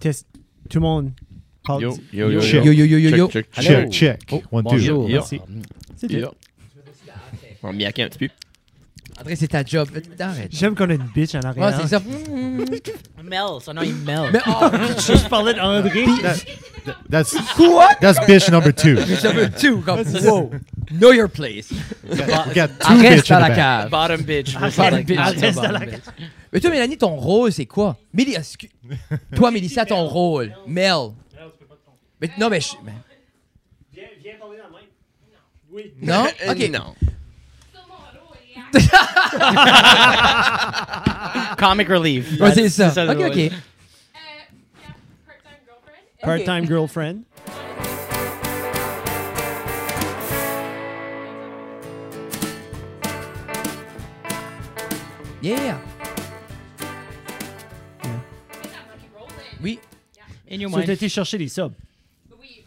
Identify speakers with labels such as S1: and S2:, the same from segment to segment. S1: Test. Tout le monde. Halt.
S2: Yo, yo, yo,
S3: Check.
S2: yo.
S3: Yo, yo, yo, yo, yo.
S2: Check, check,
S3: Hello.
S2: check.
S3: Allô.
S4: Check, check.
S3: Oh,
S4: One, two.
S3: bonjour.
S2: Yeah.
S3: Merci.
S1: C'est tout.
S2: Yeah. On miaquait un petit peu.
S3: André, c'est ta job. Arrête.
S1: J'aime qu'on a une bitch en
S3: Ouais,
S1: arrière.
S3: c'est ça.
S5: Mel, son nom est Mel.
S3: Mais oh,
S1: Je parlais d'André.
S4: That's That's bitch number two.
S3: je te veux tout. Comme,
S1: Ouais, c'est ça.
S3: wow. Know your place.
S4: We got, we got two
S3: Reste
S4: bitch
S3: à
S4: in
S3: la
S4: the back.
S3: cave.
S5: Bottom bitch.
S3: Bottom bitch,
S1: Arrête,
S3: c'est
S1: c'est
S3: bottom
S1: la
S3: bitch. Mais toi, Mélanie, ton rôle, c'est quoi? Mélia- excu- toi, Mélissa, ton rôle. Mel. Mais, non, mais... je- mais-
S1: Viens, viens parler dans le mic. Oui.
S3: Non?
S2: Euh,
S3: Oh, OK.
S2: Non.
S5: Comic relief.
S3: Ouais, c'est ça.
S5: le
S3: OK,
S5: rôle.
S3: OK. Ah,
S1: Part-time girlfriend.
S3: Yeah. Oui.
S5: In your
S1: Tu as
S5: mind.
S1: été chercher des subs.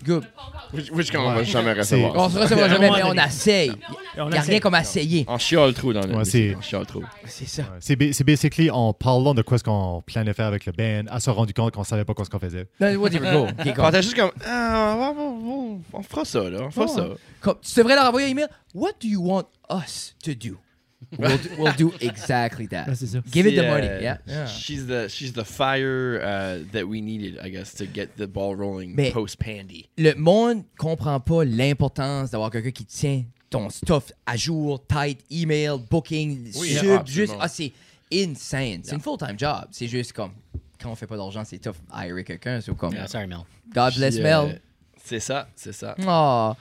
S3: Good.
S2: Which, which qu'on va
S4: Ouais.
S2: jamais
S4: C'est-
S2: recevoir.
S3: On se recevra jamais, mais on essaye.
S1: Et on
S3: Il n'y a
S1: essaie.
S3: rien comme essayer.
S2: On chiale trop dans le.
S4: Ouais, c'est-
S2: On chiale trop.
S3: C'est ça.
S4: C'est ba- c'est basically en parlant de quoi ce qu'on planifiait faire avec le band, à se rendre compte qu'on savait pas quoi ce qu'on faisait.
S3: Non, whatever, go. Ok, go.
S2: On était juste comme. Ah, on, va- on, va- on fera ça, là. On fera
S3: Ouais.
S2: ça.
S3: Comme- tu devrais leur envoyer un email. What do you want us to do? We'll do, we'll do exactly that.
S1: Ouais, Ah, c'est ça.
S3: Give it the
S2: C'est,
S3: money.
S2: euh,
S3: Yeah.
S2: She's the she's the fire uh, that we needed, I guess, to get the ball rolling
S3: Mais-
S2: post Pandy.
S3: Le monde comprend pas l'importance d'avoir quelqu'un qui tient ton stuff à jour, tight, email, booking,
S2: Oui, hein,
S3: sub,
S2: absolument.
S3: juste. Ah, c'est insane. C'est une full-time job. C'est juste comme. Quand on fait pas d'argent, c'est tough hirer quelqu'un. C'est comme.
S5: Ah, Sorry, Mel.
S3: God bless
S2: Puis, euh,
S3: Mel.
S2: C'est ça, c'est ça.
S3: Oh.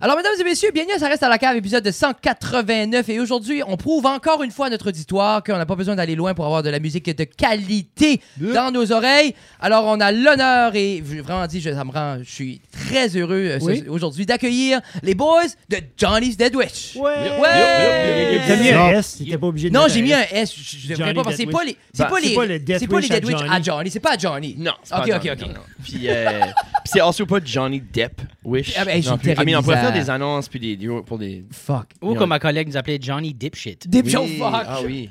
S3: Alors, mesdames et messieurs, bienvenue à Ça reste à la cave, épisode de 189. Et aujourd'hui, on prouve encore une fois à notre auditoire qu'on n'a pas besoin d'aller loin pour avoir de la musique de qualité dans nos oreilles. Alors, on a l'honneur et je- vraiment dit, je, ça me rend, je suis très heureux euh, ce-
S1: Oui.
S3: aujourd'hui d'accueillir les boys de Johnny's Dead Witch.
S1: Ouais.
S2: Ouais.
S1: T'as mis un
S4: Non.
S1: S, t'étais pas obligé de
S3: Non,
S1: mettre
S3: j'ai mis
S1: S.
S3: un S. Je- Je devrais
S1: Johnny
S3: pas parce que c'est
S1: Dead
S3: pas
S1: Witch.
S3: les, c'est
S1: Bah,
S3: pas
S1: c'est
S3: les,
S1: pas le Death
S3: c'est pas les
S1: Wish à
S3: Dead Witch à
S1: Johnny.
S3: Johnny. C'est pas à Johnny.
S2: Non, c'est
S3: Ok,
S2: pas
S3: ok,
S2: Johnny,
S3: ok.
S2: non, non. Puis, euh, puis c'est also pas Johnny Depp, wish.
S3: Ah ben, ils sont
S2: non plus. I mean, on pourrait
S3: terribles,
S2: faire
S3: bizarres.
S2: des annonces puis des pour des.
S3: Fuck.
S5: Ou comme ma collègue nous appelait Johnny Dipshit.
S3: Des
S2: Oui,
S3: gens fuck.
S2: Ah oui.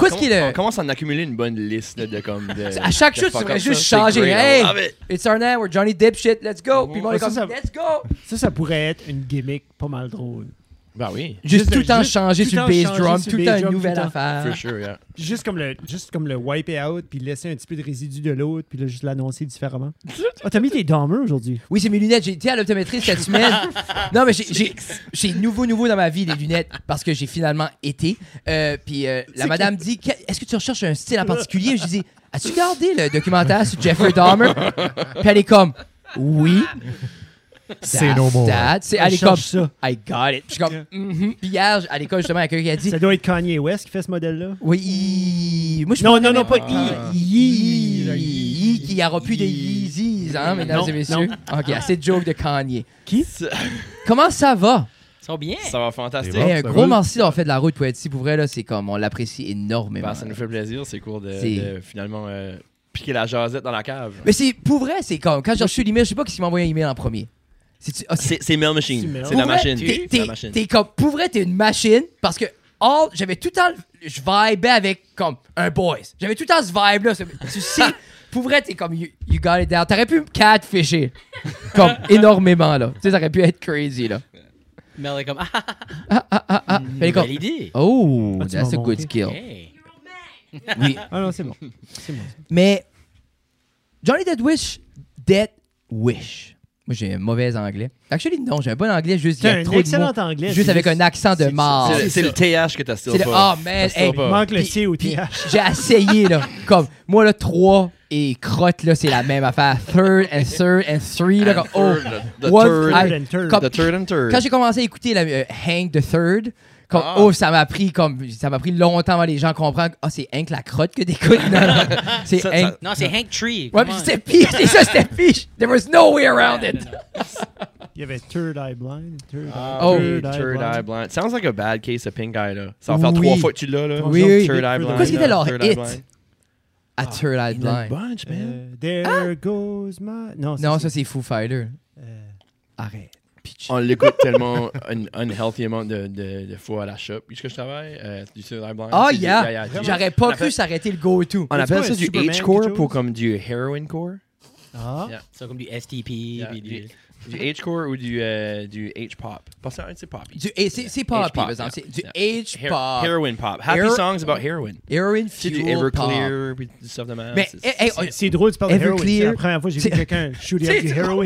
S3: Qu'est-ce
S2: On
S3: qu'il
S2: commen-
S3: a-
S2: On commence à en accumuler une bonne liste là, de comme. de-
S3: À chaque
S2: de
S3: chute, tu
S2: fuck
S3: devrais
S2: up,
S3: juste
S2: ça.
S3: changer.
S2: C'est Ah, ben, great,
S3: Hey,
S2: I love it.
S3: it's our name, we're Johnny Dipshit, let's go. Puis le monde est
S1: Ça,
S3: comme,
S1: ça-
S3: let's go.
S1: Ça, ça pourrait être une gimmick pas mal drôle.
S2: Bah oui.
S3: Juste tout le temps
S1: juste
S3: changer
S1: tout
S3: sur
S1: le temps
S3: le bass
S1: changer
S3: drum,
S1: sur
S3: tout
S1: le
S3: le
S1: bass
S3: temps une
S1: drum,
S3: nouvelle
S1: tout le temps.
S3: affaire.
S2: For sure, yeah.
S1: Juste comme le, juste comme le wipe it out, puis laisser un petit peu de résidu de l'autre, puis là, juste l'annoncer différemment. Ah, t'as mis tes dormeurs aujourd'hui.
S3: Oui, c'est mes lunettes. J'ai été à l'optométrie cette semaine. Non, mais j'ai- j'ai j'ai nouveau, nouveau dans ma vie les lunettes parce que j'ai finalement été. Euh, puis euh, la madame dit Que- Est-ce que tu recherches un style en particulier Je dis As-tu regardé le documentaire sur Jeffrey Dahmer Puis elle est comme Oui.
S4: C'est no more.
S3: That- c'est-
S1: Je
S3: Elle est comme
S1: cherche ça.
S3: I got it. Puis je suis comme Mhm. Puis hier, à l'école, justement, il y a quelqu'un qui a dit
S1: Ça doit être Kanye West qui fait ce modèle-là.
S3: Oui, i- moi je
S1: Non, non, non, pas
S3: Ah.
S1: I. I. là, I.
S3: Yi, qu'il n'y aura plus de Yeezys, hein, mesdames
S1: Non,
S3: et messieurs. OK, assez de jokes de Kanye.
S1: Qui?
S3: Comment ça va?
S5: Ils sont bien.
S2: Ça va fantastique.
S4: Bon,
S3: Eh,
S4: ça
S3: gros
S4: roule.
S3: merci d'avoir fait de la route pour être ici. Pour vrai, là, c'est comme, on l'apprécie énormément.
S1: Ben,
S2: Bah, ça nous fait plaisir, c'est cool de,
S3: C'est-
S2: de finalement euh, piquer la jasette dans la cave.
S3: Mais c'est, pour vrai, c'est comme, quand j'ai reçu l'email, je sais pas qui m'a envoyé un email en premier. C'est-tu- ah,
S2: C'est c'est Mail
S1: C'est
S2: Machine.
S1: Mel.
S2: C'est
S3: pour
S2: la
S3: vrai,
S2: machine.
S3: t'es-
S2: C'est
S3: T'es
S2: la machine.
S3: t'es comme, pour vrai, t'es une machine parce que all, j'avais tout le temps, je vibais avec comme un boys. J'avais tout le temps ce vibe-là. ce- Tu sais, pour vrai, t'es comme, you, you got it down. T'aurais pu me catfisher. Comme, énormément, là. Tu sais, t'aurais pu être crazy, là.
S5: Mel est comme, ah, ah,
S2: Mm,
S3: Elle est comme,
S5: belle idée.
S3: oh,
S1: Ah, tu
S3: that's
S1: m'as
S3: a good
S1: montré.
S3: skill.
S5: Hey.
S3: Oui.
S1: Ah non, c'est bon. C'est bon.
S3: Mais Johnny Dead Wish, Dead Wish. Moi, j'ai un mauvais anglais. Actually, non, j'ai un bon anglais, juste il y
S1: T'as
S3: a
S1: un
S3: trop de
S1: excellent
S3: mots.
S1: anglais.
S3: Juste
S1: c'est
S3: avec un accent de
S1: c'est-
S3: mort.
S2: C'est- C'est le TH que t'as
S3: C'est
S2: still
S3: le-
S2: pas.
S3: Ah, man,
S2: Ça
S3: hey,
S2: sort pas.
S1: Manque le
S3: Puis-
S1: C au
S3: puis
S1: TH.
S3: j'ai essayé, là. Comme, moi, là, 3 et crotte, là, c'est la même affaire. Third and third and three, là.
S2: And
S3: Comme, oh.
S2: third, the- the
S3: what
S2: third-
S3: I-
S1: Third and third.
S3: comme-
S2: The third and third.
S3: Quand j'ai commencé à écouter la, euh, Hank the Third, comme,
S2: Ah.
S3: oh, ça m'a pris, comme, ça m'a pris longtemps avant que les gens comprennent. Ah, c'est Hank la crotte que t'écoutes. Non, non, c'est
S2: Ça- ça-
S3: Hank
S5: Non, c'est Hank Tree.
S3: Ouais,
S5: come
S3: mais
S5: on.
S3: c'était pire, c'est ça, c'était pire. There was no way around it.
S1: Il y avait Third Eye Blind. Third Eye,
S3: Oh.
S2: Third eye blind. Sounds like a bad case of pink eye, là. Ça va faire
S3: Oui.
S2: trois fois que tu l'as, là.
S3: Oui, oui.
S2: Third eye
S1: Qu'est-ce
S2: blind.
S3: qu'il était
S2: là,
S3: leur
S2: third eye
S3: hit?
S2: blind.
S3: A Third Eye
S2: Ah, Il y en a une
S3: Blind.
S2: bunch, man.
S1: Euh, there Eh, goes my. Non,
S3: Non, ça, c'est Foo Fighter.
S1: euh,
S3: Arrête. Pitch.
S2: Uh, On l'écoute tellement un unhealthy amount de, de, de fois à la shop. Puisque je travaille, euh, du cellulaire blanc.
S3: Ah,
S2: c'est du-
S3: yeah.
S2: yeah.
S3: J'aurais pas
S2: On appelle-
S3: cru s'arrêter le go-to.
S2: On appelle
S1: pas
S2: ça
S1: un
S2: du
S1: Superman,
S2: H-core
S1: quelque
S2: pour
S1: chose?
S2: comme du heroin core.
S1: Ah.
S2: Yeah.
S5: C'est comme du STP.
S2: Yeah,
S5: puis du-
S2: du- Du H-core ou du, euh, du H-pop. Parce que c'est poppy.
S3: Du- et C'est c'est pas
S2: H-pop,
S3: pop, par exemple. C'est du
S2: yeah. Her-
S3: H-pop.
S2: heroin pop. Happy
S3: Hero-
S2: songs about heroin.
S3: Heroin
S2: C'est du
S3: Fuel Pop.
S2: Everclear, puis du stuff de même.
S3: Mais, eh,
S2: C'est-
S3: hey, hey,
S1: C'est- C'est drôle, tu parles de
S3: Everclear.
S1: heroin. C'est la première fois que j'ai
S3: Oh, C'est-
S1: vu quelqu'un shooter
S3: C'est
S1: avec du heroin.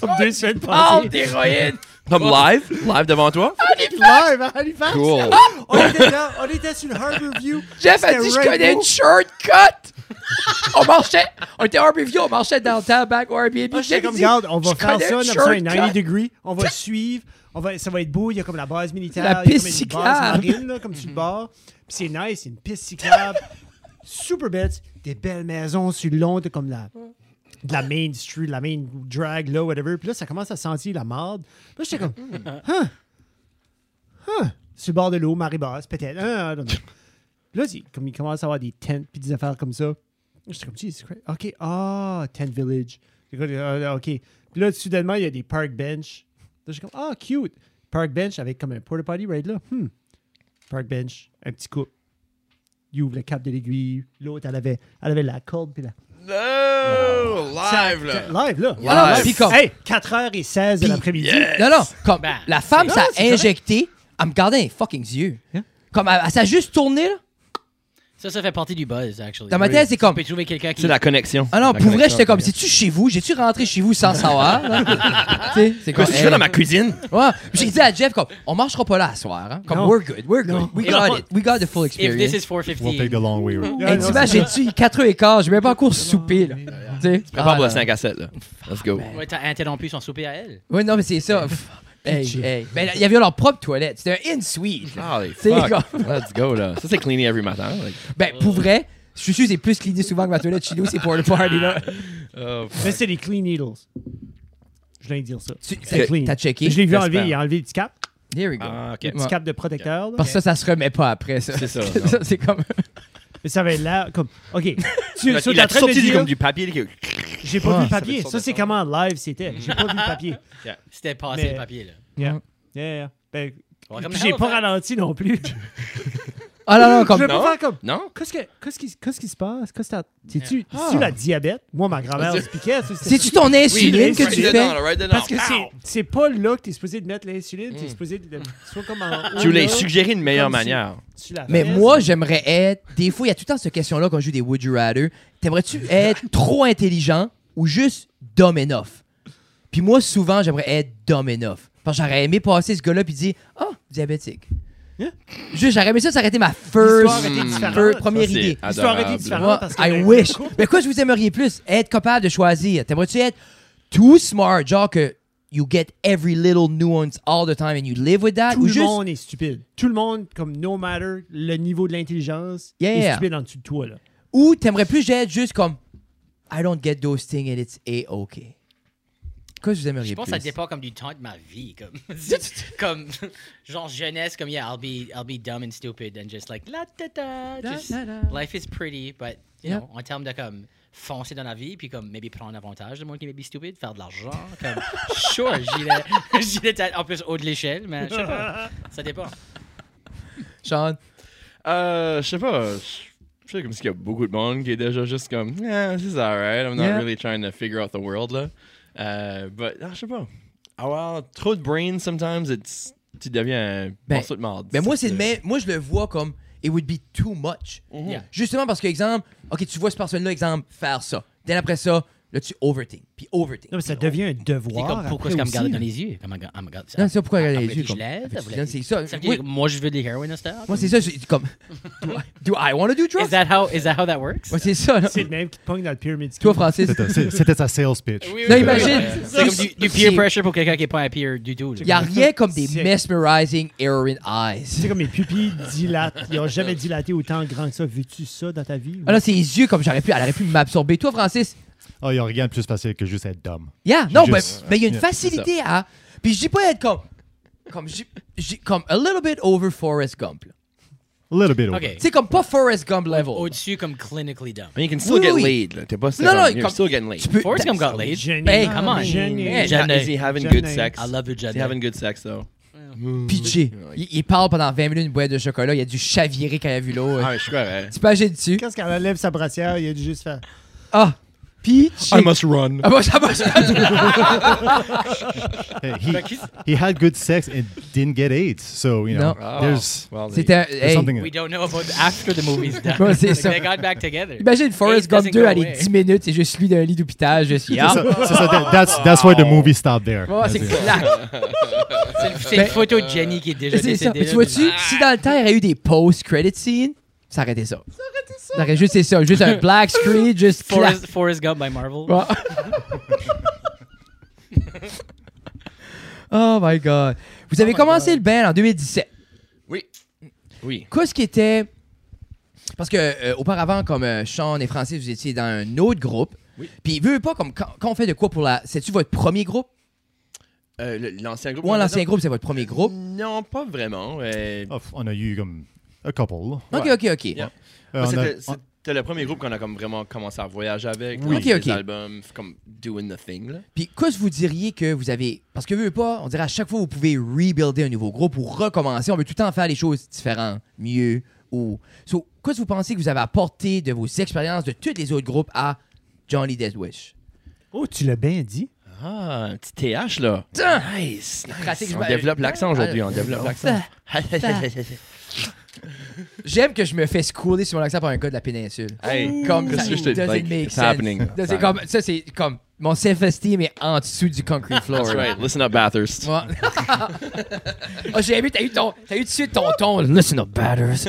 S1: Comme deux semaines
S3: Oh,
S1: passées.
S3: d'héroïne!
S2: Comme live, live devant toi.
S1: live à Halifax.
S2: Cool.
S3: Ah,
S2: Oh!
S1: On était là, on était sur Harbour View.
S3: Jeff a
S1: C'était
S3: dit, je
S1: Rainbow.
S3: connais une shortcut! on marchait, on était à Review, on marchait dans le temps, back au Airbnb.
S1: Moi, Ah, j'étais
S3: Jeff, il
S1: comme,
S3: dit,
S1: regarde, on va
S3: je
S1: faire
S3: connais
S1: ça,
S3: une
S1: on a besoin de
S3: shortcut.
S1: 90 degrés, on va suivre, on va, ça va être beau, il y a comme la base militaire,
S3: La
S1: il y a comme
S3: piste
S1: une base
S3: cyclable. Mhm.
S1: marine, là, comme sur le bord, puis c'est nice, c'est une piste cyclable, super bête, des belles maisons sur le long, t'as comme la, de la main street, la main drag, là, whatever, puis là, ça commence à sentir la marde, là, j'étais comme,
S3: Mhm.
S1: huh, huh, sur le bord de l'eau, marée basse, peut-être, hein, I don't know. Puis là, c'est- comme il commence à avoir des tentes puis des affaires comme ça. J'étais comme, Jesus Christ. OK, ah, Tent Village. J'ai comme, Ah, OK. Puis là, soudainement, il y a des park bench. Là, j'ai comme, ah, cute. Park bench avec comme un porta potty right là. Hmm. Park bench, un petit couple. Il ouvre le cap de l'aiguille. L'autre, elle avait, elle avait la corde. Puis la...
S2: No! Live, là.
S1: Live, là.
S3: Ah non,
S2: Live.
S3: puis comme-
S1: Hey, 4h16 de l'après-midi.
S2: Yeah.
S3: Non, non, comme
S5: Ben,
S3: la femme,
S1: c'est-
S3: ça
S1: Non,
S3: a
S1: c'est correct.
S3: injecté, elle me gardait les fucking yeux.
S1: Hein?
S3: Comme, elle, elle s'est juste tournée, là.
S5: Ça, ça fait partie du buzz, actually.
S3: Dans ma tête, c'est
S5: On
S3: comme.
S5: peut trouver quelqu'un qui.
S2: C'est la connexion.
S3: Ah non,
S2: La
S3: pour vrai,
S2: connexion.
S3: j'étais comme, c'est-tu chez vous? J'ai-tu rentré chez vous sans savoir? là? Tu sais, c'est comme.
S2: Qu'est-ce que tu fais dans ma cuisine?
S3: hey. Ouais. Puis J'ai dit à Jeff, comme, on marchera pas là à soir. hein. Comme,
S1: Non.
S3: we're good, we're good. We got
S5: Non.
S3: it. We got the full
S5: If
S3: experience.
S5: this is
S4: We'll take
S5: 450.
S4: the long way. round.
S1: Yeah,
S3: Hey,
S1: non,
S3: t'imagines-tu, 4h15, j'ai même pas encore souper, là. Tu sais?
S2: Prépare
S3: Ah,
S2: pour le
S3: non. Ah,
S2: 5 à 7, là. Let's go.
S5: Ouais, t'as interrompu son souper à elle.
S3: Oui, non, mais c'est ça. Pff, hey, hey. Ben, il y avait leur propre toilette. C'était un in-suite. là.
S2: Holy
S3: C'est
S2: Ah, fuck.
S3: comme-
S2: Let's go, là. Ça, c'est cleané every matin. like.
S3: Ben, pour vrai, je suis sûr que c'est plus cleané souvent que ma toilette chez nous, c'est pour le party, là.
S2: Oh,
S1: Mais c'est des clean needles. Je viens de dire ça.
S3: Tu-
S1: C'est clean.
S3: T'as checké?
S1: Je l'ai vu
S2: J'espère.
S1: enlever, il a enlevé le petit cap.
S3: There we go.
S2: Ah, OK.
S1: Le petit
S3: Ouais.
S1: cap de protecteur. là.
S3: Parce que ça, ça se remet pas après, ça.
S2: C'est ça,
S3: ça c'est comme.
S1: Mais ça avait l'air comme. OK.
S2: Il
S1: Tu,
S2: a-
S1: tu
S2: il
S1: es en
S2: a
S1: train de
S2: sorti du-
S1: dire.
S2: comme du papier. que-
S1: J'ai pas
S3: Ah,
S1: vu le
S2: ça
S1: papier.
S2: fait
S1: Ça,
S2: sorte de
S1: c'est
S2: temps.
S1: comment live c'était. J'ai pas vu le papier.
S5: C'était passé
S1: Mais-
S5: le papier, là.
S1: Yeah. Yeah, yeah. Ben,
S5: Welcome
S1: puis
S5: to
S1: j'ai pas
S5: Halifax.
S1: ralenti non plus.
S3: Ah non, non,
S1: Je
S3: hein. comme.
S1: vais pas
S2: Non?
S1: faire comme.
S2: Non?
S1: Qu'est-ce, que- qu'est-ce qui, qu'est-ce qui se passe? Qu'est-ce que t'as- C'est-tu, c'est-tu la diabète? Moi, ma grand-mère expliquait. ça, c'était-
S3: Ah. C'est-tu ton insuline
S1: Oui,
S3: que
S1: right
S3: tu
S1: dedans,
S3: fais?
S1: Parce que c'est, c'est pas là que t'es supposé de mettre l'insuline.
S3: Hmm.
S1: T'es supposé de. le- Soit comme en. haut,
S2: Tu voulais
S1: là,
S2: suggérer une meilleure
S1: Comme si-
S2: manière.
S1: tu la
S3: Mais
S1: fais,
S3: moi, j'aimerais être. Des fois, il y a tout le temps cette question-là quand je joue des Would You Rather. T'aimerais-tu être trop intelligent ou juste dumb enough? Puis moi, souvent, j'aimerais être dumb enough. Parce que j'aurais aimé passer ce gars-là puis dire Ah, diabétique.
S1: Hein?
S3: Juste, j'aurais aimé ça, ça aurait été ma
S1: L'histoire
S3: first,
S1: était différente.
S3: first- première
S2: Ça, c'est
S3: idée.
S1: L'histoire était
S2: adorable.
S1: différente
S3: Moi,
S1: parce que. ben,
S3: I wish. Mais quoi, je vous aimeriez plus? Être capable de choisir. T'aimerais-tu être too smart, genre que you get every little nuance all the time and you live with that?
S1: Tout
S3: ou
S1: le
S3: juste.
S1: monde est stupide. Tout le monde, comme no matter le niveau de l'intelligence,
S3: Yeah.
S1: est stupide en dessous de toi. Là.
S3: Ou t'aimerais plus être juste comme I don't get those things and it's a-OK. Quoi, vous aimeriez
S5: Je pense que
S3: plus?
S5: ça dépend comme du temps de ma vie. Comme, comme genre jeunesse, comme yeah, I'll be, I'll be dumb and stupid and just like la ta ta.
S3: Da,
S5: just-
S3: da, da.
S5: Life is pretty, but you
S3: Yep.
S5: know, en termes de comme foncer dans la vie, puis comme maybe prendre avantage de monde qui may be stupid, faire de l'argent, comme sure, j'irais, j'irais peut-être en plus haut de l'échelle, mais je sais pas, ça dépend.
S3: Sean,
S2: Euh, je sais pas. Je sais comme s'il y a beaucoup de monde qui est déjà juste comme, yeah, this is alright. I'm not
S3: Yeah.
S2: really trying to figure out the world là. Euh, but ah, je sais pas. Avoir trop de brain sometimes, it's tu deviens un
S3: Ben-
S2: morceau de marde.
S3: ben moi, c'est le même. Moi, je le vois comme it would be too much.
S5: Yeah.
S3: Justement parce que, exemple, OK, tu vois cette personne-là, exemple, faire ça. Dès après ça, là, tu overthink. Puis overthink.
S1: Non, mais ça devient un
S5: C'est
S1: devoir.
S5: comme
S1: après
S5: pourquoi est-ce qu'elle me
S1: aussi,
S5: garde
S1: là.
S5: dans les yeux? Comme, elle me- Ah, elle me garde-
S3: hein. Non, c'est ça, pourquoi elle regarde
S5: elle
S3: les
S5: me
S3: yeux,
S5: dit,
S3: comme-
S5: je l'aide,
S3: avec
S5: elle
S3: du
S5: voulait-
S3: gel, c'est ça.
S5: veut dire
S3: Oui.
S5: que moi je veux des heroin instead.
S3: Moi, c'est ça, c'est comme. Do I, do I want to do
S5: Is
S3: drugs?
S5: that how is that how that works?
S3: Moi, c'est ça, là.
S1: C'est le même qui te pogne dans le pyramid scheme.
S3: Toi, Francis.
S4: C'était- c'est- C'était sa sales pitch.
S3: Là, imagine.
S5: C'est comme du, du peer pressure pour quelqu'un qui est pas un peer du tout. là.
S3: Il n'y a rien comme des
S1: C'est-
S3: mesmerizing heroin
S1: C'est
S3: eyes.
S1: comme mes pupilles dilatent. Ils n'ont jamais dilaté autant grand que ça. Veux-tu ça dans ta vie?
S3: Ah là, ses yeux, comme j'aurais pu, elle aurait pu m'absorber. Toi, Francis,
S4: Oh, il y a rien de plus facile que juste être dumb.
S3: Yeah, non, mais
S4: Juste-
S3: mais il y a une
S4: Yeah.
S3: facilité à. Puis je dis pas être comme. Comme, j'ai- j'ai- comme a little bit over Forrest Gump. là.
S4: A little bit over.
S5: OK.
S3: Tu sais, comme pas Forrest Gump level.
S5: Au-dessus, comme clinically dumb.
S2: Mais you can still
S3: Oui,
S2: get
S3: oui.
S2: laid, là. T'es pas
S3: non,
S2: comme- You're
S3: comme-
S2: still getting laid.
S3: Tu peux.
S5: Forrest Gump got laid.
S1: Jenny.
S3: Hey, come
S5: on.
S1: Jenny.
S5: Yeah. Jenny.
S2: Is he having
S1: Jenny.
S2: good sex?
S5: I love you, Jed.
S2: Is he having good sex, though?
S3: pitché.
S2: Ouais.
S3: Il, il parle pendant 20 minutes d'une boîte de chocolat. Il a dû chavirer quand il a vu l'eau.
S2: Ah, je suis correct.
S3: Tu peux agir dessus.
S1: Qu'est-ce qu'elle enlève sa brassière? Il a dû juste faire.
S3: Ah, pitché.
S2: must run.
S3: Ah, bon, ça va, ça va.
S4: Hey, he, he had good sex and didn't get AIDS. So, you
S3: No.
S4: know,
S2: Oh.
S4: there's,
S2: Well, there
S3: C'était un.
S4: there's
S3: Hey,
S4: something.
S5: We don't know about the- after the movie's done.
S3: Ouais, c'est
S5: Like,
S3: ça.
S5: They got back together.
S3: imagine Forrest
S5: It doesn't
S3: Gump 2
S5: go
S3: à les
S5: away.
S3: 10 minutes et juste lui d'un lit d'hôpital. Je suis. Ah,
S4: So, so- so that- that's, that's why the movie stopped there.
S3: Oh,
S4: That's
S3: c'est
S4: it.
S3: clair.
S5: C'est c'est
S3: Ben-
S5: une photo de Jenny qui est déjà
S3: C'est
S5: décédée.
S3: ça. Mais tu
S5: là.
S3: vois-tu, si dans le temps, il y aurait eu des post-credit scenes, ça aurait été ça. Ça aurait été ça. juste, c'est ça. Juste un black screen, juste. clac.
S5: Forrest, Forrest Gump by Marvel.
S3: Ouais. oh my God. Vous avez commencé le band en 2017.
S2: Oui. Oui.
S3: Qu'est-ce qui était. Parce que euh, auparavant, comme euh, Sean et Francis, vous étiez dans un autre groupe.
S2: Oui.
S3: Puis, veux veux pas, comme quand, quand on fait de quoi pour la. C'est-tu votre premier groupe?
S2: Euh, le- l'ancien groupe.
S3: Ou
S2: on
S3: l'ancien
S2: dit-
S3: groupe, c'est votre premier groupe?
S2: Non, pas vraiment. Euh,
S4: Oh, on a eu comme a couple.
S3: Ok,
S2: Ouais.
S3: ok, ok.
S2: Yeah. moi,
S4: Euh, on a-
S2: c'était, c'était le premier groupe qu'on a comme vraiment commencé à voyager avec.
S3: Oui.
S2: Oui.
S3: Ok, ok.
S2: albums, comme doing the thing. Là.
S3: Puis, qu'est-ce que vous diriez que vous avez. Parce que, veux veux pas, on dirait à chaque fois, vous pouvez rebuilder un nouveau groupe ou recommencer. On veut tout le temps faire les choses différentes, mieux ou. So, qu'est-ce que vous pensez que vous avez apporté de vos expériences de tous les autres groupes à Johnny Deadwish?
S1: Oh, tu l'as bien dit.
S2: Ah, un petit TH, là.
S3: Tiens!
S2: Nice, nice.
S3: Pratique, je
S2: on
S3: m'en-
S2: développe l'accent aujourd'hui, on développe l'accent.
S3: J'aime que je me fais schooler sur mon accent par un gars de la péninsule.
S2: hey,
S3: Comme
S2: qu'est-ce
S3: ça,
S2: que Ah. je te
S3: it doesn't
S2: like,
S3: make
S2: it's
S3: sense.
S2: happening.
S3: Ça, c'est comme, ça, c'est comme mon self-esteem est en dessous du concrete floor.
S2: That's right, listen up, Bathurst.
S3: Moi- oh, j'ai aimé, t'as eu, ton, t'as eu tout de suite ton ton. Listen up, batters.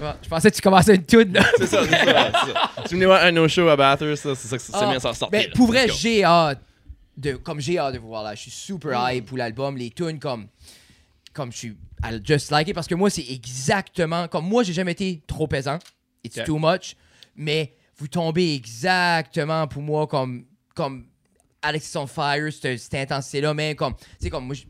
S3: Ouais, je pensais que tu commençais une toune. là.
S2: C'est ça, c'est ça. c'est ça. Tu venais voir un no show à Bathurst, là, c'est ça que c'est
S3: Ah,
S2: bien ça ressortir.
S3: Mais
S2: là.
S3: pour vrai,
S2: Let's go.
S3: j'ai hâte. De, comme j'ai hâte de vous voir là. Je suis super
S2: Mm.
S3: hype pour l'album. Les tunes, comme. Comme je suis. I'll just like it. Parce que moi, c'est exactement. Comme moi, j'ai jamais été trop pesant. It's
S2: Ok.
S3: too much. Mais vous tombez exactement pour moi comme. Comme. Alex is on fire, cette, cette intensité-là. Mais comme. Tu sais, comme moi, je-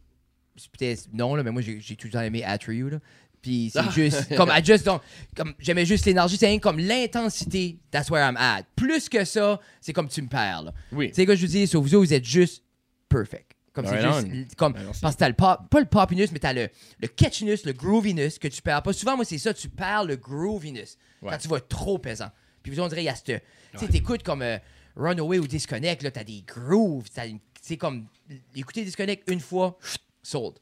S3: c'est peut-être non, là, mais moi, j'ai j'ai tout le temps aimé After You, là. Puis c'est juste, comme, I just don't- comme, j'aimais juste l'énergie, c'est rien comme l'intensité, that's where I'm at. Plus que ça, c'est comme tu me perds, là.
S2: Oui.
S3: Tu sais, que je vous dis, sur vous autres, vous êtes juste perfect. Comme c'est
S2: Right on.
S3: juste, comme,
S5: Ben
S2: Right on.
S3: parce que t'as le pop, pas le popiness, mais t'as le, le catchiness, le grooviness que tu perds pas. Souvent, moi, c'est ça, tu perds le grooviness quand
S2: Ouais.
S3: tu vas trop pesant. Puis vous on dirait, il y a ce. Tu sais, t'écoutes comme euh, Runaway ou Disconnect, là, t'as des grooves, t'as une- c'est comme, écouter Disconnect une fois, sold.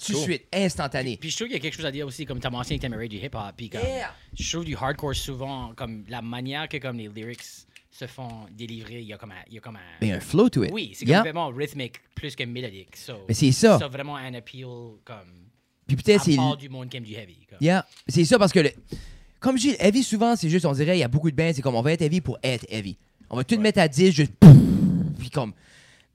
S3: Tout de
S2: Cool.
S3: suite, instantané.
S5: Puis je trouve qu'il y a quelque chose à dire aussi, comme t'as mentionné que t'aimerais du hip-hop, puis comme
S3: Yeah.
S5: je trouve du hardcore souvent, comme la manière que comme les lyrics se font délivrer, il y a comme un... il Y a comme un...
S3: Mais un flow to it.
S5: Oui, c'est
S3: Yeah.
S5: complètement rythmique plus que mélodique. So,
S3: Mais c'est ça.
S5: Ça a vraiment un appeal comme
S3: Puis peut-être
S5: à
S3: c'est.
S5: part du monde qui aime du heavy. Comme.
S3: Yeah. C'est ça parce que, le- comme je dis, le heavy, souvent, c'est juste, on dirait, il y a beaucoup de bains, c'est comme on va être heavy pour être heavy. On va tout mettre à 10, juste. pouf, Puis comme.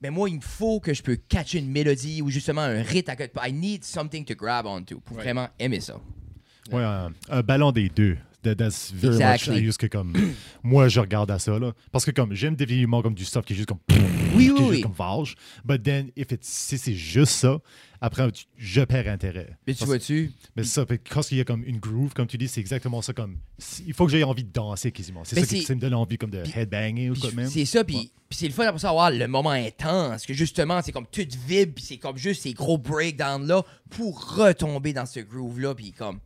S3: Mais moi, il me faut que je peux catcher une mélodie ou justement un rythme. à quelque- I need something to grab onto pour vraiment aimer ça.
S4: Ouais, un, un ballon des deux. That- that's very
S3: Exactly.
S4: much I use que comme moi je regarde à ça là parce que comme j'aime définitivement comme du stuff qui est juste comme
S3: Oui,
S4: qui est
S3: oui,
S4: juste
S3: oui.
S4: comme vache but then if it's, si c'est juste ça après tu- je perds intérêt
S3: Mais tu
S4: Parce-
S3: vois-tu?
S4: mais ça fait que quand il y a comme une groove comme tu dis c'est exactement ça comme si- il faut que j'aie envie de danser quasiment c'est
S3: Mais
S4: ça qui
S3: c'est-
S4: ça me donne envie comme de headbanger ou
S3: Puis
S4: quoi de même
S3: C'est ça, puis
S4: Ouais.
S3: puis c'est le fun après ça avoir le moment intense, que justement, c'est comme tout vibre, puis c'est comme juste ces gros breakdowns-là pour retomber dans ce groove-là, puis comme.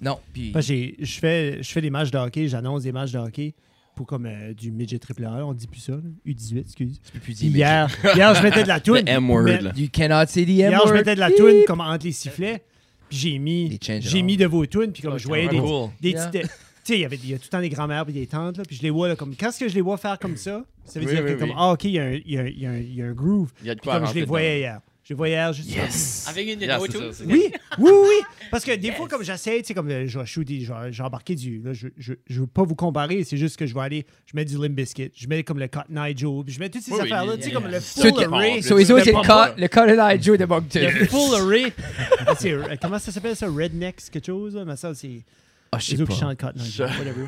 S3: Non, puis.
S1: Parce que j'ai- je fais, je fais des matchs de hockey, j'annonce des matchs de hockey pour comme euh, du midget triple A, on dit plus ça, là. U18, excuse.
S3: Tu peux plus dire, mais-
S1: Hier, hier, je mettais de la toune.
S2: The M-word,
S1: mais-
S2: là.
S3: You cannot say the M
S1: Hier, je
S3: word.
S1: mettais de la toune comme entre les sifflets, puis j'ai
S3: Les
S1: mis,
S3: changes
S1: j'ai
S3: en-
S1: mis de vos tounes, puis comme
S5: Oh,
S1: je voyais des,
S2: t'es Ah, cool.
S1: des
S3: Yeah.
S1: petites... Tu sais, il y avait- il y a tout le temps des grands-mères et des tantes, là, puis je les vois, là, comme quand ce que je les vois faire comme ça, ça veut
S2: Oui,
S1: dire
S2: oui,
S1: que comme,
S2: oui.
S1: ah, OK, il y, a un- il y a un- il y a un- il y a un groove.
S2: Il y a de
S1: Puis
S2: quoi
S1: comme je
S2: rentrer
S1: les voyais
S2: dedans.
S1: hier. Je les voyais hier, juste
S2: Yes.
S5: Avec une de
S2: Yeah,
S5: nos
S2: c'est ça,
S5: tunes.
S2: c'est
S1: oui, oui, oui. Parce que des fois, comme j'essaie, tu sais, comme euh, je vais shooter, je vais, je vais embarquer du. Là, je, je, je veux pas vous comparer, c'est juste que je vais aller. Je mets du Limp Biscuit, je mets comme le Cotton Eye Joe, puis je mets toutes ces
S2: Oui, oui,
S1: affaires-là,
S2: oui,
S1: tu sais,
S2: oui,
S1: comme
S2: oui.
S1: le
S2: Ceux
S1: full
S2: qui-
S1: array.
S2: bon,
S3: So, les autres, c'est
S1: pas
S3: le,
S1: moi.
S3: co- le Colin I. Joe de Moncton.
S1: Le full array. Ah, c'est, euh, comment ça s'appelle ça? Rednecks, quelque chose? là? Mais ça, c'est.
S3: Ah, je
S1: Les
S3: sais
S1: autres qui
S3: pas.
S1: chantent Cotton Eye Joe, whatever.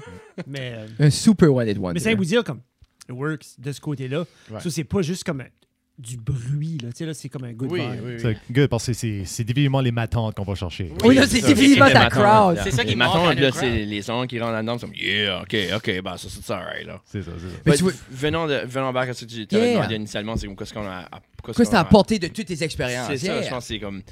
S1: Mais. euh,
S3: Un super one-hit one.
S1: mais ça veut vous dire comme it works de ce côté-là.
S2: Ouais.
S1: Ça, c'est pas juste comme euh, du bruit. Là. Tu sais, là, c'est comme un good
S2: Oui,
S1: vibe.
S2: oui, oui.
S4: C'est good parce que c'est c'est définitivement les matantes qu'on va chercher.
S3: Oui, là, c'est définitivement
S2: les
S3: ta
S2: matons,
S3: crowd.
S2: là.
S5: C'est ça qui
S2: Les matons,
S5: manque à
S2: puis là,
S5: notre
S2: c'est
S5: crowd.
S2: les sons qui rentrent là-dedans, c'est comme, yeah, ok, ok, bah, ça, ça, c'est alright, là.
S4: C'est ça, c'est ça.
S1: Mais
S2: Mais
S1: tu vois-
S2: venons, de, venons back à ce que tu avais
S3: Yeah.
S2: demandé initialement, c'est comme qu'est-ce qu'on a. à-
S3: Quoi, c'est
S2: qu'on a-
S3: à portée de toutes tes expériences.
S2: C'est ça,
S3: Yeah.
S2: je pense que c'est comme.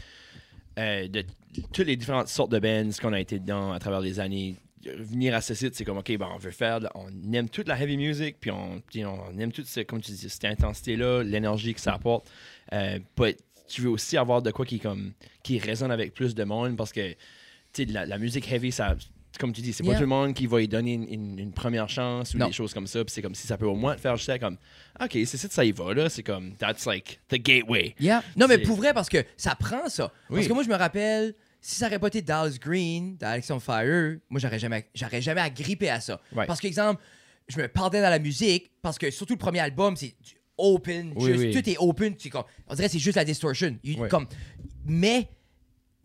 S2: euh, de toutes les différentes sortes de bands qu'on a été dedans à travers les années, venir à ce site, c'est comme, OK, ben, on veut faire, de- on aime toute la heavy music, puis on, puis on aime toute, ce- comme tu dis, cette intensité-là, l'énergie que ça apporte. Euh, pas- tu veux aussi avoir de quoi qui, comme, qui résonne avec plus de monde, parce que, tu sais, de la, la musique heavy, ça. Comme tu dis, c'est
S3: Yeah.
S2: pas tout le monde qui va y donner une, une- une première chance ou
S3: Non.
S2: des choses comme ça. Puis c'est comme si ça peut au moins te faire juste comme, OK, c'est ça, ça y va, là. C'est comme, that's like the gateway.
S3: Yeah. Non, mais
S2: C'est-
S3: pour vrai, parce que ça prend ça. Parce
S2: Oui.
S3: que moi, je me rappelle, si ça aurait pas été Dallas Green, d'Alex on Fire, moi, j'aurais jamais, j'aurais jamais agrippé à ça.
S2: Ouais.
S3: Parce que, exemple, je me perdais dans la musique, parce que surtout le premier album, c'est du open,
S2: Oui,
S3: juste-
S2: oui.
S3: tout est open. tu sais, comme- on dirait que c'est juste la distortion. Il-
S2: Ouais.
S3: comme, mais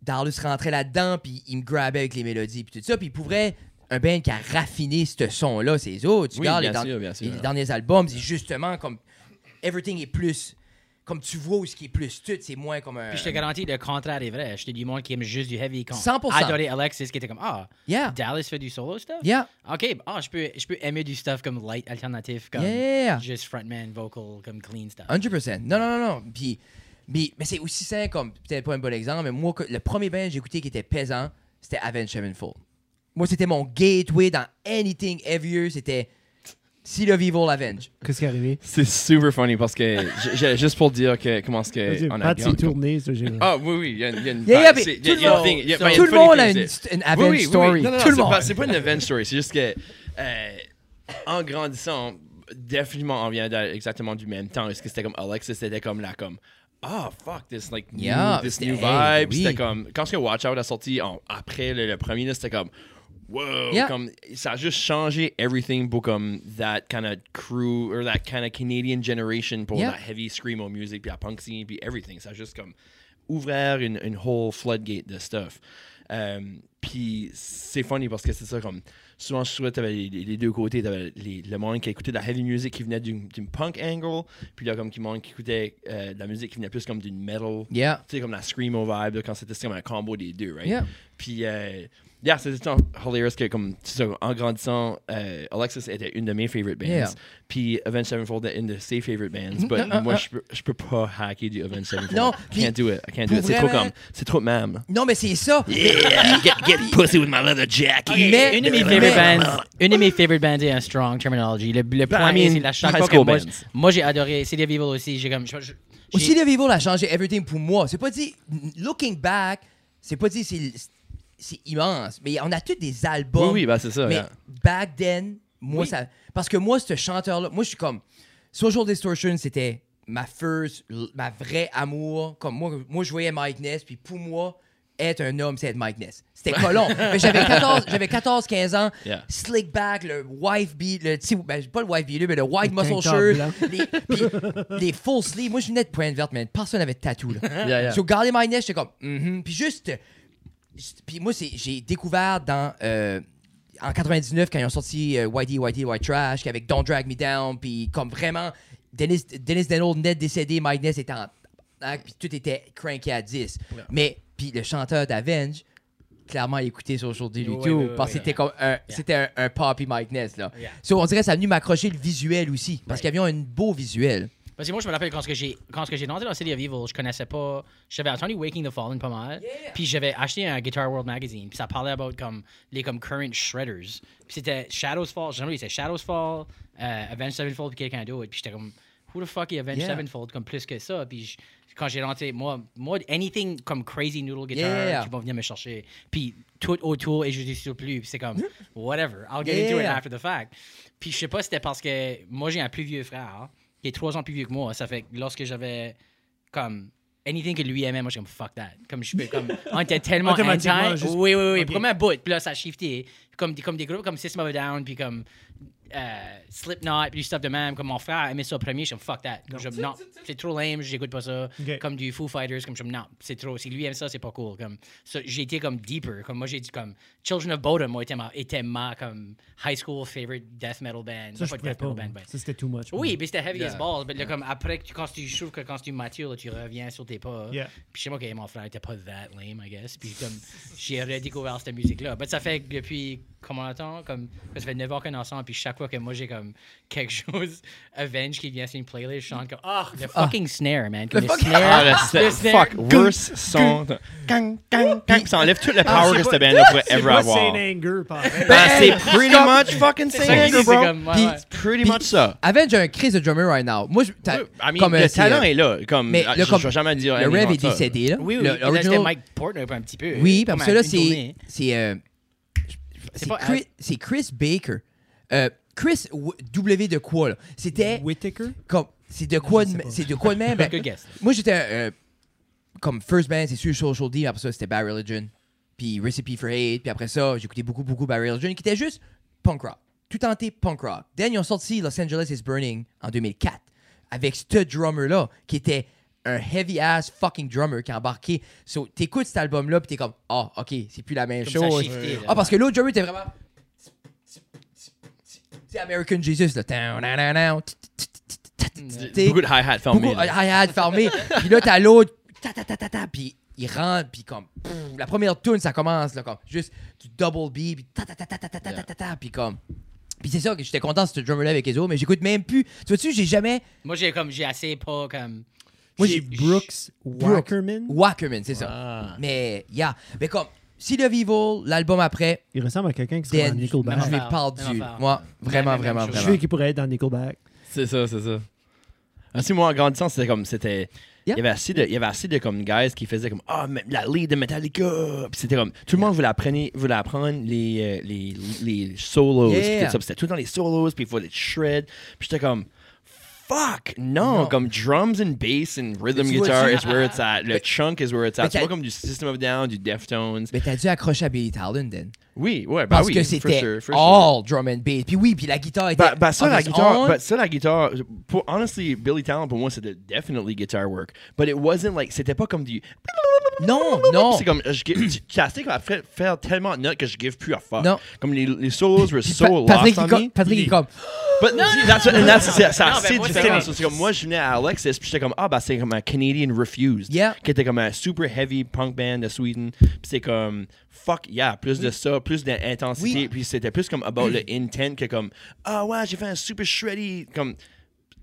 S3: Dallas rentrait là-dedans, puis il me grabait avec les mélodies, puis tout ça. Puis pour vrai, un band qui a raffiné ce son-là, c'est autres. Tu
S2: Oui,
S3: regardes
S2: bien
S3: les, dan-
S2: sûr, bien sûr.
S3: les derniers albums, c'est justement comme everything est plus. Comme tu vois où ce qui est plus tout, c'est moins comme un.
S5: Puis je te garantis, le contraire est vrai. Je te dis, monde qui aime juste du heavy. Con.
S3: 100%.
S5: Adoré Alexis qui était comme, ah,
S3: Yeah.
S5: Dallas fait du solo stuff?
S3: Yeah.
S5: Ok, ah, je, peux, je peux aimer du stuff comme light, alternatif, comme
S3: Yeah.
S5: juste frontman, vocal, comme clean stuff.
S3: 100%. Non, non, non, non. Puis, mais, mais c'est aussi simple comme. Peut-être pas un bon exemple, mais moi, que- le premier band que j'ai écouté qui était pesant, c'était Avenged Sevenfold. Moi, c'était mon gateway dans anything heavier. C'était Si le Evil Avenge.
S1: Qu'est-ce qui est arrivé?
S2: C'est super funny parce que j- j- juste pour dire que comment est-ce
S1: Vas-y,
S2: que Eh, on a
S1: Pat s'est tourné. ça, j'ai-
S2: Ah oui oui, il y a il y a une
S3: Yeah, yeah, mais
S2: c'est- il y
S3: tout
S2: a-
S3: le
S2: il y a
S3: monde-
S2: une thing, il y a-
S3: tout
S2: ben, il y
S3: le
S2: une funny
S3: monde a
S2: thing,
S3: une
S2: c'est-
S3: st- une
S2: Oui,
S3: avenge
S2: oui, oui.
S3: story.
S2: Non, non,
S3: Tout le
S2: c'est pas-
S3: monde.
S2: C'est pas une event story, c'est juste que euh, en grandissant, définitivement on vient d'a- exactement du même temps. Est-ce que c'était comme Alexis, c'était comme là comme ah fuck this like new-
S3: Yeah,
S2: this
S3: c'était-
S2: new
S3: hey,
S2: vibe,
S3: oui.
S2: c'était comme quand ce que Watch Out a sorti en- après le, le premier là, c'était comme Wow,
S3: Yeah.
S2: comme ça a juste changé everything pour comme that kind of crew or that kind of Canadian generation pour
S3: Yeah.
S2: la heavy screamo music puis la punk scene puis everything. Ça a juste comme ouvert une, une whole floodgate de stuff. Um, puis c'est funny parce que c'est ça comme souvent je trouvais t'avais les, les- les deux côtés t'avais les- le monde qui écoutait de la heavy music qui venait d'une d'une punk angle puis là comme qui monde qui écoutait euh, de la musique qui venait plus comme d'une metal
S3: Yeah.
S2: tu sais, comme la Screamo vibe, là, quand c'était c'était comme un combo des deux, right?
S3: Yeah.
S2: Puis, euh, yeah, c'était tant hilarious que, comme, tu sais, en grandissant, euh, Alexis était une de mes favorite bands.
S3: Yeah.
S2: Puis, Avenged Sevenfold était une de ses favorite bands. But moi, je peux- je peux pas hacker du Avenged Sevenfold.
S3: Non,
S2: I can't
S3: puis
S2: do it. I can't
S3: pour
S2: do it. C'est trop
S3: vraiment-
S2: comme, c'est trop même.
S3: Non, mais c'est ça.
S2: Yeah, get, pussy with my leather jacket.
S3: Mais-
S5: une de mes
S3: mais-
S5: favorite bands, une de mes favorite bands est un strong terminology. Le, le
S2: Bah, I
S5: premier,
S2: mean,
S5: c'est la chaque
S2: high
S5: fois que
S2: school
S5: moi,
S2: bands.
S5: moi j'ai adoré Celia Vivo aussi. J'ai comme, je- je- j'ai-
S3: Aussi, le Vivo l'a changé everything pour moi. C'est pas dit, looking back, c'est pas dit, c'est, c'est immense. Mais on a tous des albums.
S2: Oui, oui, bah, c'est ça.
S3: Mais
S2: yeah.
S3: back then, moi,
S5: Oui.
S3: ça. Parce que moi, ce chanteur-là, moi, je suis comme. Social Distortion, c'était ma first, l- ma vraie amour. Comme moi, moi, je voyais Mike Ness, puis pour moi, être un homme, c'est être Mike Ness. C'était pas long. Mais j'avais 14, j'avais 14, 15 ans.
S2: Yeah.
S3: Slick back, le wife beat, le petit, ben, pas le wife beat, mais le white
S1: Le
S3: muscle
S1: tank top
S3: shirt,
S1: blanc.
S3: les, puis les full sleeves. Moi, je venais de Pointe-Verte, mais personne n'avait de tatou, là.
S2: Yeah, yeah.
S3: So, garder my neige, j'étais comme, mhm. Puis juste, juste- puis moi, c'est- j'ai découvert dans, euh, en 99, quand ils ont sorti euh, Whitey, Whitey, White Trash, avec Don't Drag Me Down, puis comme vraiment, Dennis, Dennis Denold net décédé, Mike Ness était en. hein, puis tout était cranky à 10. Mais, puis le chanteur d'Avenge, clairement écouté sur aujourd'hui
S5: Ouais,
S3: YouTube,
S5: ouais, ouais,
S3: parce que
S5: ouais.
S3: c'était comme un, c'était un, un poppy Mike Ness, là.
S5: Yeah.
S3: So, on dirait que ça a venu m'accrocher le visuel aussi, parce
S5: Right.
S3: qu'il y avait un beau visuel.
S5: Parce que moi, je me rappelle quand ce que j'ai quand ce que j'ai rentré dans City of Evil, je connaissais pas. J'avais entendu Waking the Fallen pas mal. Puis j'avais acheté un Guitar World magazine. Puis ça parlait about comme les comme current shredders. Puis c'était Shadows Fall. J'aimerais c'était Shadows Fall, euh, Avenged Sevenfold puis quelqu'un d'autre. Puis j'étais comme Who the fuck est Avenged
S3: Yeah.
S5: Sevenfold comme plus que ça. Puis je- quand j'ai rentré, moi, moi anything comme crazy noodle guitar,
S3: Yeah.
S5: qui vont venir me chercher. Puis tout autour et je dis sur plus. Puis c'est comme whatever. I'll get into it
S3: Yeah.
S5: after the fact. Puis je sais pas, c'était parce que moi j'ai un plus vieux frère hein, qui est trois ans plus vieux que moi. Ça fait que lorsque j'avais comme anything que lui aimait, moi j'ai comme fuck that. Comme je peux comme on était tellement in
S1: Automatiquement,
S5: time.
S1: juste-
S5: Oui oui oui.
S1: Ok.
S5: Premier bout. Puis là ça a shifté. comme, des- comme des groupes comme System of a Down, puis comme euh, Slipknot, puis du stuff de même. Comme mon frère aimait ça au premier, je suis comme fuck that. Comme, je suis comme, non, c'est trop lame, j'écoute pas ça.
S1: Ok.
S5: Comme du Foo Fighters, comme je suis comme non, c'est trop. Si lui aime ça, c'est pas cool. Comme ça, j'ai été comme deeper. Comme moi, j'ai dit comme Children of Bodom moi, était ma, était ma comme high school favorite death metal band.
S1: Ça, je
S5: Pas
S1: pouvais
S5: death
S1: pas. ben.
S5: metal band, mais-
S1: Ça, c'était too much.
S5: oui,
S3: Mm.
S5: mais c'était heavy
S2: Yeah.
S5: as balls. Mais là, comme après, que tu- quand tu trouves que quand tu matures, là, tu reviens sur tes pas.
S1: Yeah.
S5: Puis chez moi, que mon frère était pas that lame, I guess. Puis comme, j'ai redécouvert cette musique-là. Mais ça fait que depuis comment longtemps? Comme, ça fait 9 ans qu'on est ensemble. Puis chaque fois que moi, j'ai comme quelque chose, Avenge qui vient sur une playlist, je chante comme, ah, le fucking snare, man. Comme
S3: Le
S5: Le,
S3: fucking-
S2: Ah,
S5: snare.
S2: le
S5: le
S2: sta-
S5: snare.
S2: fuck, worst son. Gang, gang, gang. Puis ça enlève tout le power que cette band-là pourrait
S1: C'est
S2: ever
S1: pas Saint
S2: avoir.
S1: Anger, pareil.
S2: Ben, c'est pretty much fucking
S5: C'est ça
S2: Saint
S5: qu'il dit,
S2: Anger,
S5: c'est
S2: bro.
S5: comme, ouais,
S3: Puis-
S5: ouais.
S2: Pretty
S3: Puis-
S2: much ça.
S3: Avenge a un crise de drummer right now. Moi, je, ta-
S2: I mean,
S3: comme, euh,
S2: le
S3: c'est,
S2: talent
S3: euh,
S2: est là. Comme,
S3: Mais
S2: ah,
S3: le,
S2: je-
S3: comme,
S2: je vais jamais dire.
S3: le
S2: Annie
S3: Rev est
S2: Manta,
S3: décédé. Là.
S5: Oui, oui.
S3: Le-
S5: Le,
S3: l'original-
S5: c'était Mike Portner un petit peu.
S3: Oui, parce
S5: Comme
S3: que là,
S5: une
S3: c'est.
S5: tournée.
S3: C'est. euh, je-
S5: C'est
S3: c'est
S5: pas
S3: Chris, c'est Chris Baker. Euh, Chris W- W de quoi, là? C'était.
S1: Whittaker?
S3: comme c'est de quoi de, c'est de quoi de même ben,
S5: Good guess.
S3: moi j'étais euh, comme first band c'est sûr Social D après ça c'était Bad Religion puis Recipe for Hate puis après ça j'écoutais beaucoup beaucoup Bad Religion qui était juste punk rock tout tenté punk rock then ils ont sorti Los Angeles is Burning en 2004 avec ce drummer là qui était un heavy ass fucking drummer qui a embarqué so t'écoutes cet album là puis t'es comme ah ok c'est plus la même
S5: Comme ça,
S3: chose
S5: shifté, là.
S3: ah parce que l'autre drummer était vraiment c'est American Jesus là Tan, nan, nan, nan, tit, tit, tit, tit, tit, tit, tit.
S2: Beaucoup de hi-hat fermés.
S3: Beaucoup- ah, hi-hat fermé. Puis là, t'as l'autre. Ta, ta, ta, ta, ta, puis il rentre, puis comme. pff, la première tune, ça commence, là, comme. Juste du double B, puis ta, ta, ta, ta, ta, ta, ta, ta, ta, ta, puis comme. Puis c'est ça que j'étais content de ce drummer-là avec Ezo, mais j'écoute même plus. Tu vois-tu, j'ai jamais.
S5: Moi, j'ai comme, j'ai assez pas comme.
S3: Moi,
S1: j'ai
S3: j'ai-
S1: Brooks
S3: Brooke-
S1: Wackerman.
S3: Wackerman, c'est ça. Mais, yeah. Mais comme, Sea of Evil, l'album après,
S1: Il ressemble à quelqu'un qui serait
S3: Dead.
S1: dans
S3: Je
S1: Nickelback.
S5: affaire,
S3: lui parle
S5: même
S3: du.
S5: affaire.
S3: Moi, vraiment,
S5: Même- même
S3: vraiment,
S5: chose.
S1: Je
S3: vraiment.
S1: suis qui pourrait être dans Nickelback.
S2: C'est ça, c'est ça. Ah, si moi, en grandissant, c'était comme. c'était
S3: Yeah.
S2: Il y avait assez de, il y avait assez de comme, guys qui faisaient comme Ah, mais la lead de Metallica. Puis c'était comme. Tout le monde voulait, apprenez- voulait apprendre les, euh, les, les solos. puis
S3: Yeah.
S2: tout ça. Puis C'était tout dans les solos, puis il faut les shred. Puis j'étais comme. Fuck! Non,
S3: Non.
S2: Comme drums and bass and rhythm
S3: Mais tu vois,
S2: guitar
S3: tu-
S2: is where it's at. Le chunk is where it's
S3: mais
S2: at. C'est
S3: t'as-
S2: pas comme du System of a Down, du Deftones.
S3: Mais t'as dû accrocher à Billy Talon, then.
S2: Oui, ouais, bah
S3: Parce
S2: oui.
S3: que
S2: for
S3: c'était
S2: sure, for sure.
S3: all drum and bass. Puis oui, puis la guitare était.
S2: Bah, bah, ça,
S3: on
S2: la
S3: its
S2: guitare,
S3: own.
S2: bah, ça, la guitare, pour, honestly, Billy Talent, pour moi, c'était definitely guitar work. But it wasn't like, c'était pas comme du.
S3: Non, non.
S2: C'est comme, je, give- tu- tu as assez qu'on a fait faire tellement de notes que je give plus a fuck.
S3: Non.
S2: Comme les, les solos were
S3: Pa-
S2: so
S3: Patrick,
S2: lost
S3: il
S2: on
S3: com-
S2: me.
S3: Patrick il est comme.
S2: But see, that's what- and that's- c'est c'est
S5: Non,
S2: assez
S5: ben, moi,
S2: différent.
S5: c'est-
S2: C'est comme, moi, je venais à Alexis, puis j'étais comme, ah, bah, c'est comme un Canadian Refused.
S3: Yeah.
S2: Qui était comme un super heavy punk band de Sweden. Puis c'est comme, fuck yeah, plus de ça, plus d'intensité.
S3: Oui.
S2: Puis c'était plus comme about le intent que comme, ah ouais, j'ai fait un super shreddy. Comme,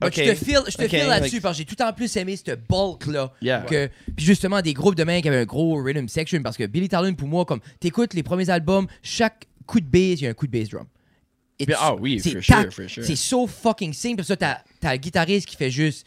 S3: Bah,
S2: ok.
S3: Je te file, je te
S2: ok,
S3: file là-dessus
S2: like,
S3: parce que j'ai tout en plus aimé ce bulk-là.
S2: Yeah.
S3: Que, puis justement, des groupes de main qui avaient un gros rhythm section parce que Billy Talon, pour moi, comme t'écoutes les premiers albums, chaque coup de bass, il y a un coup de bass drum. It's-
S2: Ah oui,
S3: c'est
S2: for sure,
S3: tac-
S2: for sure.
S3: C'est so fucking simple. Puis ça, t'as t'as le guitariste qui fait juste.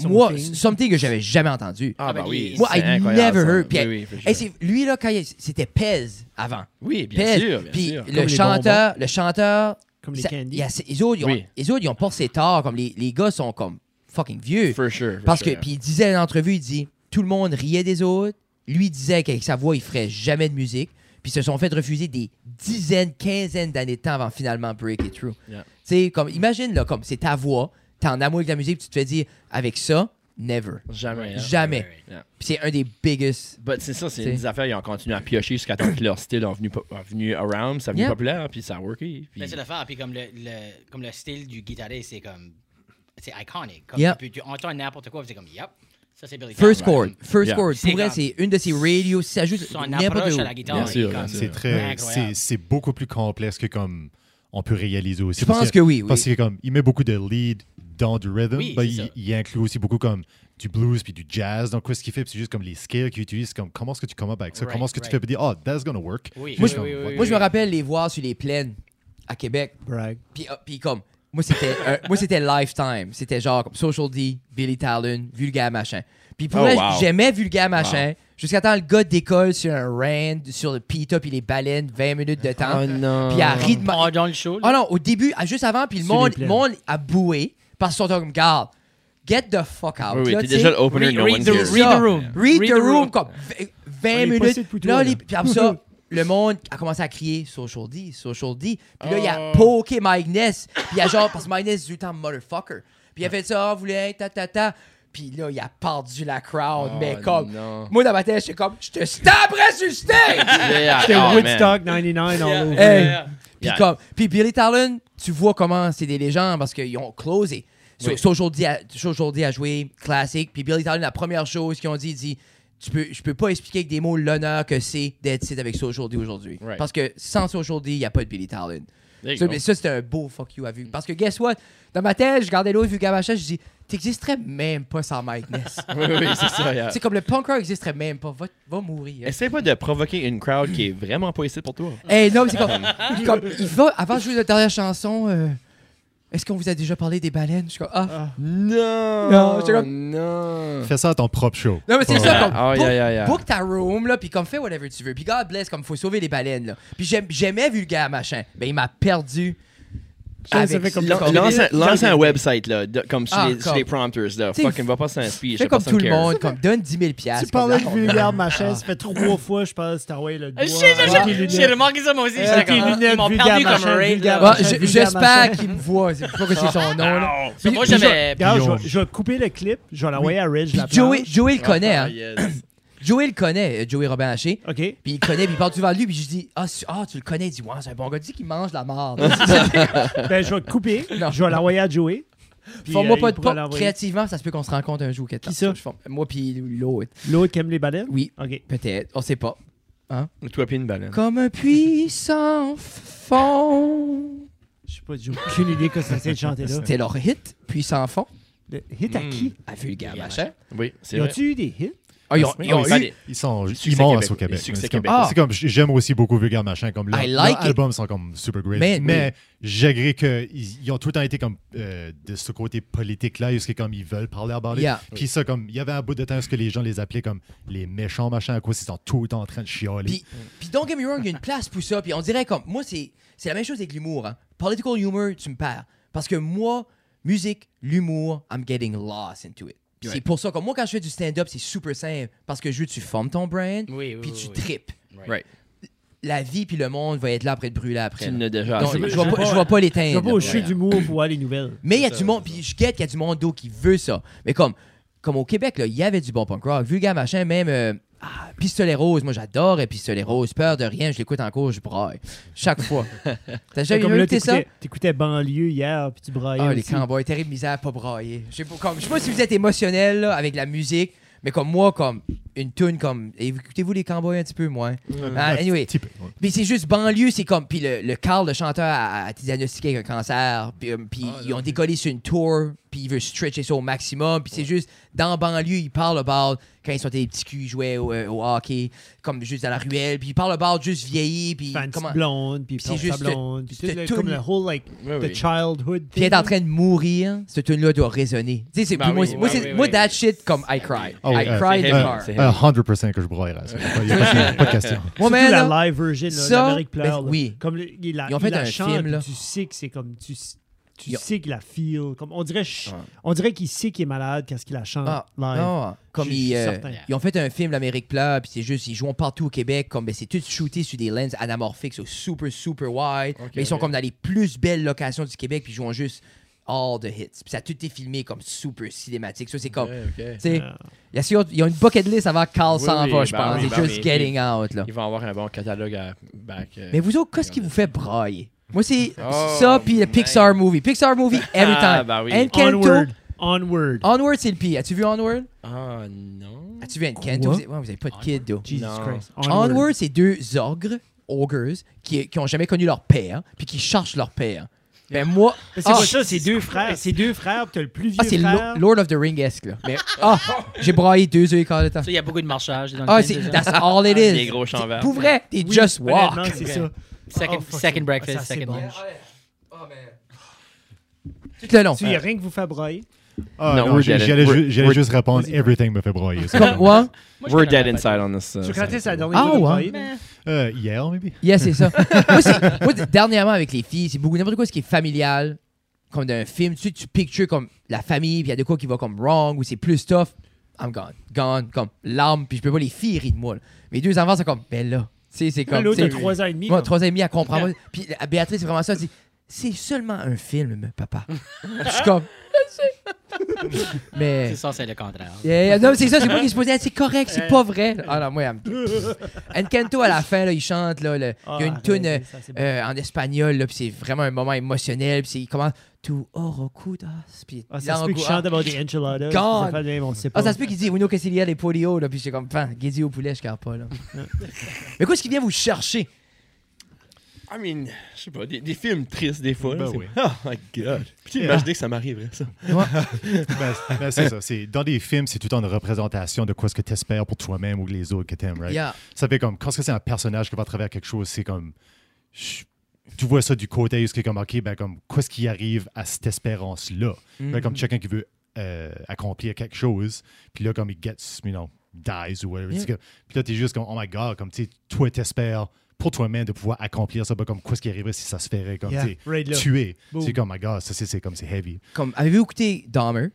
S3: Moi, something que j'avais jamais entendu.
S2: Ah, bah oui.
S3: Moi,
S2: c'est
S3: I
S2: incroyable,
S3: never
S2: ça.
S3: heard. Puis,
S2: Oui, oui, for sure.
S3: hey, c'est- lui, là, quand il- c'était Pez avant.
S2: Oui, bien
S3: Pez.
S2: sûr, bien
S3: Puis
S2: sûr.
S3: le
S1: Comme les
S3: chanteur, le chanteur.
S1: Comme les
S3: ça-
S1: Candy.
S3: il y a- les, autres, ils ont,
S2: Oui.
S3: les autres, ils ont passé tard. Comme les, les gars sont comme fucking vieux.
S2: For sure, for
S3: Parce que,
S2: sure.
S3: puis il disait à l'entrevue, il dit tout le monde riait des autres. Lui disait qu'avec sa voix, il ferait jamais de musique. Puis ils se sont fait refuser des dizaines, quinzaines d'années de temps avant finalement Break It Through.
S2: Yeah.
S3: Tu sais, comme, imagine, là, comme c'est ta voix, t'es en amour avec la musique, puis tu te fais dire avec ça, never.
S2: Jamais. hein.
S3: Jamais.
S5: Right, right.
S3: Puis c'est un des biggest.
S2: But c'est ça, c'est
S3: T'sais.
S2: des affaires, ils ont continué à piocher jusqu'à temps que leur style est venu, po- est venu around, ça a venu
S3: Yeah.
S2: populaire, puis ça a worké. puis-
S5: Mais c'est l'affaire, puis comme le, le- comme le style du guitariste, c'est comme. C'est iconic. Comme
S3: Yep.
S5: tu, peux- tu entends n'importe quoi, puis c'est comme, yep, ça c'est Billy
S3: First
S5: Talent.
S3: chord, first
S2: Ah, Yeah.
S3: chord.
S5: C'est
S3: Pour vrai,
S5: comme-
S3: c'est une de ces radios. Si ça joue
S5: Son
S3: n'importe
S5: approche
S3: où.
S5: à la guitare,
S2: Bien
S5: est
S2: sûr,
S5: comme
S2: bien sûr.
S4: C'est très,
S5: incroyable.
S4: c'est c'est beaucoup plus complexe que comme on peut réaliser aussi.
S3: Je
S4: Parce
S3: pense que oui, oui.
S4: Parce que comme il met beaucoup de lead dans du rhythm,
S5: Oui,
S4: ben,
S5: c'est ça.
S4: il, il inclut aussi beaucoup comme du blues puis du jazz. Donc quoi ce qu'il fait, puis c'est juste comme les skills qu'il utilise, comme comment est-ce que tu come up avec ça,
S5: Right,
S4: comment est-ce que tu
S5: right.
S4: fais pour dire oh that's gonna work.
S5: Oui,
S4: Puis
S5: oui,
S4: je suis
S5: oui,
S4: comme,
S5: oui,
S4: what
S5: oui.
S3: Moi, je me rappelle les voir sur les plaines à Québec.
S1: Brag.
S3: Puis, euh, puis comme, moi, c'était euh, moi, c'était Lifetime. C'était genre comme Social D, Billy Talon, Vulgaire Machin. Puis pour
S2: Oh,
S3: vrai,
S2: wow.
S3: j'aimais Vulgaire Machin jusqu'à temps le gars décolle sur un rand, sur le pita puis les baleines, 20 minutes de temps.
S2: Oh non.
S3: Puis elle rit de ma-
S5: Pendant le show,
S3: Ah
S5: là,
S3: non, au début, ah, juste avant, puis le
S1: Sur
S3: monde,
S1: les
S3: le
S1: plaines.
S3: monde a boué parce qu'ils sont comme, garde, get the fuck out.
S2: Oui, oui,
S3: là,
S2: t'es
S3: tu sais.
S2: déjà le opener,
S5: Read-
S2: no
S5: read
S2: one
S5: the-
S2: cares.
S5: read the room.
S3: Read,
S5: Read
S3: the
S5: the
S3: room,
S5: room.
S3: comme v-
S1: On est
S3: 20
S1: pas ici
S3: minutes.
S1: depuis
S3: Là,
S1: toi,
S3: les-
S1: là.
S3: puis après ça, le monde a commencé à crier Social D, Social D. Puis là, il a poké Mike Ness. Puis il a genre, parce que Mike Ness est tout le temps motherfucker. Puis il a fait ça, Ah, vous voulez, ta ta ta. Puis là, il a perdu la crowd.
S2: Oh,
S3: mais comme,
S2: non.
S3: moi dans ma tête, j'étais comme, je te stabberais sur le stage!
S2: Yeah,
S1: C'était
S3: ah,
S2: oh, man.
S1: Woodstock 99 all
S5: Yeah.
S1: over.
S3: Hey.
S5: Yeah.
S3: Puis
S2: Yeah.
S3: comme, puis Billy Talon, tu vois comment c'est des légendes parce qu'ils ont closé. So,
S2: Oui.
S3: Social, D a, Social D a joué classique. Puis Billy Talon, la première chose qu'ils ont dit, il dit tu peux, Je peux pas expliquer avec des mots l'honneur que c'est d'être ici avec Social D aujourd'hui.
S2: Right.
S3: Parce que sans Social D, il n'y a pas de Billy Talon.
S2: There you
S3: Ça,
S2: go.
S3: mais ça, c'était un beau fuck you à vue. Parce que guess what? Dans ma tête, je regardais l'autre vu Gabacha, je dis T'existerais même pas sans Mike Ness.
S2: Oui, oui, c'est ça. yeah.
S3: c'est comme le punk rock existerait même pas. Va, va mourir.
S2: Essaye pas de provoquer une crowd qui est vraiment pas ici pour toi.
S3: Eh non, mais c'est comme, comme il va avant de jouer la dernière chanson. euh, Est-ce qu'on vous a déjà parlé des baleines Je suis comme ah.
S2: Non!
S3: Non, j'étais comme-
S2: Non!
S4: Fais ça à ton propre show.
S3: Non mais c'est
S4: Ouais.
S3: ça comme
S2: Ah,
S3: book,
S2: yeah, yeah, yeah.
S3: book ta room là puis comme fais whatever tu veux. Puis God bless comme faut sauver les baleines là. Puis j'aime- j'aimais vulgaire machin. Ben il m'a perdu.
S1: Ça, ça fait comme-
S2: Lan- Lance, un- lance un website, là, de- comme sur,
S3: Ah,
S2: les, sur
S3: comme-
S2: les prompters, là.
S3: T'sais,
S2: Fucking va pas sur un speech.
S3: Fais
S2: là,
S3: comme
S2: personne
S3: tout le
S2: cares.
S3: monde, comme donne 10 000 piastres.
S1: Tu parlais de
S3: comme-
S1: vulgaire, ma
S3: Ah.
S1: chaise. Ça fait trois fois, je pense, t'as envoyé le doigt.
S5: Je sais, je
S1: avec tes
S5: sais,
S1: Ah, lunettes.
S5: J'ai remarqué ça moi aussi.
S1: Euh,
S5: j'étais
S1: tes
S5: comme,
S1: lunettes,
S5: Ils m'ont
S1: vulgaire,
S5: perdu comme
S1: machin,
S5: un raid.
S1: vulgaire,
S5: là.
S3: Bon,
S1: machin.
S3: Ah, je-
S1: vulgaire
S3: J'espère
S1: machin.
S3: qu'il me voit. C'est pas que c'est son nom là.
S2: Oh!
S5: Ça, Moi
S1: Puis-
S5: j'avais.
S1: Regarde,
S4: Puis
S1: je
S4: on-
S1: vais- je vais couper le clip, je vais l'envoyer à Ridge.
S3: Puis
S1: la
S3: Joey,
S1: planche.
S3: Joey le connaît.
S2: Ah,
S3: hein.
S2: yes.
S3: Joey le connaît. euh, Joey Robin Haché.
S1: OK.
S3: Puis il connaît, puis il parle devant lui, puis je dis Ah, tu, ah, tu le connais, il dit Ouais, c'est un bon gars, dis qu'il mange de la merde.
S1: Ben, je vais le couper,
S3: Non.
S1: je vais l'envoyer à Joey. Puis,
S3: Forme-moi
S1: euh,
S3: pas
S1: il
S3: de
S1: pourra
S3: porte.
S1: l'envoyer.
S3: Créativement, ça se peut qu'on se rencontre un jour. quelque
S1: Qui
S3: temps.
S1: ça?
S3: Je forme- Moi, puis l'autre.
S1: L'autre qui aime les baleines?
S3: Oui,
S1: OK.
S3: peut-être, on sait pas.
S2: Toi, pis une baleine.
S3: Comme un puissant fond.
S1: Je sais pas, j'ai aucune idée que ça c'est de chanter là.
S3: C'était leur hit, puissant fond,
S1: Le hit à
S2: Mm.
S1: qui?
S3: à vulgaire
S5: Vulgaire
S3: machin.
S2: Oui, c'est
S1: Y
S2: vrai.
S1: ont-tu eu des hits?
S3: Ah, ils ont,
S2: Oui,
S3: ils ont
S2: oui,
S3: eu-
S2: fallait-
S4: Ils sont
S2: Succès
S4: immenses
S2: Québec.
S4: au Québec.
S2: Les succès
S4: C'est comme-
S2: Québec.
S3: Ah!
S4: C'est comme, j'aime aussi beaucoup Vulgar Machin. Comme leur,
S3: I like
S4: leurs
S3: it.
S4: albums sont comme super great.
S3: Mais-
S4: Mais, j'agrée qu'ils ils ont tout le temps été comme euh, de ce côté politique-là, jusqu'à comme ils veulent parler à parler.
S3: Yeah.
S4: Puis ça, comme, il y avait un bout de temps, ce que les gens les appelaient comme les méchants machins, à cause ils sont tout le temps en train de chialer.
S3: Puis, puis don't get me wrong, il y a une place pour ça. Puis on dirait comme, moi, c'est, c'est la même chose avec l'humour. Hein. Political humor, tu me perds. Parce que moi, musique, l'humour, I'm getting lost into it. Puis C'est
S2: Ouais.
S3: pour ça que moi, quand je fais du stand-up, c'est super simple. Parce que je veux que tu formes ton brand,
S5: Oui, oui,
S3: puis
S5: oui,
S3: tu
S5: oui.
S3: tripes.
S2: Right.
S3: La vie puis le monde va être là après te brûler après.
S2: Tu
S3: là.
S2: l'as déjà
S3: Donc,
S2: assez.
S3: je vois pas, je vois pas
S1: Je
S3: l'éteindre.
S1: vois pas au
S3: là.
S1: chute d'humour pour voir les nouvelles.
S3: Mais il y a du monde, puis je guette qu'il y a du monde d'eau qui veut ça. Mais comme, comme au Québec, là, il y avait du bon punk rock, vulgaire machin, même euh, ah, Pistolet Rose. Moi, j'adore et Pistolet Rose. Peur de rien, je l'écoute en cours, je braille. Chaque fois. T'as déjà
S1: C'est Comme
S3: eu
S1: là,
S3: écouté ça?
S1: t'écoutais- t'écoutais Banlieue hier, puis tu braillais
S3: Ah, les
S1: aussi.
S3: cowboys, terrible misère, pas brailler. Je sais pas, comme- je sais pas si vous êtes émotionnel là, avec la musique, mais comme moi, comme une tune comme. et Écoutez-vous les cowboys un petit peu, moi. hein? Ah, anyway.
S4: Petit peu, ouais.
S3: Mais c'est juste banlieue, c'est comme. Puis le, le Carl, le chanteur, a, a été diagnostiqué avec un cancer. Puis, euh, puis
S2: Ah,
S3: ils ont décollé sur une tour. Puis il veut stretcher ça au maximum. Puis c'est juste. Dans banlieue, il parle about quand ils sont des petits culs, ils jouaient au, euh, au hockey, comme juste dans la ruelle. Puis il parle about juste vieillir. Puis
S1: Fancy
S3: comment.
S1: blonde, puis
S3: Puis c'est
S1: Pizza
S3: juste
S1: blonde, puis tout
S3: cette
S1: le- comme
S3: toune-
S1: le whole, like,
S2: Oui,
S1: the
S2: oui.
S1: childhood
S3: Puis être en train de mourir, ce tune-là doit résonner. Tu sais, c'est-
S2: Bah
S3: puis moi,
S2: oui,
S3: c'est- moi,
S2: bah
S3: c'est-
S2: oui,
S3: moi,
S2: oui.
S3: that shit, comme I cry.
S4: Ah oui,
S3: I
S4: euh,
S2: c'est
S3: cry the
S2: heavy,
S3: car.
S2: c'est heavy.
S4: Euh, 100% que je broyerais. à ça. Il y a pas de- pas de question.
S3: Moi,
S1: Surtout
S3: man, là,
S1: la live version, là,
S3: ça,
S1: l'Amérique pleure.
S3: ben,
S1: là.
S3: oui.
S1: Comme le- il a,
S3: Ils ont fait
S1: il la
S3: un
S1: chante,
S3: film,
S1: puis
S3: là.
S1: Tu sais que c'est comme. Tu, s- tu
S3: Ils ont-
S1: sais qu'il la feel. Comme, on dirait, ch-
S2: Ouais.
S1: on dirait qu'il sait qu'il est malade quand il la chante
S3: Ah,
S1: live.
S3: non, comme
S1: Je suis
S3: ils, euh,
S1: certain.
S3: ils ont fait un film, l'Amérique plat, puis c'est juste, ils jouent partout au Québec, comme ben, c'est tout shooté sur des lenses anamorphiques, so super, super wide. mais ils sont
S2: ouais.
S3: comme dans les plus belles locations du Québec, puis ils jouent juste all the hits. Puis ça a tout été filmé comme super cinématique. Ça, c'est comme. Tu sais,
S1: Ah.
S3: il y a sûr- ils ont une bucket list avant que Carl
S2: Oui,
S3: s'en
S2: oui,
S3: va, je
S2: ben
S3: pense.
S2: oui,
S3: c'est
S2: ben
S3: juste
S2: oui.
S3: getting out, là.
S2: Ils vont avoir un bon catalogue à back. euh,
S3: Mais vous autres, qu'est-ce qui vous fait brailler? Moi, c'est
S2: Oh,
S3: ça, puis le
S2: man.
S3: Pixar movie. Pixar movie, every
S2: Ah,
S3: time.
S2: bah oui.
S3: Encanto.
S1: Onward. Onward.
S3: Onward, c'est le pire. As-tu vu Onward?
S2: Ah non.
S3: As-tu vu Encanto?
S1: Quoi?
S3: Vous avez- ouais, vous avez pas de kid, though.
S1: Jesus
S2: Non.
S1: Christ.
S3: Onward, c'est deux ogres, ogres, qui, qui ont jamais connu leur père, puis qui cherchent leur père. Ben moi,
S1: Mais C'est
S3: Ah.
S1: pas ça, c'est deux frères. C'est deux frères, puis t'as le plus vieux
S3: ah, c'est
S1: frère.
S3: Lo- Lord of the Ring-esque, là. Mais, ah, j'ai braillé deux heures et quart de temps.
S5: Ça, il y a beaucoup de marchage dans le
S3: Ah, c'est,
S5: film, déjà.
S3: that's all it is.
S2: Des gros champs
S3: C'est-
S2: verts.
S3: Pour vrai, t'es
S1: Oui,
S3: just walk.
S1: honnêtement, c'est ça.
S5: Second,
S1: Oh, fuck
S5: second
S1: ça.
S5: breakfast,
S1: Ah, ça, c'est
S5: second
S1: bon.
S5: lunch.
S3: Tout le long.
S1: Tu y a rien que vous fait brailler.
S4: Ah,
S2: Non,
S4: non,
S2: we're
S4: j'ai-
S2: dead.
S4: j'allais
S2: We're-
S4: ju- j'allais
S2: we're-
S4: juste répondre Everything me fait broyer. ça.
S3: Comme quoi?
S5: Moi, je
S2: We're
S5: connais
S2: dead
S5: la
S2: inside on this. uh,
S1: Tu
S2: side.
S1: grattais sa dernière
S3: Ah,
S1: fois de
S3: ouais.
S1: brailler.
S4: Euh, Hier, maybe.
S3: Yeah, c'est ça. moi, c'est- moi, d- dernièrement, avec les filles, c'est beaucoup n'importe quoi ce qui est familial, comme d'un film. Tu sais, tu pictures comme la famille, puis il y a de quoi qui va comme wrong, ou c'est plus tough. I'm gone. Gone, comme larmes, puis je peux pas, les filles rient de moi. là. Mes deux enfants sont comme, ben là, sais, c'est
S1: Là,
S3: comme.
S1: L'autre
S3: tu
S1: a
S3: sais,
S1: trois ans et demi.
S3: moi,
S1: comme-
S3: trois amis à comprendre. Puis la- Béatrice, c'est vraiment ça. Elle dit C'est seulement un film, papa. Je suis comme. Je sais. Mais.
S5: C'est ça, c'est le contraire.
S3: Yeah, yeah. Non, mais c'est ça, c'est moi qui se posais, Ah, c'est correct, c'est pas vrai. Ah non, moi, elle me- Encanto, à la fin, là, il chante, là, le- il y a une euh,
S1: Ah,
S3: tune
S1: arrêtez, ça, c'est bon.
S3: en espagnol, là, puis c'est vraiment un moment émotionnel, puis c'est- il commence Tu orocudas, puis
S1: Ah, ça se peut qu'il chante about the enchiladas.
S3: God.
S1: Ça fait bien, on le sait
S3: ah,
S1: pas.
S3: ça se peut qu'il dit Uno Casilia les polio, là, puis c'est comme, pan, Guédi au poulet, je carre pas, là. mais quoi, ce qui vient vous chercher
S2: I mean, je sais pas, des, des films tristes des fois. là,
S4: Ben
S2: c'est-
S4: oui.
S2: Oh my god. Puis imaginez que ça m'arriverait, ça.
S4: Ben, c'est- ben, c'est ça. C'est, dans des films, c'est tout le temps une représentation de quoi ce que tu espères pour toi-même ou les autres que tu aimes, right?
S3: Yeah.
S4: Ça fait comme, quand c'est un personnage qui va à travers quelque chose, c'est comme. je- tu vois ça du côté où c'est comme, OK, ben, comme, quoi ce qui arrive à cette espérance-là? Ben,
S1: Mm.
S4: comme quelqu'un qui veut euh, accomplir quelque chose, puis là, comme, il gets, you know, dies ou whatever.
S3: Yeah.
S4: C'est que- Puis là, t'es juste comme, oh my god, comme, tu sais, toi, t'espères pour toi-même de pouvoir accomplir ça, ben, comme, quoi ce qui arriverait si ça se ferait, comme,
S1: Yeah,
S4: tu sais,
S1: right là.
S4: tuer.
S1: Boom.
S4: C'est comme, oh my god, ça, c'est, c'est comme, c'est heavy.
S3: Comme, avez-vous écouté Dahmer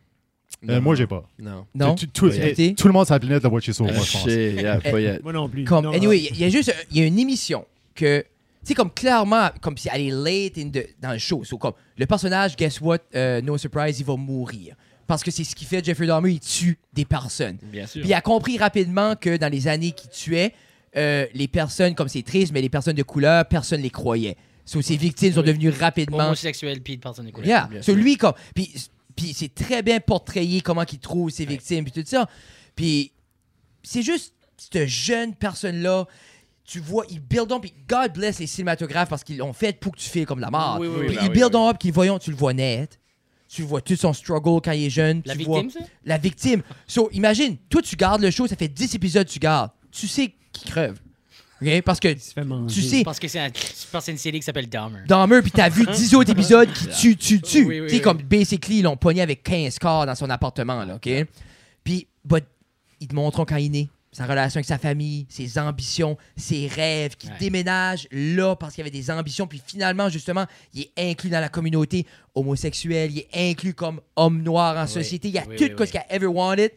S4: Euh, moi, j'ai pas.
S2: Non.
S3: Non
S4: Tu- tu- tout,
S3: Vous avez
S4: eh,
S3: été?
S4: tout le monde sur la planète a watché sur moi,
S2: Ah,
S4: je pense.
S2: shit, yeah, faut y aller.
S1: Moi non plus.
S3: Comme,
S1: Non,
S3: anyway,
S1: non.
S3: il y a juste euh, il y a une émission que, tu sais, comme clairement, comme si elle est late in the- dans le show. So, comme, le personnage, guess what, euh, no surprise, il va mourir. Parce que c'est ce qu'il fait, Jeffrey Dahmer, il tue des personnes.
S2: Bien sûr.
S3: Puis il a compris rapidement que dans les années qu'il tuait, euh, les personnes, comme c'est triste, mais les personnes de couleur, personne les croyait. So, ses victimes sont devenues rapidement
S5: Homosexuel, puis de personne de couleur.
S3: Yeah.
S2: Bien
S3: So,
S2: sûr.
S3: lui, comme. Puis, puis c'est très bien portrayé comment il trouve ses victimes, puis tout ça. Puis c'est juste cette jeune personne-là. Tu vois, ils build up, puis God bless les cinématographes parce qu'ils l'ont fait pour que tu filmes comme la mort.
S5: Oui, oui, oui,
S3: puis
S2: bah
S3: ils
S2: oui,
S3: build
S2: oui.
S3: up, puis voyons, tu le vois naître. Tu vois tout son struggle quand il est jeune.
S5: La
S3: tu
S5: victime,
S3: vois-
S5: ça?
S3: La victime. So, imagine, toi, tu gardes le show, ça fait 10 épisodes, tu gardes. Tu sais qu'il creve. OK? Parce que
S1: Il se fait manger.
S3: tu sais,
S5: Parce que c'est un- parce que c'est une série qui s'appelle Dahmer.
S3: dans Mur, puis t'as vu 10 autres épisodes qui tuent, tuent, tuent.
S5: Oui, oui,
S3: tu sais,
S5: oui.
S3: comme basically, ils l'ont pogné avec 15 corps dans son appartement, là, OK? Puis, but, ils te montrent quand il est né, sa relation avec sa famille, ses ambitions, ses rêves, qu'il
S5: Ouais.
S3: déménage là parce qu'il avait des ambitions, puis finalement, justement, il est inclus dans la communauté homosexuelle, il est inclus comme homme noir en société, il y a
S5: Oui,
S3: tout
S5: oui,
S3: quoi
S5: oui.
S3: ce qu'il a ever wanted.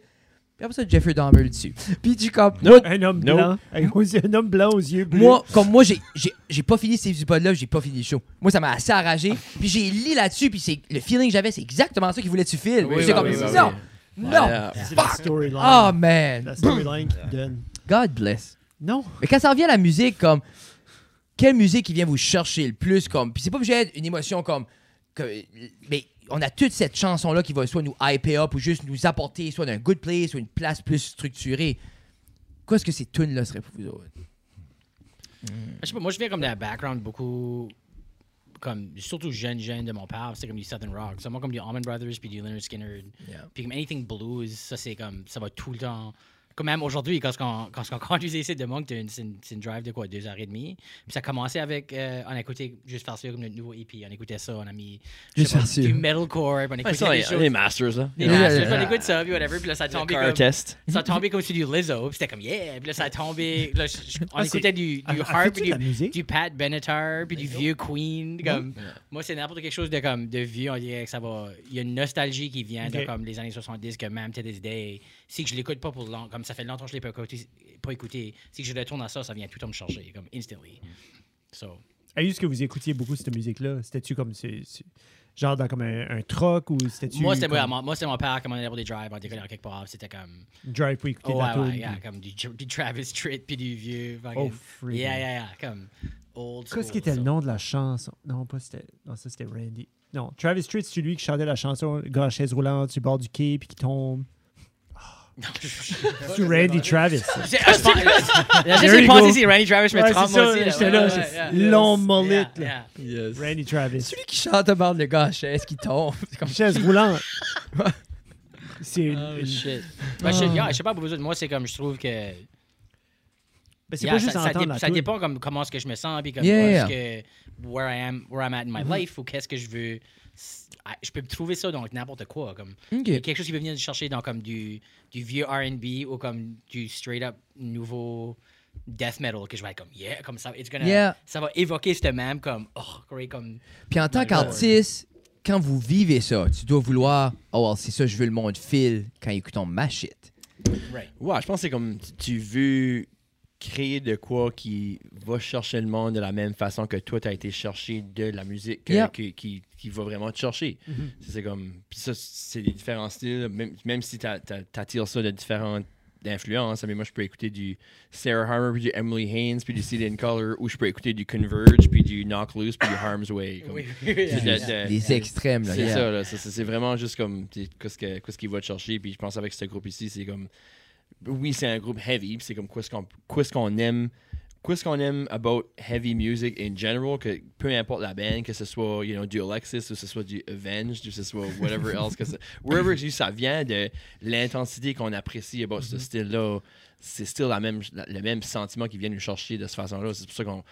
S3: Puis après ça, Jeffrey Dahmer le dessus. Puis tu comme,
S1: Un homme
S2: No.
S1: blanc. Un, aux yeux- un homme blanc aux yeux bleus.
S3: moi, comme moi, j'ai- j'ai j'ai pas fini ces épisodes-là, j'ai pas fini le show. Moi, ça m'a assez
S5: Ah.
S3: arragé. Puis j'ai lu là-dessus, puis c'est le feeling que j'avais, c'est exactement ça qu'il voulait que tu filmes.
S5: Oui,
S3: c'est
S5: bah
S3: comme,
S5: oui, bah
S3: non, non,
S2: Yeah.
S1: C'est la storyline.
S3: oh man,
S1: La storyline qu'il donne.
S3: God bless.
S1: Non.
S3: Mais quand ça revient à la musique, comme, quelle musique qui vient vous chercher le plus, comme, puis c'est pas obligé d'être une émotion comme, que- mais on a toute cette chanson-là qui va soit nous hyper up ou juste nous apporter soit d'un good place ou une place plus structurée. Qu'est-ce que ces tunes-là seraient pour vous autres?
S5: Je sais pas, moi je viens comme d'un background beaucoup comme surtout jeune jeune de mon père, c'est comme du Southern Rock. C'est moi comme du Allman Brothers puis du Leonard Skinner.
S3: Yeah.
S5: Puis comme anything blues, ça c'est comme ça va tout le temps. Quand même aujourd'hui, quand on, quand on conduisait ici de Moncton, c'est une, c'est une drive de quoi, deux heures et demie. Puis ça commençait avec, euh, on écoutait juste faire ça comme notre nouveau EP, on écoutait ça, on a mis je
S3: Juste
S5: sais pas,
S3: Farcieux.
S5: du metalcore, puis on
S2: Ouais,
S5: écoutait
S2: ça,
S5: des
S2: les,
S5: choses. Ah,
S2: les Masters, là.
S5: des
S3: Yeah,
S5: masters,
S3: yeah,
S5: puis
S3: yeah.
S5: on écoute ça, puis whatever, puis là ça
S2: Le
S5: tombait
S2: car
S5: comme...
S2: test.
S5: Ça tombait comme sur du Lizzo, puis c'était comme yeah, puis là ça tombait. Là, je- je- on
S1: Ah, c'est-
S5: écoutait du, du
S1: elle- elle
S5: harp,
S1: fait-tu de
S5: puis
S1: la
S5: du,
S1: musique?
S5: du Pat Benatar, puis du vieux Queen. Comme, Moi, c'est n'importe quelque chose de comme de vieux. On dirait que ça va. Il y a une nostalgie qui vient de
S1: Ok.
S5: comme les années 70 que même to this day. Si je l'écoute pas pour longtemps, comme ça fait longtemps que je l'ai pas écouté, pas écouté, si je retourne à ça, ça vient tout le temps me chercher, comme instantly. So,
S1: Hey, Est-ce que vous écoutiez beaucoup cette musique-là? C'était-tu comme. c'est- c'est- genre dans comme un, un troc ou c'était-tu.
S5: moi, c'était moi,
S1: comme
S5: mon- moi, c'était mon père quand on allait pour des drives, on décollait en quelque part, puis c'était comme.
S1: Drive pour écouter
S5: Oh,
S1: la
S5: ouais, ouais,
S1: tune,
S5: yeah,
S1: puis-
S5: comme du, du Travis Tritt puis du vieux.
S1: Oh,
S5: fucking-
S1: freaking.
S5: yeah, yeah, yeah, comme old.
S1: Qu'est-ce
S5: school,
S1: qui était le
S5: so.
S1: nom de la chanson? Non, pas c'était. Non, ça c'était Randy. Non, Travis Street, c'est celui qui chantait la chanson le Gars à chaise roulante du bord du quai puis qui tombe. C'est Randy Travis. ça.
S5: J'ai- ah, je pense- Là,
S1: There
S5: J'ai
S1: you
S5: pensé
S1: go.
S5: si Randy Travis me
S1: Ouais,
S5: trompe
S1: c'est ça,
S5: moi aussi.
S1: j'étais là,
S5: ouais,
S1: j'ai-
S5: ouais, yeah.
S1: long mullet,
S5: Yeah,
S1: là.
S5: yeah.
S2: Yes.
S1: Randy Travis.
S3: Celui qui chante about le gars, est-ce qu'il tombe? C'est comme-
S1: Chaise roulante. C'est une-
S5: Oh
S1: une-
S5: shit. Ben, je, yeah,
S1: Uh.
S5: je sais pas pour vous autres, moi c'est comme je trouve que.
S1: Ben, c'est
S5: yeah,
S1: pas juste
S5: ça, ça,
S1: entendre
S5: dé-
S1: la
S5: ça
S1: tune.
S5: dépend comme comment est-ce que je me sens puis comme
S3: Yeah,
S5: où est-ce que where I am, where I'm at in my life ou qu'est-ce que je veux. S- ah, Je peux me trouver ça dans n'importe quoi comme.
S3: Ok.
S5: Il y a quelque chose qui peut venir me chercher dans comme du, du vieux R&B ou comme du straight up nouveau death metal que je vais être comme yeah comme ça it's gonna-
S3: Yeah.
S5: ça va évoquer ce même comme oh great comme
S3: Puis en tant
S5: My
S3: qu'artiste, quand vous vivez ça, tu dois vouloir, oh, well, c'est ça, je veux le monde fil quand écoutons ma shit.
S5: right
S2: Ouais, je pense que c'est comme tu- tu veux créer de quoi qui va chercher le monde de la même façon que toi, tu as été chercher de la musique que-
S3: Yeah.
S2: qui, qui- qui va vraiment te chercher.
S5: Mm-hmm.
S2: C'est comme. Puis ça, c'est des différents styles, même, même si tu attires ça de différentes influences. Mais moi, je peux écouter du Sarah Harmer, puis du Emily Haynes, puis du Céline Color, ou je peux écouter du Converge, puis du Knock Loose, puis du Harm's Way. comme-
S5: Oui, oui, oui,
S2: c'est de-
S5: oui.
S2: de-
S3: Les extrêmes, là.
S2: c'est
S3: yeah.
S2: ça, là. Ça, C'est c'est vraiment juste comme t'sais, qu'est-ce que- qu'est-ce qu'il va te chercher. Puis je pense avec ce groupe ici, c'est comme oui, c'est un groupe heavy. puis c'est comme qu'est-ce qu'on qu'est-ce qu'on aime. Qu'est-ce qu'on aime about heavy music in general, que peu importe la band, que ce soit you know, du Alexis, ou que ce soit du Avenged, ou que ce soit whatever else, que ce- wherever you- ça vient de l'intensité qu'on apprécie about
S3: Mm-hmm.
S2: ce style-là, c'est still la même, la- le même sentiment qui vient nous chercher de cette façon-là. C'est pour ça qu'on,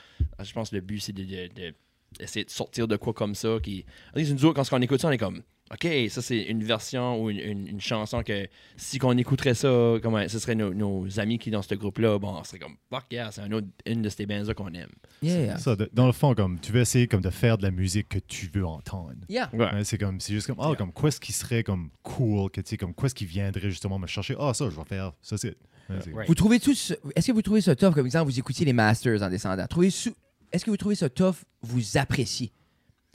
S2: je pense, que le but c'est de- de- de essayer de sortir de quoi comme ça. Qui... À least nous autres, quand on écoute ça, on est comme, OK, ça c'est une version ou une, une- une chanson que si qu'on écouterait ça, comment, ce serait nos, nos amis qui dans ce groupe-là, bon, on serait comme, fuck yeah, c'est un autre, une de ces bands-là qu'on aime.
S3: Yeah.
S4: Ça, de- dans le fond, comme tu veux essayer comme de faire de la musique que tu veux entendre.
S3: Yeah.
S4: Ouais, c'est comme c'est juste comme ah comme quoi ce qui serait comme cool que tu sais comme quoi ce qui viendrait justement me chercher ah ça je vais faire ça c'est. Ouais, c'est-
S5: Right.
S3: Vous trouvez tous. Est-ce que vous trouvez ça tough, comme exemple, vous écoutiez les Masters en descendant? Trouvez sou- Est-ce que vous trouvez ça tough, vous appréciez?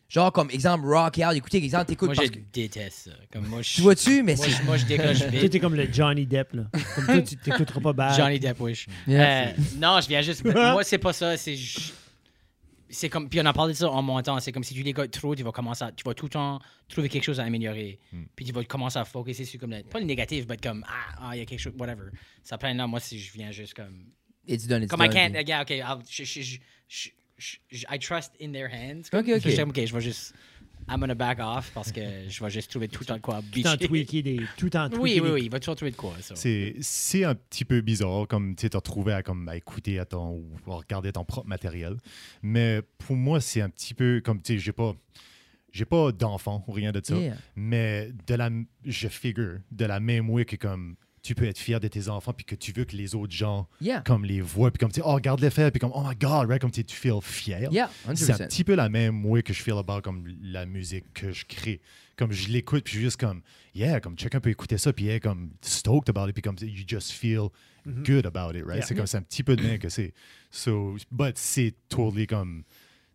S3: Genre, comme exemple, Rock Out, écoutez, exemple, t'écoutes
S5: Moi, je
S3: parce que.
S5: déteste ça. Comme moi, je...
S3: Tu vois-tu, mais
S5: moi,
S3: c'est.
S5: je- moi, je décoche
S1: Toi,
S5: vite.
S1: t'es comme le Johnny Depp, là. Comme toi, tu t'écouteras pas bad.
S5: Johnny Depp, wesh.
S3: Yeah.
S5: Euh, non, je viens juste. moi, c'est pas ça. C'est. ju- C'est comme. Puis on en parlé de ça en montant. C'est comme si tu l'écoutes trop, tu vas commencer à- Tu vas tout le temps trouver quelque chose à améliorer.
S3: Hmm.
S5: Puis tu vas commencer à focuser sur comme. le- pas le négatif, mais comme. Ah, ah, il y a quelque chose. Whatever. Ça plein là. Moi, si je viens juste comme.
S3: It's done, it's
S5: Comme I
S3: done.
S5: can't. Yeah, okay. I'll, je- je- je- je- je- je- I trust in their hands.
S3: Ok, ok.
S5: Je suis comme, ok, je vais juste. I'm gonna back off parce que je vais juste trouver tout le temps de quoi.
S1: Tout en
S5: bitcher.
S1: tweaker des. Tout en tweaker
S5: Oui, oui,
S1: des-
S5: oui. Il va toujours trouver de quoi. ça.
S4: C'est c'est un petit peu bizarre comme tu sais, t'as retrouvé à comme à écouter à ton ou à regarder ton propre matériel, mais pour moi c'est un petit peu comme tu sais j'ai pas j'ai pas d'enfant ou rien de ça,
S3: Yeah.
S4: mais de la m- je figure de la même way que comme tu peux être fier de tes enfants puis que tu veux que les autres gens
S3: Yeah.
S4: comme les voient puis comme tu sais, oh regarde les faire puis comme oh my god right comme tu sais, tu feel fier.
S3: Yeah,
S4: C'est un
S3: 100%.
S4: petit peu la même way que je feel about comme la musique que je crée. Comme je l'écoute, puis je suis juste comme, yeah, comme chacun peut écouter ça, puis yeah, comme stoked about it, puis comme you just feel good about it, right?
S1: Yeah.
S4: C'est comme, c'est un petit peu de même que c'est. So, but c'est totally comme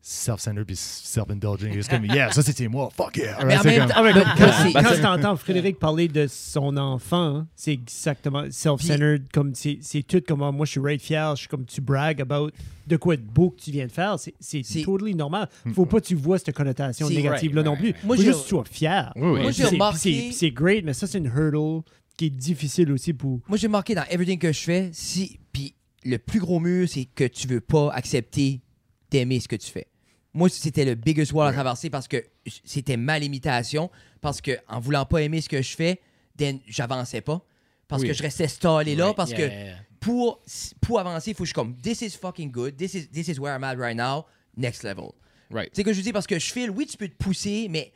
S4: self-centered, puis self-indulging. Juste comme, yeah, ça c'était moi, fuck yeah!
S3: Mais
S4: right?
S3: en
S4: C'est
S3: même
S4: comme-
S3: temps,
S1: Ah ouais,
S3: mais
S1: mais quand,
S3: c'est-
S1: quand t'entends Frédéric parler de son enfant, hein, c'est exactement self-centered, comme c'est c'est tout comme ah, moi je suis right fier, je suis comme tu brags about de quoi de beau que tu viens de faire, c'est- c'est
S3: C'est-
S1: totally normal. Faut pas que tu vois cette connotation
S3: C'est-
S1: négative là
S5: right,
S1: non
S5: right,
S1: plus.
S5: right.
S1: Moi,
S3: Moi,
S1: Faut
S3: j'ai-
S1: juste que tu sois fier.
S3: Moi,
S1: Puis
S3: j'ai
S1: c'est-
S3: remarqué-
S1: puis c'est- puis C'est great, mais ça c'est une hurdle qui est difficile aussi pour
S3: Moi, j'ai marqué dans everything que je fais, si. Puis le plus gros mur, c'est que tu veux pas accepter d'aimer ce que tu fais. Moi, c'était le biggest wall à traverser parce que c'était ma limitation. Parce que en voulant pas aimer ce que je fais, then, j'avançais pas. Parce
S2: Oui.
S3: que je restais stallé là.
S5: Right,
S3: Parce
S5: yeah,
S3: que
S5: yeah, yeah.
S3: pour, pour avancer, il faut que je comme This is fucking good. This is, this is where I'm at right now. Next level.
S2: Right.
S3: Tu sais que je dis parce que je file, oui, tu peux te pousser, mais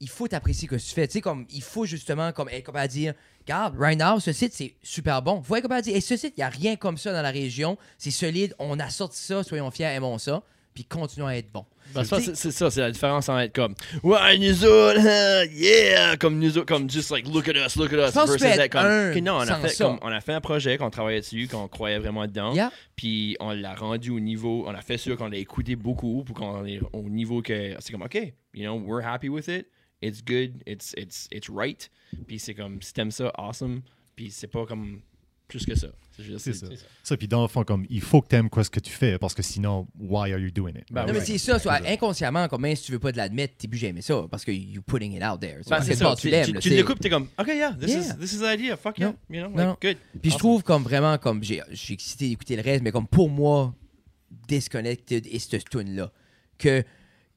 S3: il faut t'apprécier ce que tu fais. Tu sais, comme il faut justement comme être capable de dire Regarde, right now, ce site, c'est super bon. Faut être capable de dire Et ce site, il n'y a rien comme ça dans la région. C'est solide, on a sorti ça, soyons fiers, aimons ça, puis continuons à être bon.
S2: Ben, ça, c'est c'est ça, c'est la différence en être comme Ouais, nous autres, hein, yeah! Comme nous autres, comme just like look at us, look at us,
S3: pense que tu peux
S2: versus
S3: être
S2: être comme.
S3: un
S2: Ok, non, on a,
S3: sans
S2: fait,
S3: ça.
S2: comme, on a fait un projet, qu'on travaillait dessus, qu'on croyait vraiment dedans,
S3: Yeah.
S2: puis on l'a rendu au niveau, on a fait sûr qu'on l'a écouté beaucoup, pour qu'on est au niveau que c'est comme, ok, you know, we're happy with it, it's good, it's, it's, it's right, puis c'est comme, si t'aimes ça, awesome, puis c'est pas comme plus que ça. C'est juste-
S4: C'est ça. Ça, puis dans le fond, comme, il faut que t'aimes quoi ce que tu fais, parce que sinon, why are you doing it?
S2: Ben
S3: non,
S2: oui.
S3: mais c'est ça, soit inconsciemment, comme même si tu veux pas de l'admettre, t'es plus jamais ça, parce que you putting it out there.
S2: Ben,
S3: Parce
S2: c'est
S3: que
S2: ça.
S3: bon,
S2: Tu,
S3: l'aimes,
S2: tu,
S3: là,
S2: tu
S3: c'est-
S2: l'écoutes, t'es comme, OK, yeah, this,
S3: Yeah.
S2: Is, this is the idea, fuck yeah,
S3: Non.
S2: you know,
S3: Non,
S2: like,
S3: non.
S2: good.
S3: Puis je trouve comme vraiment comme j'ai je suis excité d'écouter le reste, mais comme pour moi, Disconnected et cette tune là que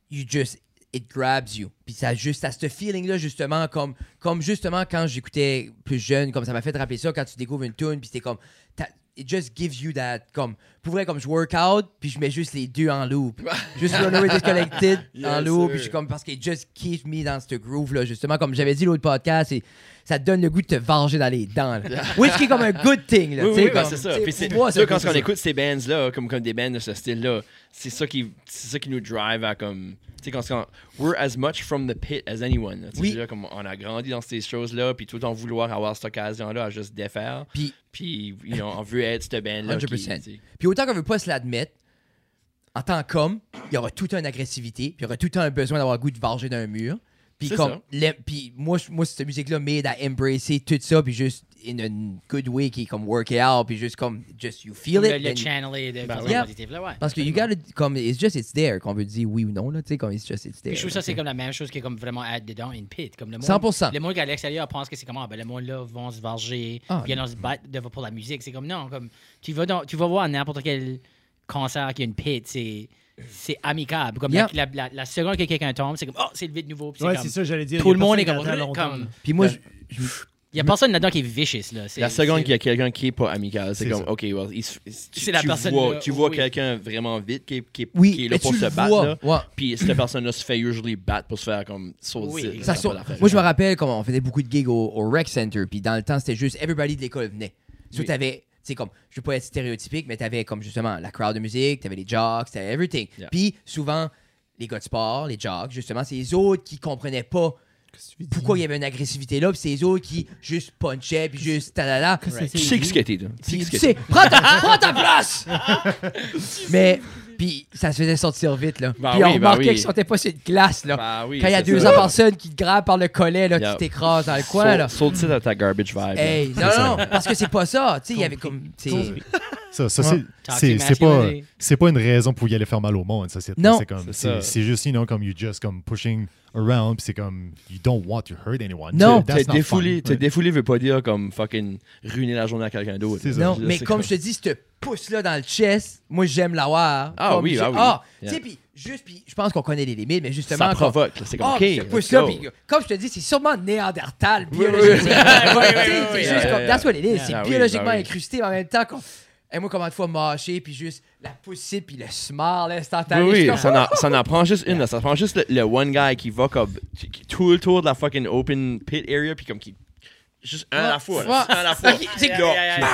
S3: you just it grabs you. Puis ça juste à ce feeling là justement comme comme justement quand j'écoutais plus jeune, comme ça m'a fait rappeler ça quand tu découvres une tune puis c'était comme t'as- It just gives you that, comme, pour vrai, comme je work out, puis je mets juste les deux en loop. juste Runaway Disconnected
S2: Yes,
S3: en loop,
S2: sir.
S3: puis je suis comme, parce que it just keeps me dans ce groove-là, justement. Comme j'avais dit l'autre podcast, c'est ça te donne le goût de te venger dans les dents. là. Which qui est comme un good thing. Là,
S2: Oui,
S3: tu sais,
S2: oui, ben,
S3: comme-
S2: c'est
S3: tu
S2: ça.
S3: sais,
S2: Puis
S3: pour
S2: c'est-
S3: moi,
S2: là,
S3: c'est-
S2: quand
S3: c'est
S2: on
S3: ça.
S2: écoute ces bands-là, comme, comme des bands de ce style-là, c'est ça qui, c'est ça qui nous drive à comme. Tu sais, quand, quand we're as much from the pit as anyone. là. Tu sais,
S3: Oui.
S2: là, comme on a grandi dans ces choses-là, puis tout en vouloir avoir cette occasion-là à juste défaire.
S3: Puis-
S2: puis you know, on veut être cette
S3: Ah,
S2: band-là. qui,
S3: 100%.
S2: tu sais.
S3: Puis autant qu'on veut pas se l'admettre, en tant qu'homme, il y aura tout un agressivité, puis il y aura tout un besoin d'avoir le goût de varger d'un mur. Puis
S2: C'est
S3: comme
S2: ça.
S3: l'aim- puis moi je- moi cette musique là m'aide à embrasser tout ça puis juste in a good way qui est comme work it out puis juste comme just you feel
S5: Le,
S3: it.
S5: le
S3: and-
S5: channelé de
S3: Ben, oui. Yeah.
S5: positive, là, ouais.
S3: parce que you gotta comme it's just it's there qu'on veut dire oui ou non là, tu sais comme it's just it's there.
S5: Puis je trouve ça, c'est comme la même chose qui est comme vraiment à dedans, in pit. Comme le monde,
S3: 100%.
S5: Le monde qui est à l'extérieur pense que c'est comment, ben le monde là vont se varger,
S3: Ah,
S5: viennent se battre devant- pour la musique. C'est comme non, comme tu vas, dans, tu vas voir n'importe quel concert qui a une pit, c'est. C'est amicable. Comme
S3: Yeah.
S5: la, la- la seconde que quelqu'un tombe, c'est comme Oh, c'est levé de nouveau. Puis
S1: Ouais,
S5: comme-
S1: c'est ça, j'allais dire.
S5: Tout
S1: y a
S5: le monde est
S1: personne
S5: comme.
S1: qui attend
S5: Il
S1: longtemps, là.
S3: Puis moi je- je-
S5: y a personne là-dedans qui est vicious. Là. C'est-
S2: La seconde
S5: c'est-
S2: qu'il y a quelqu'un qui est pas amical, c'est
S4: C'est
S2: comme,
S4: ça.
S2: OK, well, il se- tu,
S5: C'est la
S2: tu
S5: personne
S2: vois,
S5: là,
S2: tu vois
S5: oui.
S2: quelqu'un vraiment vite qui, est- qui, est-
S3: Oui,
S2: qui est
S3: mais
S2: là pour
S3: tu
S2: se
S3: le
S2: battre.
S3: vois,
S2: là.
S3: ouais.
S2: Puis cette personne-là se fait usually battre pour se faire comme
S5: Oui,
S2: sauter.
S3: Ça
S5: Ça
S3: sort- Moi, je me rappelle comment on faisait beaucoup de gigs au, au Rec Center, puis dans le temps, c'était juste everybody de l'école venait. So,
S2: Oui.
S3: t'avais, tu sais, comme, je veux pas être stéréotypique, mais t'avais comme justement la crowd de musique, t'avais les jocks, t'avais everything.
S2: Yeah.
S3: Puis souvent, les gars de sport, les jocks, justement, c'est les autres qui comprenaient pas pourquoi il y avait une agressivité là, puis c'est les autres qui juste punchaient, puis juste talala.
S2: Tu sais ce que t'es, là. Tu sais ce
S3: Puis,
S2: que
S3: tu sais, prends ta, prends ta place! mais, puis ça se faisait sortir vite, là.
S2: Ben
S3: puis on
S2: oui, ben
S3: remarquait
S2: oui.
S3: qu'ils sortaient pas sur une glace, là.
S5: Bah
S2: Ben oui,
S3: Quand il y a
S2: c'est
S3: deux
S2: ça.
S3: ans personnes qui te grappent par le collet, là,
S2: Yeah.
S3: tu t'écrases dans le coin, là.
S2: Saute ça dans ta garbage vibe.
S3: Hey, non, non, non, parce que c'est pas ça. Tu sais, il y avait comme. tu sais-
S4: Ça, ça,
S3: Ouais.
S4: c'est- c'est c'est pas,
S5: masculinity.
S4: c'est pas une raison pour y aller faire mal au monde. Ça, c'est
S3: Non.
S4: c'est comme-
S2: C'est
S4: c'est-
S2: ça.
S4: c'est juste, you know, comme you just comme pushing around, puis c'est comme you don't want to hurt anyone.
S3: Non.
S4: That's
S2: T'es
S4: not fun.
S2: défoulé, t'es
S4: Ouais.
S2: défoulé veut pas dire comme fucking ruiner la journée à quelqu'un d'autre.
S4: C'est ça.
S3: Non,
S2: Je veux dire,
S3: mais
S2: c'est
S3: comme je te dis, ce pouce-là dans le chest, moi, j'aime l'avoir.
S2: Ah
S3: Comme
S2: oui,
S3: j'ai-
S2: ah oui.
S3: Tu sais, puis juste, puis je pense qu'on connaît les limites, mais justement.
S2: ça
S3: quand-
S2: provoque. là. C'est comme,
S3: Ah,
S2: OK,
S3: puis ce
S2: let's
S3: pouce-là,
S2: go.
S3: puis comme je te dis, c'est sûrement néandertal,
S2: oui, oui.
S3: biologiquement. Tu
S5: oui,
S3: sais,
S5: oui,
S3: c'est
S2: oui,
S3: juste
S2: oui.
S3: comme, that's what it is.
S2: Ah
S3: C'est
S2: oui,
S3: biologiquement
S2: bah oui.
S3: incrusté, mais en même temps, qu'on- et moi, comment de fois mâcher, puis juste la poussée, puis le smile instantané. je suis
S2: Oui, oui,
S3: comme,
S2: ça en- ça en prend juste une. là. Ça prend juste le, le one guy qui va comme qui- qui- tout le tour de la fucking open pit area puis comme qui juste un à la fois. là.
S3: Ouais.
S2: Un à la fois.
S3: ah, Ok, c'est-
S2: Là,
S5: yeah, yeah, yeah.
S2: bah,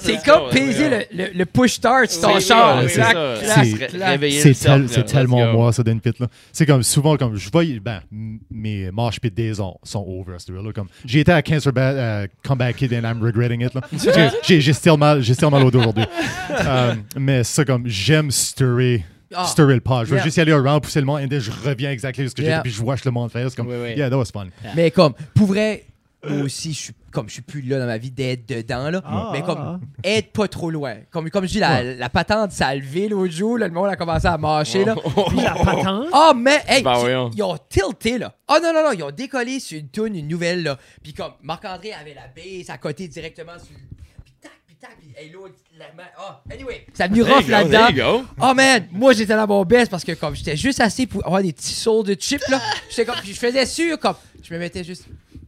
S3: C'est
S2: let's
S3: comme
S2: go,
S3: peser
S2: let's go.
S3: le, le, le push start sur ton
S2: Bah, Oui,
S3: char.
S2: oui,
S3: là,
S2: c'est
S3: clac,
S2: ça.
S3: clac,
S4: C'est-
S2: Ré-
S3: clac.
S2: Réveiller
S4: C'est
S2: le cercle,
S4: tel-
S2: là.
S4: c'est
S2: Let's
S4: tellement
S2: go.
S4: moi, ça, d'une pit. là. C'est comme souvent, comme je voyais, ben, m- mes marches pit days ont- sont over, c'est vrai, là, comme J'ai été à Cancer Bat, euh, Comeback Kid and I'm regretting it. là. J'ai- J'ai j'ai still mal, j'ai still mal au dos aujourd'hui. Euh, mais ça, comme, j'aime stirrer.
S3: Ah.
S4: stirrer le pot. Je veux
S3: Yeah.
S4: juste y aller around, pousser le monde, et then je reviens exactement où ce que
S3: Yeah.
S4: j'étais, puis je watch le monde faire. C'est comme,
S5: Oui, oui.
S4: yeah, that was fun.
S3: Mais comme, pour vrai, moi aussi, je suis comme je suis plus là dans ma vie d'être dedans, là.
S1: Ah,
S3: mais
S1: ah,
S3: comme,
S1: ah.
S3: être pas trop loin. Comme, comme je dis, la, la patente, ça a levé l'autre jour, là, le monde a commencé à marcher, là.
S2: Oh,
S1: Puis la patente.
S3: Ah, mais, hey,
S2: Ben
S3: tu-
S2: voyons.
S3: ils ont tilté, là. Ah, non, non, non, ils ont décollé sur une toune, une nouvelle, là. Puis comme, Marc-André avait la base à côté directement sur. Puis tac, puis tac, puis hey, l'autre, la main. Ah, anyway, ça a venu
S2: There you
S3: rough
S2: go, there
S3: là-dedans.
S2: you go.
S3: Oh man, moi j'étais dans mon best parce que comme j'étais juste assez pour avoir des petits sauts de chips là, j'étais comme puis je faisais sûr comme je me mettais juste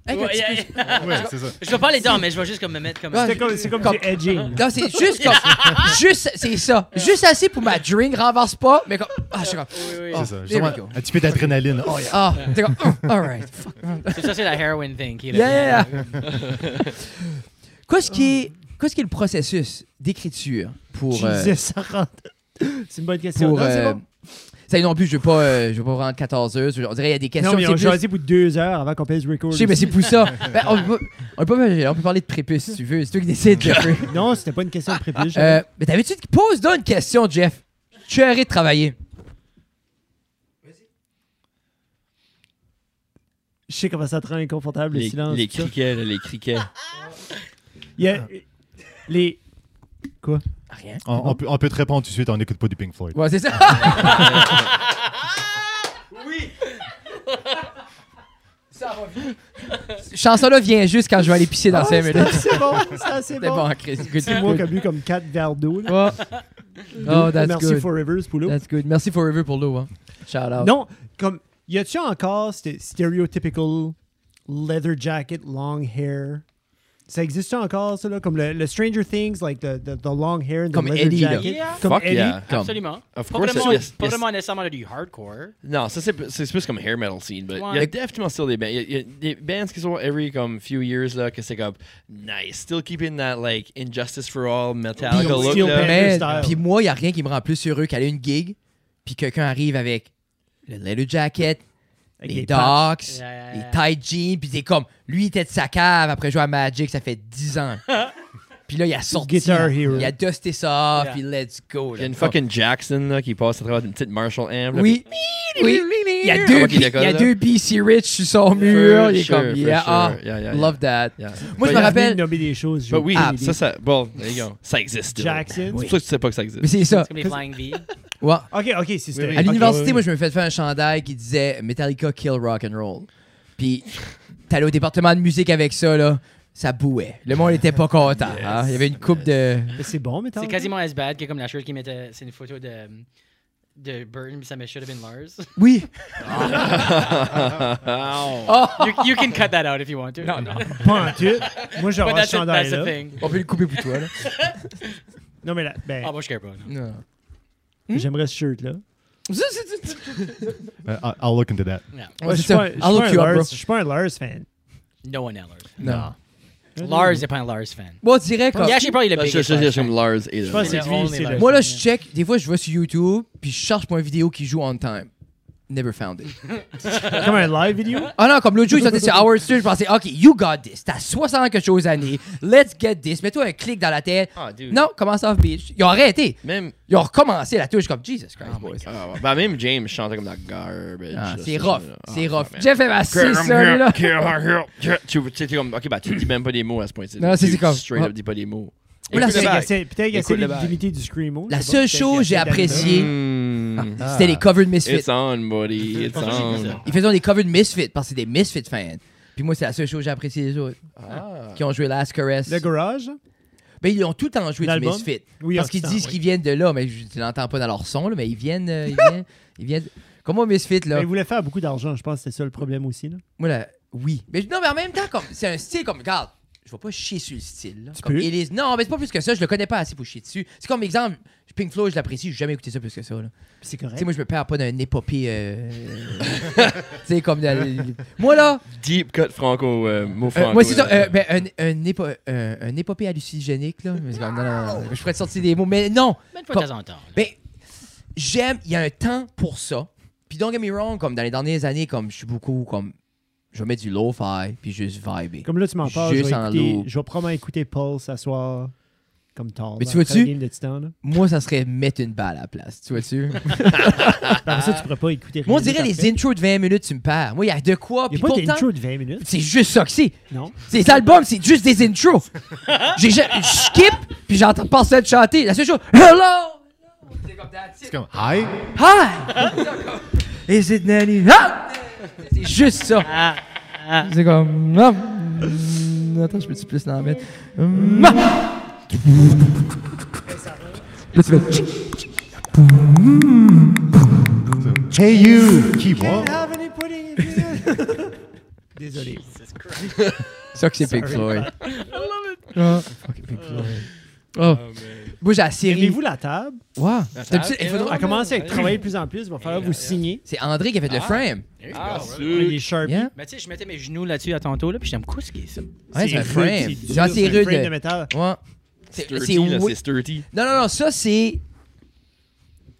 S3: avec un
S5: Ouais,
S3: petit
S5: yeah,
S3: peu-
S4: Ouais, c'est ça.
S3: Oh,
S5: Je vais pas les dents, mais je vais juste comme me mettre comme.
S3: Ouais.
S1: C'est comme, c'est comme
S3: Comme-
S1: du edging.
S3: Non, c'est juste comme juste c'est ça, juste assez pour ma drink renverse pas mais comme ah je suis comme
S5: oui.
S3: oh,
S4: C'est ça.
S3: there we
S4: Justement,
S3: go.
S4: un petit peu d'adrénaline. Oh, yeah.
S3: Ah, t'es comme oh, all right. Fuck.
S5: C'est ça, c'est la heroin thing. Qui est là.
S3: Yeah. Qu'est-ce qui est qu'est-ce qui est le processus d'écriture pour euh,
S1: Jesus, ça rentre. C'est une bonne question.
S3: pour
S1: Non, c'est
S3: euh,
S1: bon.
S3: ça y est, non plus, je veux pas euh, je veux pas rendre 14 heures, on dirait il y a des questions
S1: Non, mais
S3: c'est
S1: on
S3: plus-
S1: a dit pour deux heures avant qu'on pèse record.
S3: Je sais, mais c'est pour ça. Ben, on, peut, pas- on peut pas- on peut parler de prépuce si tu veux. C'est toi qui décides, Jeffrey.
S1: Non, c'était pas une question de prépuce.
S3: Euh, mais t'avais-tu. pose donc une question, Jeff. Je suis arrêté de travailler.
S1: Je sais comment ça te rend inconfortable, le
S2: Les,
S1: silence.
S2: les
S1: tout ça.
S2: criquets, là, les criquets.
S1: Il y a-
S3: Ah.
S1: Les. Quoi?
S3: Rien.
S4: On, on peut, on peut te répondre tout de suite, on n'écoute pas du Pink Floyd.
S3: Ouais, c'est ça. oui. Ça va bien. Chanson-là vient juste quand je vais aller pisser dans
S1: Ah,
S3: 5
S1: c'est
S3: minutes.
S1: assez bon, c'est assez
S3: C'était
S1: bon.
S3: bon, Chris. Good,
S1: C'est moi qui ai
S3: good.
S1: bu comme 4 verres d'eau. là.
S3: Oh. Oh, that's
S1: Merci
S3: good.
S1: Forever, pour l'eau.
S3: That's good. Merci Forever pour l'eau. Hein. Shout out.
S1: Non, comme, y a-tu encore sté- stereotypical leather jacket, long hair, Ça existe encore, ça, là? Comme le, le Stranger Things, like the, the, the long hair and the
S3: Comme
S1: leather
S3: Eddie, là.
S1: jacket.
S5: Yeah.
S1: Comme
S2: Fuck
S1: Eddie.
S2: yeah. Comme-
S5: Absolument.
S2: Ah, Of
S5: pas
S2: course,
S5: vraiment,
S2: yes,
S5: pas
S2: yes.
S5: vraiment nécessairement du hardcore.
S2: Non, ça, c'est c'est plus comme hair metal scene. but Il y
S5: Ouais.
S2: a definitely still des bands. Il y a- il y, a des bands qui sont every comme, few years là, que c'est comme nice. Still keeping that like Injustice for All Metallica
S1: Puis on
S2: look.
S1: still
S2: Ah, là.
S1: band.
S3: Mais,
S1: style.
S3: puis moi, il n'y a rien qui me rend plus heureux qu'aller à une gig, puis quelqu'un arrive avec le leather jacket,
S1: Avec
S3: les
S1: des patchs.
S3: docks,
S5: Yeah, yeah,
S3: les
S5: yeah.
S3: tight jeans, puis c'est comme, lui, il était de sa cave après jouer à Magic, ça fait 10 ans. puis là, il a sorti,
S1: Guitar
S3: là,
S1: Hero.
S3: il a dusté ça,
S5: Yeah.
S3: puis let's go.
S2: Il
S3: là.
S2: y a une fucking Jackson là, qui passe à travers une petite Marshall amp. là,
S3: Oui. Oui. Il y a
S2: Ah,
S3: deux,
S2: ok,
S3: P-
S2: d'accord,
S3: il y a
S2: là.
S3: deux PC Rich sur son mur. Il est
S2: sure,
S3: comme,
S2: for
S3: yeah,
S2: sure.
S3: ah,
S2: Yeah, yeah,
S3: love that.
S2: Yeah.
S3: Moi, je
S2: But-
S3: me rappelle-
S1: Venez nommer des choses. j'ai
S2: But Bah oui,
S3: Ah,
S1: aucune idée.
S2: ça, ça. Bon, there you go. Ça existe. là.
S1: Jackson.
S2: C'est pour ça que tu sais pas que ça
S3: Mais
S2: existe.
S3: c'est ça.
S5: C'est comme les Flying V.
S3: Ouais.
S1: OK, OK, c'est
S2: oui.
S3: À
S2: Ok,
S3: l'université,
S1: ouais,
S3: moi, je me fais faire un chandail qui disait Metallica kill rock and roll. Puis t'allais au département de musique avec ça là, ça bouait. Le monde était pas content. hein. Il y avait une coupe de.
S1: Mais C'est bon, mais
S5: C'est quasiment as bad que comme la shirt qui mettait. C'est une photo de. De Burton, puis ça met Should have been Lars.
S3: Oui.
S5: You, you can cut that out if you want to. Non, non.
S1: Pas en tout. Moi, j'aurais
S5: But
S1: ce
S5: that's, a, that's a
S1: chandail-là.
S5: thing.
S3: On peut le couper pour toi là.
S1: Non, mais là, ben,
S5: Ah, moi, je care pas. non.
S3: Non, non. Hmm?
S1: j'aimerais ce shirt-là.
S3: Ça, c'est- c'est-
S4: Euh, I- I'll look into that.
S5: Yeah.
S3: Ouais,
S1: Moi, je
S3: c'est
S1: suis
S3: ça.
S1: pas- je suis
S3: I'll look
S1: pas un
S3: you up, bro.
S1: Lars- je suis pas un Lars fan.
S5: No one at Lars.
S3: Non.
S5: Lars n'est pas un Lars fan.
S3: Moi, on dirait comme.
S5: Il est actually probably the
S2: Ah, Je- je- je-
S5: biggest Lars
S2: je- comme
S5: fan.
S2: Lars et
S1: Je pense que
S5: Mais
S1: c'est
S5: only
S1: lui, c'est
S5: Lars.
S1: le-
S3: Moi, là, je check. Des fois, je vais sur YouTube, puis je cherche pour une vidéo qui joue on time. Never found it.
S1: Comme un live vidéo.
S3: Ah non, comme l'autre jour, ils sortaient sur Howard Stern, je pensais, OK, you got this. T'as 60 quelque chose d'années. Let's get this. Mets-toi un clic dans la tête.
S2: Ah, dude.
S3: non, commence off, bitch. Ils ont arrêté.
S2: Même.
S3: Ils ont recommencé la touche comme Jesus Christ, boys.
S2: Ah, ouais. Ben, même James chantait comme de la garbage.
S3: Ah,
S2: là,
S3: c'est
S2: ça,
S3: rough.
S2: ça, là. Ah,
S3: C'est rough.
S2: man.
S3: Jeff est massé, ça, lui, là.
S2: Tu tu sais, t'es comme, ok, bah, tu dis même pas des mots à ce point-ci.
S3: Non, c'est-
S2: Tu
S3: c'est comme-
S2: Straight
S3: Ah.
S2: up, dis pas des mots.
S3: Oula,
S2: Écoute
S3: c'est-
S2: le
S1: Peut-être
S2: bac.
S1: qu'il essaie- peut-être qu'il
S2: Écoute le
S1: essaie
S2: back.
S1: d'imiter du Screamo.
S3: La
S1: je sais pas,
S3: seule
S1: peut-être
S3: chose
S1: qu'il
S3: que j'ai
S1: essaie
S3: appréciée,
S2: Hmm.
S3: Ah. c'était les covers de Misfits.
S2: It's on, buddy. It's on.
S3: Ils faisaient des covers de Misfits parce que c'est des Misfits fans. Puis moi, c'est la seule chose que j'ai appréciée des autres.
S2: Ah.
S3: Qui ont joué Last Caress.
S1: Le garage,
S3: Mais ils ont tout le temps joué du
S1: L'album?
S3: Misfit.
S1: Oui,
S3: parce
S1: en
S3: qu'ils
S1: tout
S3: disent
S1: temps,
S3: qu'ils viennent de là, mais je- tu l'entends pas dans leur son, là, mais ils viennent. euh, ils viennent, ils viennent comme moi, Misfit, là.
S1: mais ben, il voulait faire beaucoup d'argent, je pense que c'est ça le problème aussi. Là.
S3: Moi, là, oui. Mais non, mais en même temps, comme, c'est un style comme, regarde, je vais pas chier sur le style. là.
S1: Tu
S3: Comme
S1: peux.
S3: Elise- Non, mais c'est pas plus que ça, je le connais pas assez pour chier dessus. C'est comme exemple, Pink Floyd, je l'apprécie, j'ai jamais écouté ça plus que ça. là.
S1: Puis C'est
S3: Tu
S1: correct.
S3: sais, moi, je me perds pas d'un épopée. euh, tu sais, comme. dans- Moi, là,
S2: Deep cut franco, euh, mot
S3: euh,
S2: franco.
S3: moi, c'est ça,
S2: là.
S3: euh, ben, un, un, épo- euh, un épopée hallucinogénique, là. Mais c'est comme, non, non, non, non, je pourrais te sortir des mots, mais non!
S5: Mais une fois de temps en temps.
S3: Ben, j'aime, il y a un temps pour ça. Puis don't get me wrong, comme dans les dernières années, comme je suis beaucoup comme. Je vais mettre du low-fi, puis juste viber.
S1: Comme là, tu m'en parles, je vais,
S3: Juste en
S1: écouter,
S3: loop.
S1: je vais probablement écouter Paul s'asseoir comme tard.
S3: Mais
S1: là,
S3: tu veux-tu?
S1: après la game de Titan, là.
S3: Moi, ça serait mettre une balle à la place, tu vois-tu?
S1: Après ça, tu pourrais pas écouter rien.
S3: Moi, on dirait
S1: d'autre
S3: les
S1: après.
S3: intros de 20 minutes, tu me perds. Moi, il y a de quoi,
S1: Il
S3: puis
S1: n'y a pas
S3: pourtant...
S1: d'intro de 20 minutes.
S3: C'est juste ça que c'est.
S1: Non.
S3: Ces albums, c'est juste des intros. J'ai- Je je skip, puis j'entends personne chanter. La seule chose, hello! C'est comme that's
S4: C'est
S3: it.
S4: comme, hi.
S3: Hi! Is it Nanny? Ah! C'est juste ça.
S1: Ah,
S3: C'est comme. Ah. Mm, Attends, je peux-tu plus l'en mettre? Mm, ah. Là, tu fais. tchic.
S4: Hey, you. Keyboard.
S1: Désolé.
S3: C'est ça que c'est Pink Floyd. I
S1: Ah.
S3: love it. Oh. Moi, j'ai la série.
S1: Aimez-vous la table?
S3: Wow. D'habitude,
S2: table,
S3: il faudra-
S1: On commence à travailler de plus en plus. Il va falloir vous signer.
S3: C'est André qui a fait le frame.
S2: Ah,
S1: Les
S2: sûr.
S1: Sharpies.
S3: Yeah.
S5: Mais tu sais, je mettais mes genoux là-dessus à tantôt, là, puis j'étais comme, qu'est-ce qui est ça?
S3: Ouais, c'est un
S1: rude,
S3: frame.
S1: dur,
S3: Genre, c'est
S1: un
S3: rude.
S1: frame de
S3: Ouais.
S1: métal.
S3: C'est c'est-
S2: Sturdy, là,
S3: oui.
S2: C'est sturdy.
S3: Non, non, non, ça, c'est.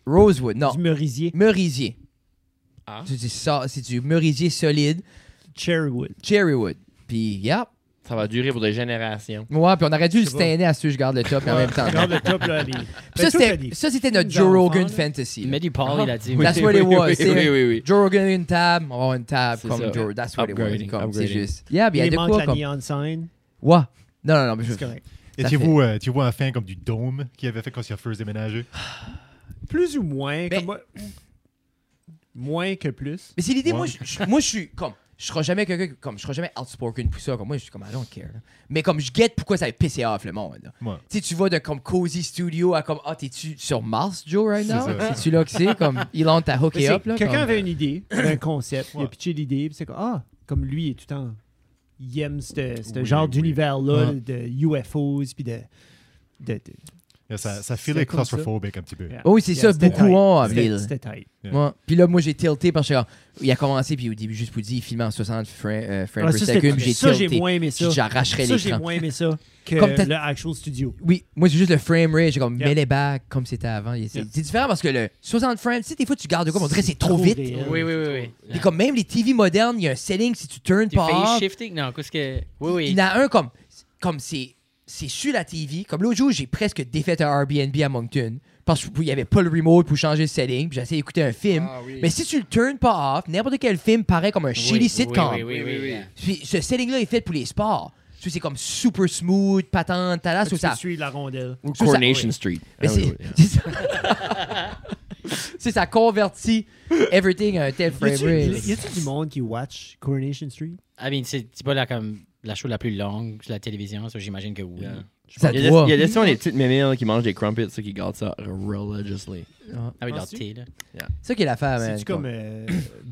S3: Rosewood. Non.
S1: Du merisier.
S3: Merisier.
S2: Ah.
S3: C'est du, so- c'est du merisier solide.
S1: Cherrywood.
S3: Cherrywood. Puis, yep.
S2: Ça va durer pour des générations.
S3: Ouais, puis on aurait dû le
S1: sais pas.
S3: stainer à ceux je garde le top mais en même temps.
S1: Regarde le top, là. les-
S3: Puis ça,
S1: Ben, toi, t'as
S3: c'était,
S1: des-
S3: ça, c'était notre
S1: des
S3: Joe
S1: enfants,
S3: Rogan
S1: là.
S3: Fantasy.
S5: Il met du Paul, il a dit.
S2: Oui.
S3: That's what it
S2: oui,
S3: was.
S2: oui,
S3: c'est-
S2: oui, oui, oui.
S3: Joe Rogan a une table, on va avoir une table
S2: C'est
S3: comme
S2: ça.
S3: Joe. That's what it was.
S2: Upgrading,
S3: Comme, c'est
S2: upgrading.
S3: juste. Yeah, puis il y a
S1: Il
S3: de
S1: manque
S3: quoi
S1: la
S3: comme.
S1: neon sign.
S3: Ouais. Non, non, non, mais je.
S1: C'est correct.
S4: Étiez-vous euh, étiez-vous un fan comme du dôme qu'il avait fait quand il a first déménagé?
S1: Plus ou moins.
S3: Ben-
S1: comme moi- Moins que plus.
S3: Mais c'est l'idée, moi,
S4: Ouais.
S3: je, je- moi, je suis comme. Je serai jamais quelqu'un qui- comme je serai jamais outspoken pour ça comme moi je suis comme I don't care. là. Mais comme je guette pourquoi ça a pissé off le monde. là.
S4: Ouais.
S3: Tu sais tu vas de comme cozy studio à comme ah t'es-tu sur Mars Joe right
S4: C'est
S3: now?
S4: ça.
S3: C'est tu là que c'est comme Elon t'a
S1: Mais
S3: hooké
S1: c'est-
S3: up là. Ah.
S1: Quelqu'un
S3: comme-
S1: avait une idée, un concept. Il a
S4: Ouais.
S1: pitché l'idée. puis c'est comme, ah, comme lui, il est tout le temps ils aiment ce ce genre
S3: Ah.
S1: d'univers-là, de UFOs, puis de. de, de-
S4: Yeah, ça, ça
S1: C'est
S4: filait
S1: comme ça.
S4: claustrophobique un petit peu.
S1: Yeah.
S3: Oh oui, c'est ça,
S1: c'était
S3: beaucoup
S1: tight.
S3: ont, à
S1: C'était-
S3: Bill.
S1: C'était tight.
S4: Yeah.
S3: Moi, puis là, moi, j'ai tilté parce que genre, il a commencé, puis au début, juste pour dire, il filmait en 60 fra- euh, frames
S1: Ah,
S3: per
S1: ça,
S3: second,
S1: c'était-
S3: puis j'ai
S1: ça, j'ai
S3: tilté.
S1: moins aimé
S3: Puis
S1: ça.
S3: j'arracherais
S1: Ça, j'ai
S3: l'écran.
S1: moins aimé ça que
S3: Comme t'as-
S1: le actual studio.
S3: Oui, moi, c'est juste le frame rate, j'ai comme
S1: Yeah.
S3: mêlé back comme c'était avant. Il- C'est
S1: Yeah.
S3: c'est différent parce que le 60 frames, tu sais, des fois, tu gardes de quoi, mais on dirait que c'est trop vite.
S1: réel.
S5: Oui, oui, oui. oui.
S3: Et comme même les TV modernes, il y a un setting, si tu turns
S5: Du
S3: pas
S5: face
S3: off,
S5: shifting? Non, qu'est-ce que. Oui,
S3: il
S5: oui.
S3: y en a un comme, comme c'est, c'est sur la TV. Comme l'autre jour, j'ai presque défait un Airbnb à Moncton parce qu'il n'y avait pas le remote pour changer le setting, puis j'essayais d'écouter un film.
S2: Ah oui.
S3: Mais si tu le turns pas off, n'importe quel film paraît comme un shitty sitcom.
S5: Oui, oui, oui. oui, oui.
S3: Puis ce setting-là est fait pour les sports. Tu sais, C'est comme super smooth, patente, talas,
S1: Tu
S3: ou ça.
S1: suis la rondelle.
S3: ou ça-
S2: Coronation
S3: ouais.
S2: Street. Ah
S3: Mais c'est,
S2: oui, oui.
S3: c'est ça. C'est ça convertit everything à un tel
S1: Y
S3: frame
S1: a-tu
S3: rate.
S1: y a-tu du monde qui watch Coronation Street?
S5: I mean, c'est c'est pas la, comme, la show la plus longue sur la télévision, ça, j'imagine que oui.
S2: Yeah.
S3: Ça
S2: Il y a
S3: doit.
S2: il y a des gens, des petites mémères qui mangent des crumpets, ça, qui gardent ça religiously.
S5: Ah oui, dans le
S1: Penses-tu?
S5: thé, là.
S3: C'est ça qui est hein, l'affaire, man.
S1: C'est-tu comme euh,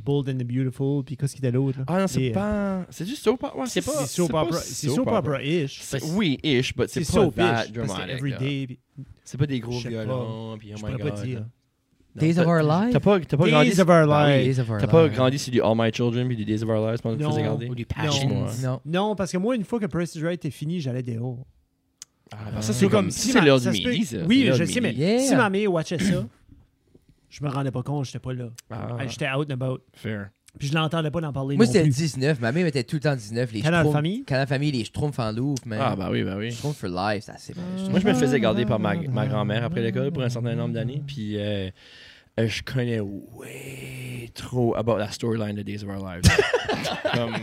S1: Bold and the Beautiful, puis qu'est-ce qu'il y a d'autre? là?
S2: Ah non, c'est
S1: Les, euh,
S2: pas. C'est juste soap opera. Ouais,
S5: C'est pas-
S1: C'est soap opera- c'est soap opera-ish.
S2: C'est- Oui, ish, but c'est pas that
S1: soap-ish, parce que
S2: dramatic. là.
S1: everyday, puis-
S2: C'est pas des gros
S1: Je sais pas.
S2: violons, puis oh
S1: Je
S2: my
S1: pourrais pas
S2: god.
S1: dire.
S2: là. Non,
S3: Days of
S2: t'as-
S3: Our Lives.
S2: T'as pas, t'as pas grandi.
S1: Days of Our
S3: Bah,
S2: Ah oui,
S1: Lives.
S3: Days of Our
S2: T'as pas
S3: Lives.
S2: grandi sur du All My Children puis du Days of Our Lives pendant que tu
S1: Non.
S2: faisais garder.
S5: Ou du passion.
S2: Non.
S3: Non.
S1: Non, parce que moi, une fois que Price is Right était fini, j'allais dehors.
S2: Ah, ben ça, c'est
S1: C'est
S2: comme si c'est
S1: ma-
S2: l'heure du
S1: ça se peut-
S2: midi. ça. C'est
S1: Oui,
S2: l'heure
S1: je
S2: du
S1: sais, mais
S2: midi.
S3: Yeah.
S1: si ma mère watchait ça, je me rendais pas compte, j'étais pas là.
S2: Ah,
S1: Ah, J'étais out and about.
S2: fair.
S1: Puis je l'entendais pas d'en parler.
S3: Moi,
S1: non
S3: c'était le
S1: plus.
S3: 19. Ma mère était tout le temps 19. Les
S1: Canal
S3: Schtroumpfs-
S1: Famille?
S3: Canal Famille, les Schtroumpfs en Louvre, man.
S2: Ah, bah oui, bah oui.
S3: Schtroumpfs for life, ça, c'est
S2: Moi, je me faisais garder par ma, ma grand-mère après l'école pour un certain nombre d'années. Puis euh, euh, je connais way trop about la storyline de Days of Our Lives. Comme-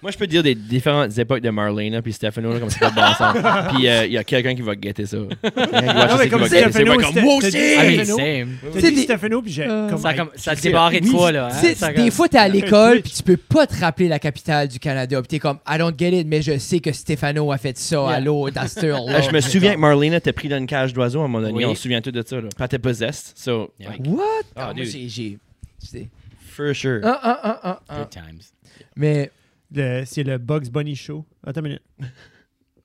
S2: moi, je peux dire des différentes époques de Marlena puis Stefano, là, comme c'est pas de bon sens. Puis euh, il y a quelqu'un qui va guetter ça. Quelqu'un qui va
S1: Non,
S2: acheter ça,
S1: mais Ah
S2: qui
S1: comme
S2: va guetter ça. Il va
S1: Stefano,
S2: comme,
S1: c'était-
S2: Moi
S1: t'as dit-
S2: aussi!
S5: I mean,
S1: Stefano,
S5: Ah, same.
S1: T'as
S3: Ah, C'est
S1: dit
S3: des-
S1: Stefano, puis j'ai
S3: Euh,
S1: comme...
S5: Ça, comme, ça
S1: c'est-
S5: te débarrait de
S1: oui,
S5: toi, là. hein?
S3: C'est-
S5: Ça,
S3: Des
S5: comme-
S3: fois, t'es à l'école,
S1: Twitch.
S3: puis tu peux pas te rappeler la capitale du Canada. Puis t'es comme, I don't get it, mais je sais que Stefano a fait ça à
S5: Yeah.
S3: l'eau dans cette heure-là.
S2: Là, Ah, euh, je me souviens que Marlena t'es pris dans une cage d'oiseau à un moment donné.
S5: Oui.
S2: On se souvient tout de ça. Là. Pas t'es possessed. So,
S5: Yeah.
S2: like,
S3: What?
S2: Ah,
S3: Ah, moi,
S2: dude.
S3: j'ai- j'ai. c'est-
S2: for sure.
S3: Ah, ah, ah, ah, ah.
S5: Good times.
S3: Mais
S1: Le- C'est le Bugs Bunny Show. Attends une minute.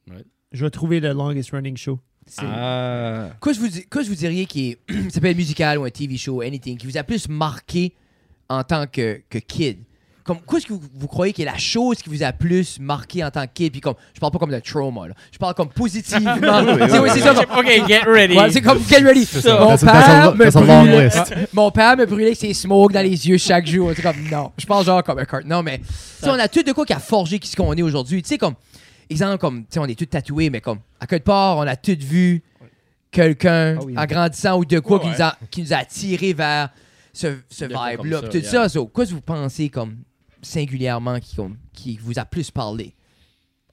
S5: Ouais.
S1: Je vais trouver le longest running show. C'est-
S2: Ah.
S3: quoi je vous, dis- quoi je vous diriez qui est. ça peut être musical ou un TV show, anything, qui vous a plus marqué en tant que, que kid? Comme, quoi est-ce que vous, vous croyez qui est la chose qui vous a plus marqué en tant que kid? Puis comme, je parle pas comme de trauma, là. Je parle comme positivement. Tu sais, ouais, c'est ça, comme-
S5: OK, get ready.
S3: Ouais, c'est comme get ready.
S4: ça.
S3: Mon
S4: That's a- that's a
S3: père
S4: lo-
S3: me
S4: that's a long
S3: brûlait.
S4: list.
S3: Ouais. Mon père me brûlait avec ses smokes dans les yeux chaque jour. C'est comme non. Je pense genre comme un cart. Non mais tu sais, on a tout de quoi qui a forgé qui ce qu'on est aujourd'hui. Tu sais comme exemple comme tu sais on est tous tatoués mais comme à quelque part on a tous vu quelqu'un
S1: Ah oui.
S3: en grandissant ou de quoi
S2: Ouais,
S3: qui nous a qui nous a attiré vers ce, ce
S2: De quoi
S3: vibe
S2: comme
S3: là.
S2: ça,
S3: tout
S2: yeah.
S3: ça. so, quoi vous pensez comme singulièrement qui comme, qui vous a plus parlé?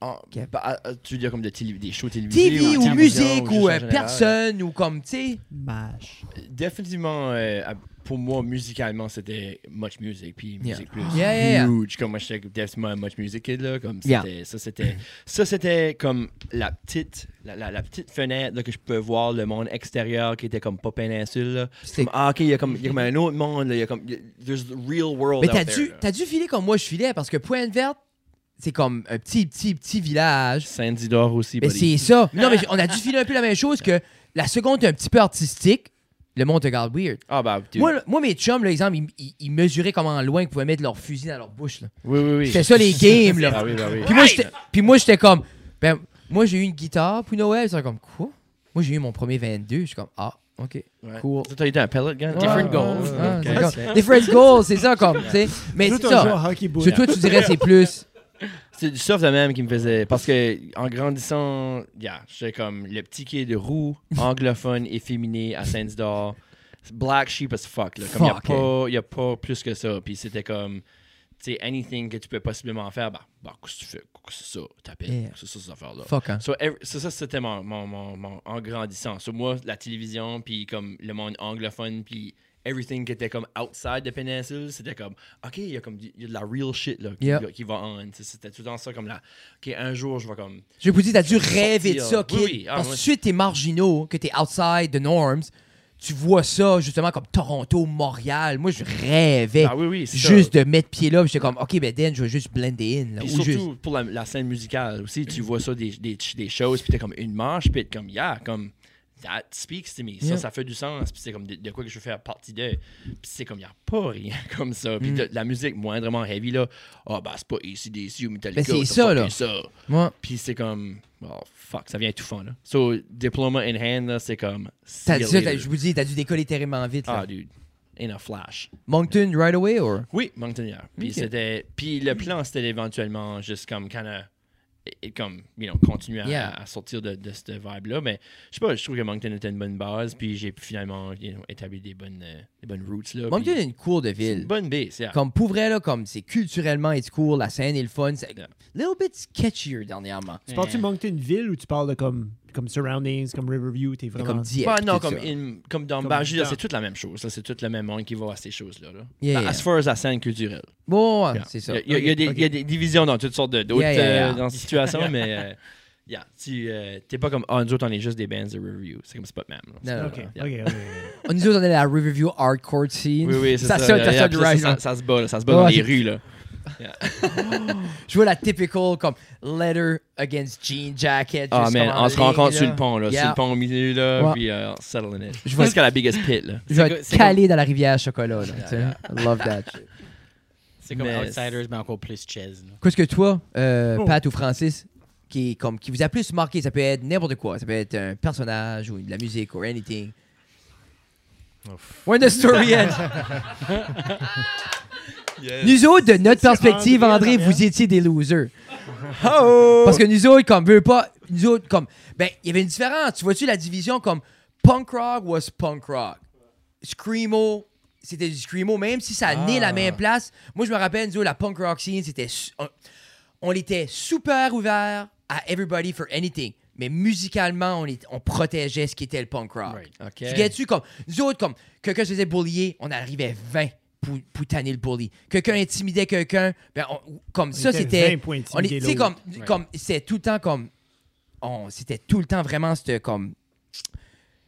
S2: Ah,
S3: Ok.
S2: bah, ah, tu veux dire comme de télé- des shows télévisés
S3: TV
S2: en
S3: ou
S2: télévision,
S3: musique
S2: juste en
S3: ou euh,
S2: général?
S3: personne ou comme tu sais.
S1: Mash.
S2: Définitivement, euh, à- pour moi, musicalement, c'était Much Music, puis
S3: Yeah.
S2: Music Plus.
S3: Yeah, yeah, yeah.
S2: Huge. Comme moi, j'étais définitivement Much Music Kid, là. Comme
S3: Yeah.
S2: c'était- ça, c'était, ça, c'était comme la petite, la, la- la petite fenêtre là, que je pouvais voir le monde extérieur qui était comme pas péninsule, là.
S3: C'est-
S2: Comme, ah, OK, il y a comme il y a comme un autre monde, là. Il y a comme... il y a- there's the real world
S3: Mais
S2: out
S3: t'as
S2: there,
S3: dû,
S2: là.
S3: t'as dû filer comme moi je filais parce que Pointe Verte, c'est comme un petit, petit, petit village.
S2: Sandy Dor aussi,
S3: Mais
S2: buddy.
S3: c'est ça. Non, mais on a dû filer un peu la même chose que la seconde est un petit peu artistique, le monde te regarde weird.
S2: Ah, bah, dude.
S3: Moi, le- moi, mes chums, là, exemple, ils, ils- ils mesuraient comment loin ils pouvaient mettre leur fusil dans leur bouche. Là.
S2: oui, oui, oui.
S3: C'était ça les games. Là.
S2: Ah oui, bah oui.
S3: Puis moi, j'étais- Puis moi, j'étais comme, ben, moi, j'ai eu une guitare pour Noël. Ils sont comme, quoi? Moi, j'ai eu mon premier 22. Je suis comme, ah, OK,
S2: Ouais.
S3: cool.
S2: Ça, t'as été un pellet gun?
S5: Different
S3: Ouais,
S5: goals.
S3: ouais, ouais,
S5: Ok.
S3: Ah, c'est comme- Different goals, c'est ça, comme, tu sais. Mais
S1: Toi,
S3: c'est
S1: t'as joué
S3: ça.
S1: au hockey boot.
S3: Sur toi, tu dirais c'est plus.
S2: C'est du soft de même qui me faisait. Parce que en grandissant, yeah, j'étais comme le petit kid roux, anglophone, efféminé à Saint-Dor. Black sheep as fuck. Là. Comme il
S3: Fuck,
S2: n'y a, pas plus que ça. Puis c'était comme, tu sais, anything que tu peux possiblement faire, bah, bah qu'est-ce que tu fais? Qu'est-ce que c'est ça? T'appelles?
S3: Yeah.
S2: C'est ça, cette affaire-là.
S3: Fuck, hein.
S2: So, every- ça, ça, c'était mon, mon, mon, mon- en grandissant. So, moi, la télévision, puis comme le monde anglophone, puis everything qui était comme outside de péninsule, c'était comme, OK, il y a comme du- il y a de la real shit là, qui,
S3: Yep.
S2: qui va on. Tu sais, C'était tout le temps ça comme là. OK, un jour, je vais comme.
S3: Je vous dis, t'as dû rêver de ça,
S2: sortir.
S3: kid.
S2: Oui, oui. Ah,
S3: Parce que
S2: moi,
S3: suite, t'es marginaux, que t'es outside the norms. tu vois ça justement comme Toronto, Montréal. Moi, je rêvais
S2: Ah oui, oui, c'est ça.
S3: juste de mettre pied là. puis J'étais comme, OK, ben Dan, je vais juste blender in. là,
S2: Puis
S3: ou
S2: surtout
S3: juste-
S2: pour la, la scène musicale aussi, tu vois ça des, des, des choses, puis t'es comme une manche, puis t'es comme, yeah, comme, that speaks to me. Ça,
S3: Yeah.
S2: ça fait du sens, puis c'est comme de, de quoi que je veux faire partie de. Puis c'est comme, y a pas rien comme ça.
S3: Mm.
S2: Puis de- la musique moindrement heavy, là, ah, bah, c'est pas ACDC ou Metallica.
S3: Ben, c'est
S2: ou
S3: ça,
S2: fucking
S3: là.
S2: ça.
S3: Moi,
S2: Puis c'est comme, oh fuck, ça vient étouffant, là. So, Diploma in Hand, là, c'est comme.
S3: t'as
S2: see
S3: dû-
S2: you
S3: t'as-
S2: later.
S3: je vous dis, t'as dû décoller terriblement vite. là.
S2: Ah, dude, in a flash.
S3: Moncton right away, or?
S2: Oui, Mountaineer. Puis
S3: Ok.
S2: c'était, puis le plan c'était éventuellement juste comme kind comme you know, continuer à,
S3: Yeah.
S2: à sortir de, de cette vibe là, mais je sais pas, je trouve que Moncton était une bonne base, puis j'ai finalement you know, établi des bonnes, euh, des bonnes roots là.
S3: Moncton
S2: puis
S3: est une cour de
S2: c'est une
S3: ville.
S2: bonne base, yeah.
S3: Comme pour vrai, là, comme c'est culturellement, it's cool, la scène est le fun. C'est
S2: Yeah.
S3: little bit sketchier dernièrement.
S1: Tu parles-tu de Moncton ville ou tu parles de comme, comme surroundings, comme Riverview, t'es
S3: Mais
S1: vraiment...
S3: Comme Dieppe.
S2: Bah,
S3: tout
S2: non, comme,
S3: ça.
S2: in- comme dans
S1: Comme
S2: Bangui, là,
S1: dans-
S2: c'est toute la même chose. là, C'est tout le même monde qui va à ces choses-là. Là. Bah,
S3: Yeah,
S2: As far as la scène culturelle.
S3: Bon, ouais,
S2: Yeah.
S3: c'est ça.
S2: Il y a, il y a des, il y a des divisions dans toutes sortes de- d'autres
S3: Yeah, yeah, yeah.
S2: euh, dans situations, mais euh, yeah, tu euh, t'es pas comme, ah, nous autres, on est juste des bands de review. C'est comme, c'est pas de même. là.
S3: Non, non,
S1: Ok,
S3: non.
S1: ok, ok, ok.
S3: On nous autres, on est à la Riverview Hardcore scene.
S2: Oui, oui, c'est ça.
S3: Ça sonne,
S2: là,
S3: ça
S2: là,
S3: sonne
S2: puis
S3: right,
S2: ça,
S3: hein.
S2: ça se bat, là, ça se bat
S3: Ouais,
S2: dans
S3: c'est-
S2: les rues, là.
S3: Je vois la typical comme letter against jean jacket.
S2: Ah,
S3: juste
S2: man,
S3: comme en
S2: on se
S3: ligne,
S2: rencontre
S3: là.
S2: sur le pont, là.
S3: Yeah.
S2: Sur le pont au milieu, là,
S3: Ouais.
S2: puis euh, on settle in it.
S3: Je
S2: Je
S3: vois-
S2: vois jusqu'à la biggest pit, là.
S3: Je vais
S5: C'est
S3: être
S5: go- c'est
S3: calé dans la rivière à chocolat. Là, tu sais.
S2: yeah.
S3: I Love that. shit.
S5: C'est comme
S2: Mais-
S5: Outsiders, mais encore plus Chase. là.
S3: Qu'est-ce que toi, euh,
S1: Oh.
S3: Pat ou Francis, qui, est comme, qui vous a plus marqué Ça peut être n'importe quoi. Ça peut être un personnage ou de la musique ou anything. When the story ends. Nous autres, de notre perspective, André,
S1: André, là,
S3: vous étiez des losers. Parce que nous autres, comme, veut pas, nous autres, comme, ben, il y avait une différence. Tu vois-tu la division comme punk rock was punk rock? Screamo, c'était du screamo, même si ça a né la même place. Moi, je me rappelle, nous autres, la punk rock scene, c'était. su- On, on était super ouvert à everybody for anything. Mais musicalement, on, est- on protégeait ce qui était le punk rock.
S5: Right.
S2: OK.
S3: Tu gagnes-tu comme nous autres, comme quelqu'un se faisait bullier, on arrivait 20 pour, pour tanner le bully. Quelqu'un intimidait quelqu'un, ben on- comme ça,
S1: était
S3: c'était.
S1: 20 pour
S3: on est-
S1: intimider
S3: Tu sais, comme,
S5: l'autre.
S3: comme c'était tout le temps comme. on- C'était tout le temps vraiment, c'était comme.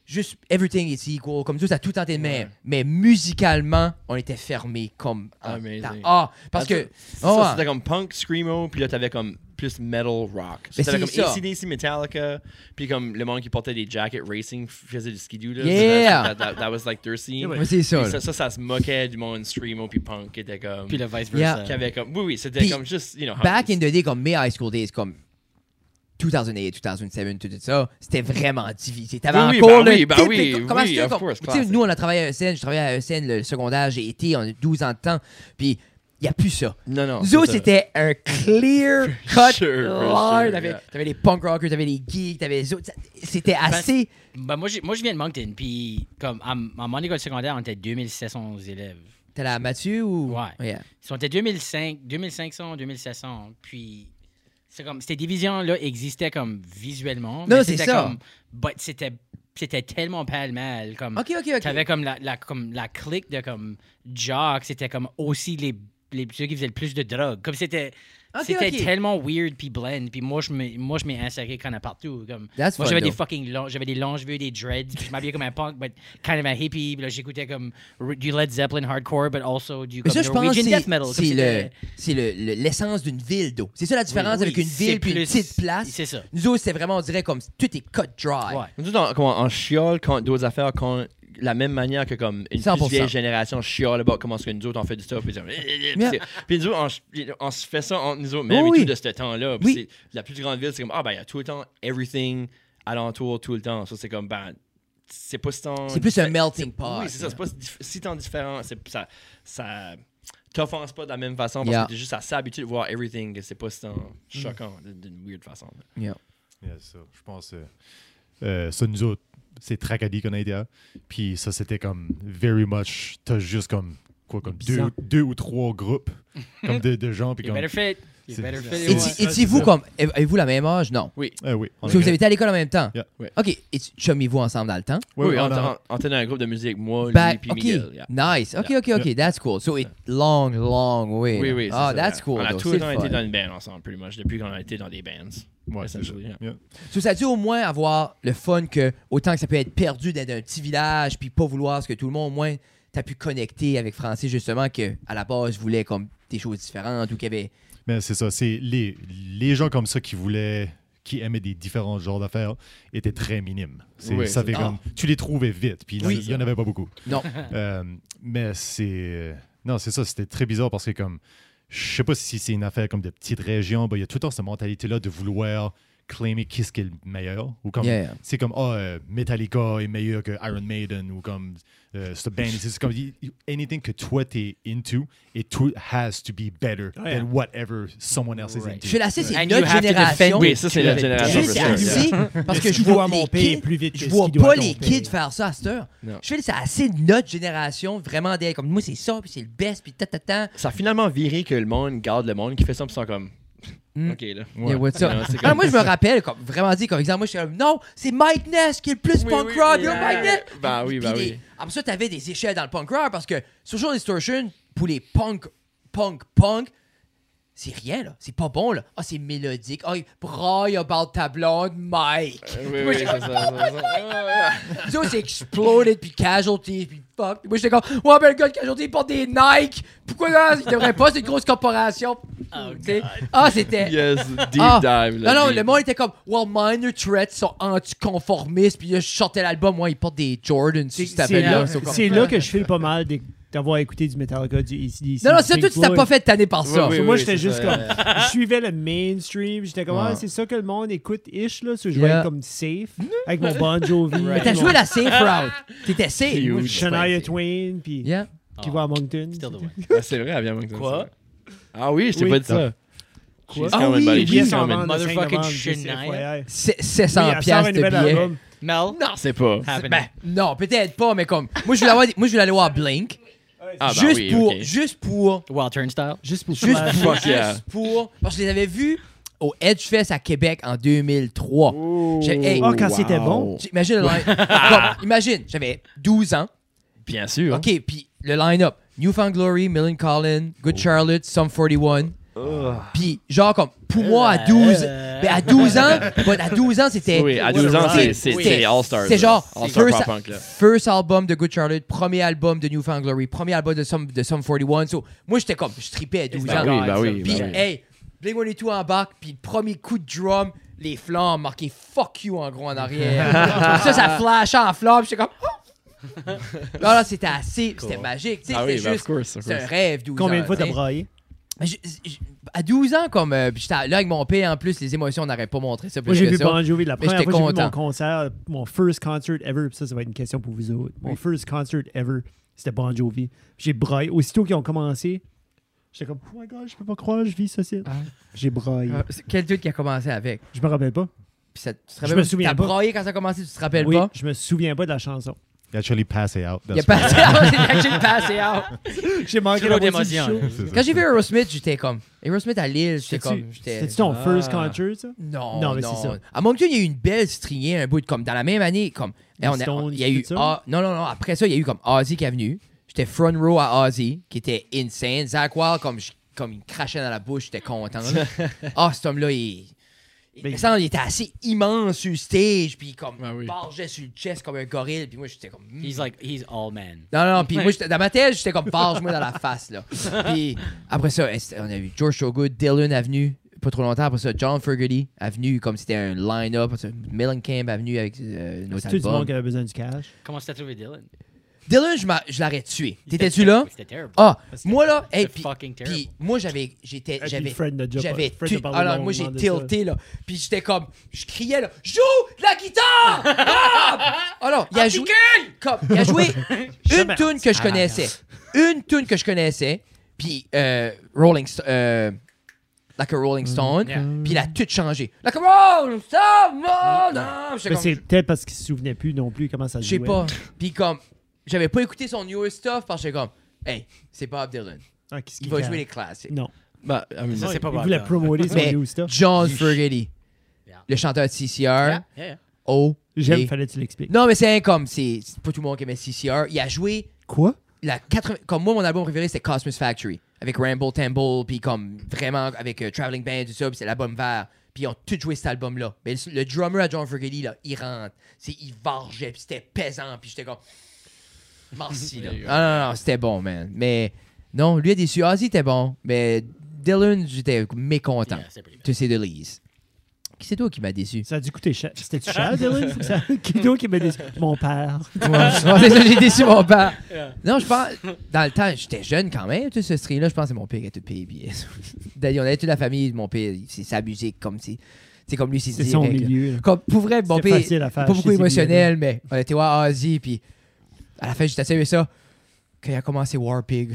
S3: Juste, everything is equal, comme ça, ça a tout le temps été le même. Mais musicalement, on était fermés comme. en-
S2: Amazing.
S3: dans- Ah, parce que.
S2: C'est
S3: oh,
S2: ça,
S3: ouais.
S2: C'était comme punk, screamo, puis là, t'avais comme plus metal rock. So,
S3: Mais
S2: T'avais comme
S3: c'est ça.
S2: ACDC, Metallica, puis comme le monde qui portait des jackets racing faisait du skidoo, là. That,
S3: Yeah.
S2: that- that was like their scene.
S1: Ouais,
S3: Ouais, c'est ça.
S2: Puis ça,
S3: là.
S2: ça, ça se moquait du monde screamo, puis punk, qui était comme...
S5: Puis le vice
S3: Yeah.
S5: versa.
S2: Qui avait comme... Oui, oui, c'était
S3: Puis
S2: comme juste, you know...
S3: back in the day, comme mes high school days, comme 2008, 2007, tout ça, c'était vraiment divisé. T'avais
S2: Oui, oui,
S3: encore
S2: bah
S3: le
S2: oui, bah
S3: typical-
S2: oui, oui,
S3: c'était
S2: of
S3: comme-
S2: course,
S3: tu sais,
S2: classic.
S3: nous, on a travaillé à ESN, je travaillais à ESN le secondaire, j'ai été en 12 ans de temps, puis il n'y a plus ça.
S2: Non, non.
S3: Nous autres,
S2: c'est ça.
S3: c'était un clear cut
S2: sure,
S3: line.
S2: for sure,
S3: T'avais
S2: yeah.
S3: t'avais les punk rockers, t'avais les geeks, t'avais les autres. C'était assez.
S5: Ben, moi, j'ai- moi, je viens de Moncton, puis comme à, m- à mon école secondaire, on était 2600 élèves.
S3: T'as la Mathieu ou.
S5: Ouais.
S3: Yeah.
S5: Ils étaient 2005, 2500, 2700. Puis, c'est comme, ces divisions-là existaient comme visuellement.
S3: Non,
S5: mais
S3: c'est
S5: c'était
S3: ça.
S5: Comme, but c'était, c'était tellement pêle-mêle. Comme,
S3: Ok, ok, ok.
S5: Mm. T'avais comme la, la, comme la clique de comme Jock, c'était comme aussi les, les ceux qui faisaient le plus de drogue. Comme c'était.
S3: Ok,
S5: c'était
S3: ok.
S5: tellement weird puis blend puis moi je me moi je m'ai inséré quand même partout comme
S3: That's
S5: moi
S3: fun,
S5: j'avais des
S3: though.
S5: fucking longs j'avais des longs cheveux des dreads puis je m'habillais comme un punk but kind of a hippie puis là j'écoutais comme r- du Led Zeppelin hardcore but also du
S3: Mais
S5: comme
S3: ça, je pense que
S5: Norwegian death metal
S3: c'est-
S5: Comme
S3: c'est
S5: c'était-
S3: le- c'est le- le- l'essence d'une ville d'eau. C'est ça la différence
S5: Oui,
S3: avec
S5: oui,
S3: une
S5: c'est
S3: ville puis une
S5: plus-
S3: petite place.
S5: C'est ça.
S3: Nous autres, c'est vraiment, on dirait comme tout est cut dry.
S5: Ouais.
S2: Nous autres, on- comment on chiole contre d'autres affaires contre la même manière que comme une
S3: 100%.
S2: plus vieille génération chiole about comment est-ce que nous autres on fait du stuff. Puis, c'est-
S3: Yeah.
S2: puis, nous autres, on ch- on, se fait ça entre nous autres même
S3: Oui,
S2: et
S3: oui.
S2: tout de ce temps-là. Puis
S3: Oui.
S2: c'est- La plus grande ville, c'est comme, ah ben, il y a tout le temps, everything alentour, tout le temps. Ça, c'est comme, ben, c'est pas si tant-
S3: C'est plus un melting pot.
S2: Oui, c'est ça, c'est pas si diff- si tant différent. c'est- Ça, ça t'offense pas de la même façon parce
S3: Yeah. Mm.
S2: que t'es juste assez habitué de voir everything, que c'est pas si tant choquant d- d'une weird façon.
S3: Yeah.
S4: Yeah, ça, je pense. euh, euh, ça, nous autres, c'est Tracadie qu'on a été à. hein. Puis ça, c'était comme very much. T'as juste comme quoi, comme deux,
S1: Bizarre.
S4: deux ou trois groupes comme de, de gens. Puis
S5: You
S4: comme,
S5: better fit. You
S4: C'est-
S5: better
S4: c'est-
S5: fit it
S4: c'est-
S5: once.
S3: Étiez- Étiez-vous comme. Avez-vous la même âge? Non.
S2: Oui.
S4: Euh, oui. on
S3: Parce que
S4: a-
S3: vous avez été à l'école en même temps.
S4: Yeah.
S2: Ouais.
S3: OK. Et tu- chummiez-vous ensemble dans le temps?
S4: Oui,
S2: oui,
S4: on
S2: on,
S4: a-
S2: était- on était dans un groupe de musique, moi, lui,
S3: Back-
S2: puis
S3: Ben, OK.
S2: Miguel. yeah.
S3: Nice. OK, OK, OK. That's cool. So, it long, long way.
S2: Oui, oui. c'est
S3: Ah,
S2: ça.
S3: that's cool.
S2: On a
S3: though.
S2: tout
S3: C'est
S2: le temps
S3: le
S2: été
S3: fun.
S2: dans une band ensemble, pretty much, depuis qu'on a été dans des bands.
S4: Ouais, c'est ça.
S2: essentially, yeah.
S4: Yeah.
S3: So, ça a dû au moins avoir le fun que, autant que ça peut être perdu d'être un petit village, puis pas vouloir ce que tout le monde, au moins, t'as pu connecter avec Francis, justement, que à la base, voulait comme des choses différentes ou qu'il y avait.
S4: Mais c'est ça, c'est les, les gens comme ça qui voulaient, qui aimaient des différents genres d'affaires étaient très minimes. C'est-
S2: Oui,
S4: ça
S2: c'est
S4: fait
S3: ça.
S4: comme, tu les trouvais vite, puis il y en-
S3: Oui.
S4: il n'y en avait pas beaucoup.
S3: Non.
S4: Euh, mais c'est. euh, Non, c'est ça, c'était très bizarre parce que, comme. Je sais pas si c'est une affaire comme de petites régions, ben, il y a tout le temps cette mentalité-là de vouloir claimer qui ce qui est le meilleur. Ou comme.
S3: Yeah.
S4: C'est comme, ah, euh, Metallica est meilleur que Iron Maiden, ou comme. euh, ce band, c'est comme. y- y- Anything que toi t'es into, it too- has to be better
S1: Ouais.
S4: than whatever someone else is
S5: Right.
S4: into.
S3: Je suis là, c'est
S5: And
S3: notre
S5: you have to
S3: génération.
S5: defend-
S2: Oui, ça, c'est la
S5: Tu
S2: génération.
S3: Je
S2: for
S3: suis
S2: sure, yeah.
S3: assez parce que
S1: Est-ce
S3: je
S1: qu'il doit
S3: vois
S1: à mon
S3: les
S1: père
S3: kids-
S1: plus vite que
S3: je
S1: ce
S3: vois
S1: qu'il doit
S3: pas
S1: à ton
S3: les
S1: père?
S3: kids faire ça à cette heure.
S2: Non.
S3: Je fais c'est assez de notre génération vraiment d'être comme moi c'est ça puis c'est le best puis ta ta ta.
S2: Ça a finalement viré que le monde garde le monde qui fait ça, puis ils sont comme.
S3: Mm.
S2: Ok, là.
S3: Yeah, what's up?
S2: Non, c'est
S3: Alors
S2: comme-
S3: moi je me rappelle comme vraiment dit comme exemple moi je suis comme non c'est Mike Ness qui est le plus
S2: Oui,
S3: punk
S2: oui,
S3: rock
S2: oui,
S3: yo,
S2: oui.
S3: Mike Ness.
S2: Ben oui,
S3: Puis
S2: ben
S3: des-
S2: oui.
S3: Après ça t'avais des échelles dans le punk rock parce que Social Distortion pour les punk punk punk c'est rien là c'est pas bon là ah c'est mélodique ah braille about ta blonde Mike
S2: Oui, oui, c'est ça, c'est ça.
S3: Ça, c'est exploded, puis casualty, puis fuck. Puis moi, j'étais comme, ouais, ben le gars de casualty, il porte des Nike. Pourquoi là, il devrait pas, c'est une grosse corporation.
S2: Oh,
S3: Tu sais. ah, c'était.
S2: Yes, deep
S3: Ah.
S2: dive.
S3: Non,
S2: là,
S3: non,
S2: deep.
S3: le monde était comme, well, minor threats sont anticonformistes, puis là, je sortais l'album, moi, il porte des Jordans,
S1: C'est
S3: si
S1: c'est
S3: tu t'appelles là.
S1: là,
S3: c'est comme-
S1: c'est là que je file pas mal d'é- d'avoir écouté du Metallica, du ACDC.
S3: Non, non,
S1: du
S3: c'est toi,
S1: Pink
S3: tu t'as
S1: Floyd.
S3: pas fait tanner par ça.
S2: Oui, oui,
S1: moi,
S2: oui,
S1: j'étais
S2: c'est
S1: juste
S2: ça,
S1: comme. Je suivais le mainstream. J'étais comme,
S3: Ouais.
S1: ah, c'est ça que le monde écoute ish, là. So, je jouais
S3: Yeah.
S1: comme safe avec mon Bon Jovi.
S3: Mais t'as
S1: mon
S3: joué la safe
S1: Ah!
S3: route. T'étais safe.
S2: Cute.
S1: Shania Twain, puis
S3: Yeah.
S1: qui va à Moncton.
S5: Still the one.
S2: Ah, c'est vrai, elle vient avec ça.
S5: Quoi?
S2: Ah oui, je t'ai
S1: Oui.
S2: pas dit ça. Quoi?
S3: Ah oui, oui,
S1: Yes,
S2: She's
S1: on
S2: coming.
S1: vend le 5
S5: Motherfucking
S1: novembre, juste
S5: Shania.
S1: FYI.
S3: C'est-
S1: Oui,
S3: 700
S1: elle sort un
S3: piastres de
S1: nouvel
S3: billets.
S1: album.
S5: Mel,
S2: Non, c'est pas.
S5: happening.
S3: Ben, non, peut-être pas, mais comme, moi, je voulais, avoir, moi, je voulais aller voir Blink.
S2: Ah, ben
S3: juste,
S2: oui,
S3: pour,
S2: ok.
S3: juste pour
S5: Wild Turnstile.
S1: Juste pour
S3: Juste
S1: faire-
S3: pour,
S2: Fuck yeah.
S3: juste pour- Parce que je les avais vus au Edgefest à Québec en 2003. J'ai- hey,
S1: Oh, quand c'était bon.
S3: J'imagine le line- Comme, imagine, j'avais 12 ans.
S2: Bien sûr.
S3: OK, puis le line-up. Newfound Glory, Millen Collin,
S2: Oh.
S3: Good Charlotte, Sum 41. Puis genre comme, pour moi, à 12... Ben à 12 ans, ben, à 12 ans, c'était...
S2: Oui, à 12 ans, c'est- c'est
S3: c'était-
S2: c'est All-Stars.
S3: C'est genre,
S2: All-Star
S3: first,
S2: Pop Punk, là.
S3: first album de Good Charlotte, premier album de Newfound Glory, premier album de Sum, de Sum 41. So, moi, j'étais comme, je tripais à 12
S2: Ben
S3: ans.
S2: oui, ben oui.
S3: Puis,
S2: ben oui.
S3: hey, Blink-182 embarque, puis le premier coup de drum, les flammes marquées fuck you en gros en arrière. ça, ça flashait en flammes, puis j'étais comme. oh! là, là, c'était assez, c'était magique. tu sais,
S2: Ah oui,
S3: c'était
S2: ben, of
S3: juste.
S2: course, of
S3: C'est un
S2: course.
S3: rêve, 12
S1: Combien
S3: ans,
S1: de fois
S3: tu
S1: t'as
S3: sais.
S1: braillé?
S3: Mais je- je- À 12 ans, comme. euh, puis j'étais là avec mon père, en plus, les émotions, on n'aurait pas montré ça.
S1: Moi,
S3: plus
S1: j'ai
S3: que
S1: vu
S3: ça.
S1: Bon Jovi la
S3: Mais
S1: première
S3: j'étais
S1: fois. J'ai vu
S3: content.
S1: mon concert, mon first concert ever. Puis ça, ça va être une question pour vous autres. Mon first concert ever, c'était Bon Jovi. J'ai braillé. Aussitôt qu'ils ont commencé, j'étais comme, oh my god, je peux pas croire, je vis ça. c'est- J'ai braillé.
S3: Ah, c'est- Quel doute qui a commencé avec?
S1: Je me rappelle pas.
S3: Puis ça, tu te
S1: me
S3: rappelles-
S1: souviens
S3: t'as
S1: pas.
S3: braillé quand ça a commencé, tu te rappelles
S1: Oui,
S3: pas?
S1: je me souviens pas de la chanson.
S4: They Actually, passé out.
S3: Il a Ah,
S4: That's
S3: passé out, il a actually passé out.
S1: J'ai manqué
S5: Trop
S1: la moitié
S5: d'émotion.
S1: du show.
S4: right. C'est ça.
S3: Quand j'ai vu Aerosmith, j'étais comme. Aerosmith à Lille, j'étais
S1: C'était-tu-
S3: comme. j'étais-
S1: C'était-tu ton
S2: Ah.
S1: first concert, ça?
S3: Non, non,
S1: Non, mais c'est ça.
S3: À Moncton, il y a eu une belle striée, un bout de comme dans la même année, comme
S1: Les
S3: eh, on a-
S1: Stones,
S3: il y a eu
S1: tout ça?
S3: ah, non non non, après ça, il y a eu comme Ozzy qui est venu. J'étais front row à Ozzy qui était insane. Zach Wild comme je- comme il me crachait dans la bouche, j'étais content. là. Ah, cet homme là, il il,
S1: Mais-
S3: ça, il était assez immense sur le stage, puis comme
S2: Ah oui.
S3: bargeait sur le chest comme un gorille, puis moi j'étais comme hmm.
S5: He's like, he's all man.
S3: Non, non, puis moi, j'étais- dans ma tête, j'étais comme barge-moi dans la face, là. Puis après ça, eh, c'était- on a eu George Shogood, Dylan Avenue, pas trop longtemps. Après ça, John Ferguty Avenue, comme c'était un line-up. Après ça, Mellencamp Avenue avec euh, nos
S1: C'était du monde
S3: albums.
S1: qui avait besoin du cash.
S5: Comment t'as trouvé Dylan?
S3: Dylan, je, m'a- je l'aurais tué. T'étais-tu là?
S5: C'était terrible.
S3: Ah,
S5: C'était-
S3: moi, là, hey,
S5: c'était
S3: puis,
S5: fucking terrible.
S3: puis moi, j'avais, j'étais,
S1: Ah, puis
S3: j'avais,
S1: Fred n'a déjà pas-
S3: j'avais,
S1: Fred n'a
S3: tu-
S1: pas
S3: ah non,
S1: vraiment
S3: moi, j'ai
S1: demandé ça.
S3: tilté, là, puis j'étais comme, je criais, là, joue de la guitare! Ah! Oh non, il a joué, comme, il a joué une
S1: Jamais.
S3: tune que je connaissais,
S5: Ah,
S3: une tune que je connaissais, puis euh, Rolling, Sto- euh, like a
S1: Mm.
S3: Rolling Stone,
S5: yeah.
S3: puis il a tout changé, like a Rolling Stone, no, no, j'étais
S1: Mais
S3: comme-
S1: c'est peut-être parce qu'il se souvenait plus non plus comment ça se
S3: je sais
S1: jouait.
S3: pas, puis comme, j'avais pas écouté son newer stuff, parce que j'étais comme, hey, c'est Bob Dylan.
S1: Ah, qu'est-ce
S3: Il
S1: qu'il
S3: va
S1: fait?
S3: jouer les classiques.
S1: Non.
S2: Bah, I mean,
S5: Ça, c'est pas
S1: Il
S5: bad,
S1: voulait
S5: là.
S1: promoter son
S3: Mais
S1: new stuff.
S3: John Fergetti,
S5: Yeah.
S3: le chanteur de CCR,
S5: Yeah, yeah, yeah.
S3: oh.
S1: J'aime,
S3: et-
S1: fallait que tu l'expliques.
S3: Non, mais c'est income. C'est c'est pas tout le monde qui aimait CCR. Il a joué
S1: Quoi?
S3: la 80 Comme moi, mon album préféré, c'était Cosmos Factory. Avec Ramble Temple, puis comme vraiment avec euh, Traveling Band, tout ça, puis c'est l'album vert. Puis ils ont tous joué cet album-là. Mais le, le drummer à John Fergetti, là, il rentre. C'est, il vargeait, puis c'était pesant, puis j'étais comme. Merci, là. Ah, Non, non, non, c'était bon, man. Mais non, lui a déçu. Ozzy était bon, mais Dylan, j'étais mécontent.
S5: Yeah, c'est pretty bad.
S3: Tu sais, de Lise. Qui c'est toi qui m'a déçu?
S1: Ça a dû coûter cher. C'était-tu cher, Dylan? Faut que ça- Qui d'autre qui m'a dit Mon père.
S3: Ouais, c'est ça, j'ai déçu mon père. Non, je pense. Dans le temps, j'étais jeune quand même, tout ce stream-là. Je pense que c'est mon père qui a tout payé. puis- D'ailleurs, on avait toute la famille. Mon père, c'est sa musique, comme si. C'est comme lui, c'est
S1: C'est son
S3: direct, là.
S1: milieu. là.
S3: Comme, pour vrai, mon
S1: C'était
S3: père.
S1: facile à faire
S3: Pas
S1: chez
S3: beaucoup
S1: ces
S3: émotionnel, mais on était voir Ozzy, puis à la fin, j'étais assez aimé ça. Quand il a commencé War Pig,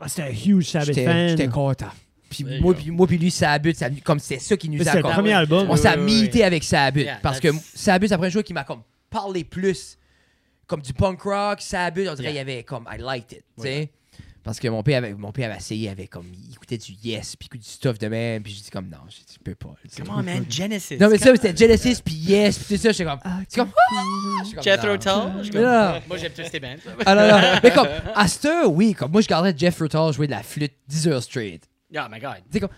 S1: Ah, c'était un huge Sabbath
S3: j'étais
S1: fan.
S3: j'étais content. Puis
S2: There you
S3: moi,
S2: go.
S3: puis moi, puis lui, Sabut, ça, comme c'est ça qui nous
S1: C'était
S3: a
S1: le
S3: comme-
S1: premier
S5: ouais.
S1: album.
S3: Ah on
S5: Oui,
S3: s'est
S5: oui, oui,
S3: milité
S5: oui.
S3: avec Sabut.
S5: Yeah,
S3: parce que
S5: that's-
S3: Sabut, c'est la première chose qui m'a comme parlé plus. Comme du punk rock, Sabut, on dirait
S5: Yeah.
S3: il y avait comme I liked it. tu sais. Parce que mon père avait, mon père avait essayé, avec comme, il écoutait du yes, puis il écoutait du stuff de même, puis j'ai dit comme non, je je peux pas. tu sais.
S5: Come on, man, Genesis.
S3: Non, mais ça,
S5: Come
S3: c'était Genesis, puis yes, puis tout ça, j'étais comme. C'est comme. ah! J'étais
S5: on.
S3: comme,
S5: Jethro
S3: non.
S5: Tull. Je suis comme-
S3: Non.
S5: Moi, j'aime tous tes bands.
S3: Ah non, non. Mais comme, à cette heure, oui, comme moi, je regardais Jeff Tull jouer de la flûte 10 heures straight.
S5: Oh my god.
S3: Tu sais, comme.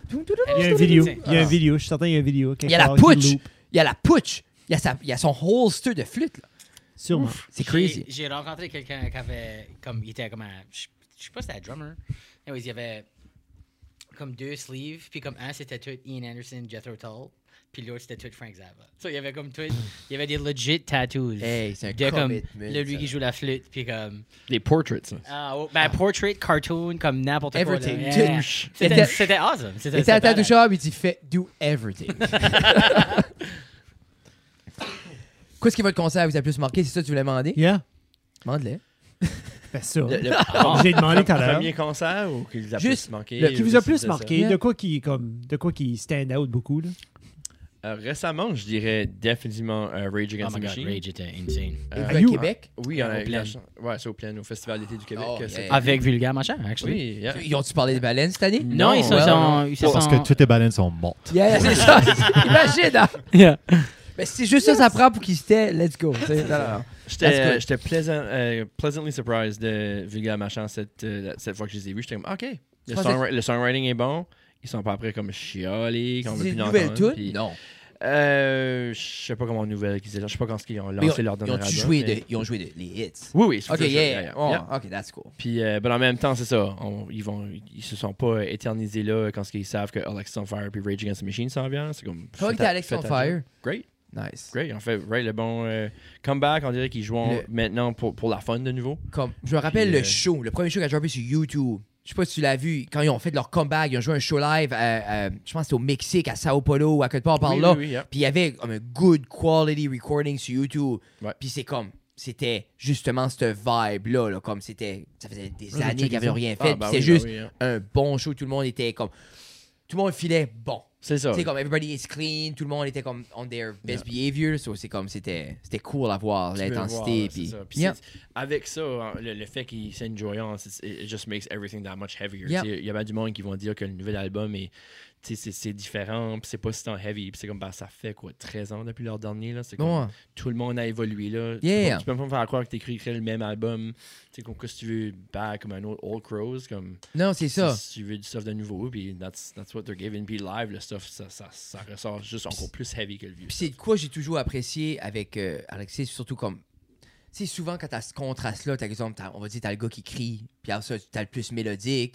S1: Il y a une vidéo. Il y a une vidéo. Je suis certain qu'il y a une vidéo.
S3: Il y a la putsch. Il y a la putsch. Il y a, sa- il y a son holster de flûte, là.
S1: Sûrement.
S3: C'est
S5: J'ai-
S3: crazy.
S5: J'ai rencontré quelqu'un qui avait. Comme, il était comme un. Je je sais pas si c'était un drummer. Anyways, il y avait comme deux sleeves. Puis comme un, c'était tout Ian Anderson, Jethro Tull. Puis l'autre, c'était tout Frank Zappa. So, il y avait comme tout. Il y avait des legit tattoos.
S3: Hey, c'est un
S5: de comme
S3: commitment,
S5: le lui
S3: ça.
S5: qui joue la flûte. Puis comme.
S2: Des portraits. ça.
S5: Ah, oh, ben, portrait, cartoon, comme n'importe quoi. là.
S3: Everything.
S5: Yeah.
S3: Touche.
S5: C'était
S3: Était-
S5: c'était awesome.
S3: Il était à Tattoo Shop, il dit fait do everything. Qu'est-ce qui est votre concert vous a plus marqué? C'est ça que tu voulais demander?
S1: Yeah.
S3: Demande-le.
S1: Fais ça.
S2: Le, le
S3: Ah.
S1: J'ai demandé tout à l'heure.
S2: premier concert ou qui vous a
S3: Juste
S2: plus marqué
S3: le-
S1: Qui vous a
S2: C'est-
S1: plus
S2: c'est
S1: marqué?
S3: Yeah.
S1: De quoi qui comme de quoi qui stand out beaucoup là?
S2: ça. Euh, récemment, je dirais définitivement euh, Rage Against
S5: Oh my
S2: the
S5: god,
S2: Machine.
S5: Rage était insane.
S2: Euh,
S3: Au Québec?
S2: Oui, on a
S5: Au
S2: eu
S5: Plaine.
S2: la chance- Ouais, c'est au plein, au Festival d'été du Québec.
S3: Oh,
S2: euh, c'est-
S3: yeah.
S5: Avec Vulgaire Machin, actually.
S2: Oui, yeah.
S3: Ils ont-tu parlé de baleines cette année?
S5: Non, ils se
S2: ouais,
S5: sont. Ils se
S4: Parce
S5: sont-
S4: que toutes les baleines sont mortes.
S3: Yeah, c'est ça. Imagine, hein?
S5: Yeah.
S3: Mais c'est juste ça, ça prend pour qu'ils se taient. Let's go. tu sais. Non, non, non. That's
S2: J'étais
S3: good.
S2: j'étais plaisant- euh, pleasantly surprised de Vulga Machin cette, euh, cette fois que je les ai vus. J'étais comme, OK, le,
S3: pensais-
S2: songwri- le songwriting est bon. Ils sont pas après comme chiolés, qu'on veut
S3: C'est
S2: plus
S3: une nouvelle
S2: l'entendre,
S3: tune?
S2: puis-
S3: Non.
S2: Euh, je sais pas comment nouvelle qu'ils étaient. Je sais pas quand ils ont
S3: Mais
S2: lancé
S3: Ils
S2: leur
S3: ont- ils
S2: dernier
S3: ont-tu
S2: album.
S3: joué
S2: mais-
S3: de- ils ont joué de- les hits?
S2: Oui, oui. c'est
S3: Ok,
S2: sûr, sûr,
S3: yeah.
S2: yeah,
S3: Oh,
S2: yeah.
S3: Ok, that's cool.
S2: Puis, euh, ben, en même temps, c'est ça. on- ils, vont, ils se sont pas éternisés là quand ils savent que Alex on Fire puis Rage Against the Machine s'en vient. C'est comme.
S3: Comment
S2: faites
S3: était
S2: à-
S3: Alex on
S2: faites à-
S3: Fire?
S2: Great.
S3: Nice.
S2: Great, en fait, right, le bon euh, comeback, on dirait qu'ils jouent
S3: Le-
S2: maintenant pour, pour la fun de nouveau.
S3: Comme, je me rappelle
S2: Puis,
S3: le
S2: euh,
S3: show, le premier show qu'a joué sur YouTube. Je sais pas si tu l'as vu, quand ils ont fait leur comeback, ils ont joué un show live, à- à- je pense que c'était au Mexique, à Sao Paulo, ou à quelque part par
S2: Oui,
S3: là.
S2: oui, oui, yeah.
S3: Puis il y avait comme un good quality recording sur YouTube.
S2: Ouais.
S3: Puis c'est comme, c'était justement cette vibe-là, là, comme c'était, ça faisait des
S1: je vais
S3: années
S1: checker
S3: qu'ils n'avaient
S1: ça.
S3: rien fait.
S2: Ah,
S3: puis
S2: bah
S3: c'était
S2: oui, bah
S3: juste
S2: oui, hein.
S3: un bon show, tout le monde était comme, tout le monde filait bon.
S2: C'est ça.
S3: Tu sais, comme everybody is clean, tout le monde était comme on their best behavior. So c'est comme, c'était c'était cool à voir,
S2: Tu peux le voir,
S3: l'intensité.
S2: là, c'est
S3: Puis,
S2: ça. Puis
S3: Yeah.
S2: c'est- Avec ça, hein, le, le fait qu'ils s'enjoyent, it just makes everything that much heavier.
S3: Yeah.
S2: Tu sais, Il y a bien du monde qui vont dire que le nouvel album est. tu sais, C'est c'est différent, puis c'est pas si tant heavy. Puis c'est comme, bah, ça fait quoi, 13 ans depuis leur dernier. là C'est comme,
S3: Ouais.
S2: tout le monde a évolué. là Tu
S3: Yeah.
S2: peux- Tu peux pas me faire croire que t'écrirais le même album. Tu sais, comme, que si tu veux, bah, comme un autre Old Crows, comme.
S3: Non, c'est ça.
S2: Si tu veux du stuff de nouveau, puis that's, that's what they're giving. Puis live, le stuff, ça, ça, ça ressort juste encore plus heavy que le vieux.
S3: Puis c'est de quoi j'ai toujours apprécié avec euh, Alexis, surtout comme. Tu sais, souvent quand t'as ce contraste-là, t'as exemple, t'as- on va dire, t'as le gars qui crie, puis après ça, t'as le plus mélodique.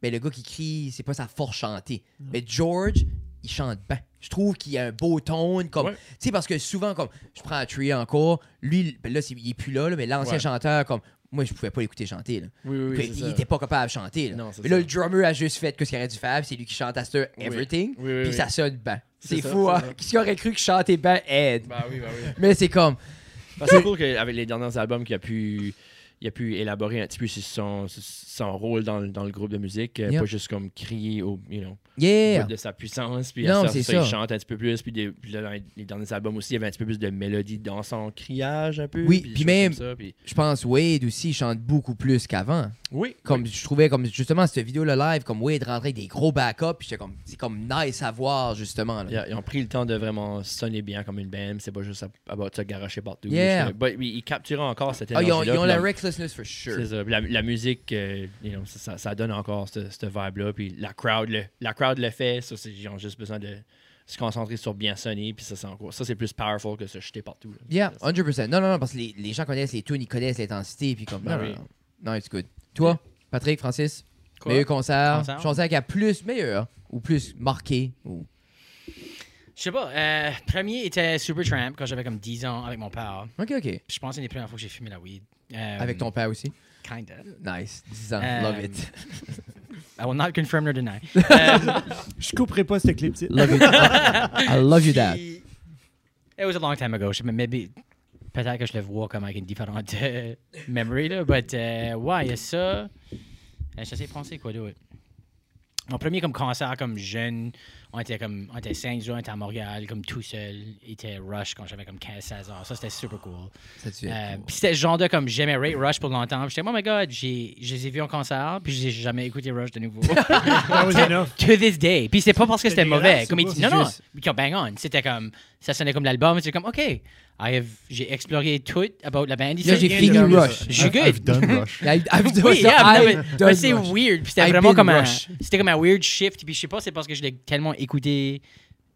S3: Mais le gars qui crie, c'est pas sa force chantée. Mais George, il chante bien. Je trouve qu'il a un beau tone. Comme,
S2: Ouais.
S3: Tu sais, parce que souvent, comme, je prends Tree encore, lui, ben là, c'est- il est plus là, là, mais l'ancien
S2: Ouais.
S3: chanteur, comme, moi, je pouvais pas l'écouter chanter. Là.
S2: Oui, oui,
S3: Puis il était pas capable de chanter. Là.
S2: Non, c'est
S3: mais là,
S2: ça.
S3: le drummer a juste fait que ce qu'il aurait dû faire, puis c'est lui qui chante à ce Everything,
S2: Oui, oui,
S3: puis
S2: oui.
S3: ça sonne bien.
S2: C'est
S3: C'est
S2: ça,
S3: fou,
S2: c'est
S3: hein?
S2: ça.
S3: Qui aurait cru que chanter bien aide?
S2: Bah oui, bah oui.
S3: Mais c'est comme.
S2: Parce que c'est cool qu'avec les derniers albums qu'il a pu. il a pu élaborer un petit peu sur son, sur son rôle dans, le- dans le groupe de musique, euh,
S3: Yeah.
S2: pas juste comme crier au, you know,
S3: Yeah!
S2: de sa puissance. Puis
S3: Non,
S2: ça,
S3: c'est
S2: ça,
S3: ça.
S2: il chante un petit peu plus. Puis, des- puis là, dans les- les derniers albums aussi, il y avait un petit peu plus de mélodie dans son criage un peu.
S3: Oui,
S2: des
S3: puis
S2: choses
S3: même-
S2: comme ça, puis-
S3: Je pense Wade aussi chante beaucoup plus qu'avant.
S2: Oui,
S3: Comme je trouvais, comme justement, cette vidéo-là live, comme Wade rentrait avec des gros backups, puis j'étais comme, c'est comme nice à voir, justement. là.
S2: Ils ils ont pris le temps de vraiment sonner bien comme une band. C'est pas juste à- about se garocher partout.
S3: Yeah.
S2: Je- but ils ils capturaient encore cette
S3: Ah,
S2: énergie.
S3: ils ont, ils ont la recklessness for sure.
S2: C'est ça. Puis La, la musique, euh, you know, ça, ça- ça donne encore cette, cette vibe-là. Puis la crowd, le, la crowd le fait. Ça, c'est- ils ont juste besoin de se concentrer sur bien sonner. Puis ça, c'est encore- ça, c'est plus powerful que se jeter partout. là.
S3: Yeah, 100%. Non, non, non, parce que les, les gens connaissent les tunes, ils connaissent l'intensité, puis comme,
S2: Ben
S3: non, non,
S2: oui.
S3: non. Non, it's good. Toi, Patrick, Francis,
S5: Quoi?
S3: meilleur concert,
S5: Concert?
S3: concert qui a plus meilleur, ou plus marqué, ou...
S5: Je sais pas. euh, premier était Supertramp quand j'avais comme 10 ans avec mon père.
S3: Ok, ok.
S5: Je pense que c'est une des premières fois que j'ai fumé la weed. Euh,
S3: Avec ton père aussi.
S5: Kinda.
S3: Nice, 10 ans,
S5: Euh,
S3: love it.
S5: I will not confirm nor deny. Euh,
S1: Je couperai pas ce clip-ci.
S3: Love it. I love you, dad.
S5: Puis, It was a long time ago. Je- Maybe, peut-être que je le vois comme avec une différente euh, memory, là. But, euh, ouais, il y a ça. Euh, J'essaie de penser quoi d'autre. Mon premier comme concert, comme jeune, on était comme on était cinq jours, on était à Montréal, comme tout seul. Il était Rush quand j'avais comme 15-16 ans. Ça, c'était super cool.
S3: Ça, tu es
S5: Euh,
S3: cool.
S5: Puis c'était le genre de comme j'aimais Rate Rush pour longtemps. Puis J'étais, oh my god, j'ai- je les ai vus en concert, puis j'ai jamais écouté Rush de nouveau.
S1: That was enough.
S5: to this day. Puis c'est pas parce que
S1: C'était
S5: c'était mauvais.
S1: dégueulasse,
S5: Comme il
S1: ou
S5: dit,
S1: pas?
S5: non, non,
S1: Juste-
S5: comme bang on. C'était comme, ça sonnait comme l'album. C'était comme, OK, I have- j'ai exploré tout about la band. ici.
S3: Là, j'ai
S5: Il y a
S3: fini
S5: comme-
S3: Rush.
S5: Je suis
S4: I've- I've
S5: good.
S4: done Rush.
S3: I- I've done-
S5: Oui, yeah,
S3: I've
S5: mais- mais
S3: done
S5: c'est
S3: Rush.
S5: weird. Puis c'était
S3: I've
S5: vraiment
S3: been
S5: comme un,
S3: Rush.
S5: c'était comme un weird shift. Puis je sais pas, c'est parce que je l'ai tellement écouté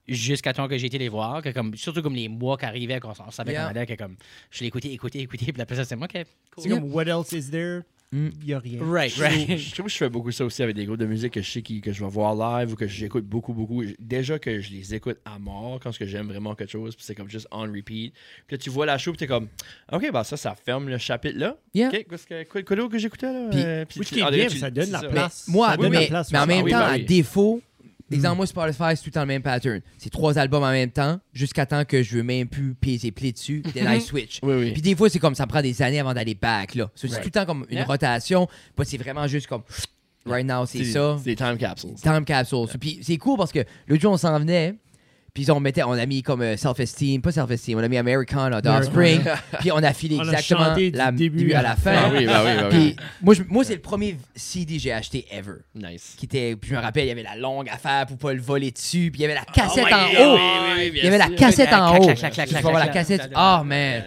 S5: jusqu'à temps que j'ai été les voir, que comme, surtout comme les mois qui arrivaient, qu'on s'en savait
S3: Yeah.
S5: qu'on allait, que comme, je l'ai écouté, écouté, écouté. Puis après ça, c'est moi, OK,
S1: C'est
S5: cool.
S1: comme What else is there?
S3: Mm.
S1: Il y a rien.
S5: Right,
S2: Je,
S5: right.
S2: je trouve que je fais beaucoup ça aussi avec des groupes de musique que je sais qui- que je vais voir live ou que j'écoute beaucoup, beaucoup. Déjà que je les écoute à mort quand ce que j'aime vraiment quelque chose, puis c'est comme juste on repeat. Puis là, tu vois la show, puis t'es comme, OK, bah ça, ça ferme le chapitre là.
S3: Yeah.
S2: OK, qu'est-ce que, quoi, quoi d'autre que j'écoutais là?
S3: Puis-
S2: Euh, puis
S1: Oui, ce
S2: tu-
S1: qui est
S2: en
S1: bien,
S2: tu-
S1: ça donne
S2: c'est
S1: la
S2: ça.
S1: place.
S3: Moi,
S1: Ça
S3: oui,
S1: donne la
S3: mais,
S1: place
S3: mais en
S1: aussi.
S3: même
S2: oui,
S3: temps,
S2: bah
S3: à
S2: oui.
S3: défaut, exemple, moi, Spotify, c'est tout dans le même pattern. C'est trois albums en même temps, jusqu'à temps que je veux même plus peser pli dessus, then I switch.
S2: Oui, oui.
S3: Puis des fois, c'est comme ça prend des années avant d'aller back, là. So, C'est
S2: Right.
S3: tout le temps comme une
S5: Yeah.
S3: rotation. Pas c'est vraiment juste comme right now, c'est
S2: C'est
S3: ça.
S2: C'est des time capsules.
S3: Time capsule. Puis c'est cool parce que le jour, on s'en venait. Puis on mettait, on a mis comme euh, self-esteem, pas self-esteem, on a mis Americana d'Offspring. Puis on a filé
S1: On a
S3: exactement
S1: chanté du
S3: la
S1: début
S3: début à
S1: à
S3: la
S1: la
S3: fin.
S2: Ah oui, bah oui, bah oui.
S3: Puis moi, je- moi c'est le premier CD que j'ai acheté ever.
S2: Nice.
S3: Qui était, puis je me rappelle, il y avait la longue affaire pour pas le voler dessus, puis il y avait la cassette
S2: my
S3: en
S2: God,
S3: haut.
S2: oui, oui, oui, bien
S3: il y avait la
S2: sûr.
S3: cassette en
S5: Clac,
S3: haut.
S5: clac, clac, clac,
S3: Faut
S5: clac,
S3: avoir la
S5: clac,
S3: cassette.
S5: clac.
S3: Oh man.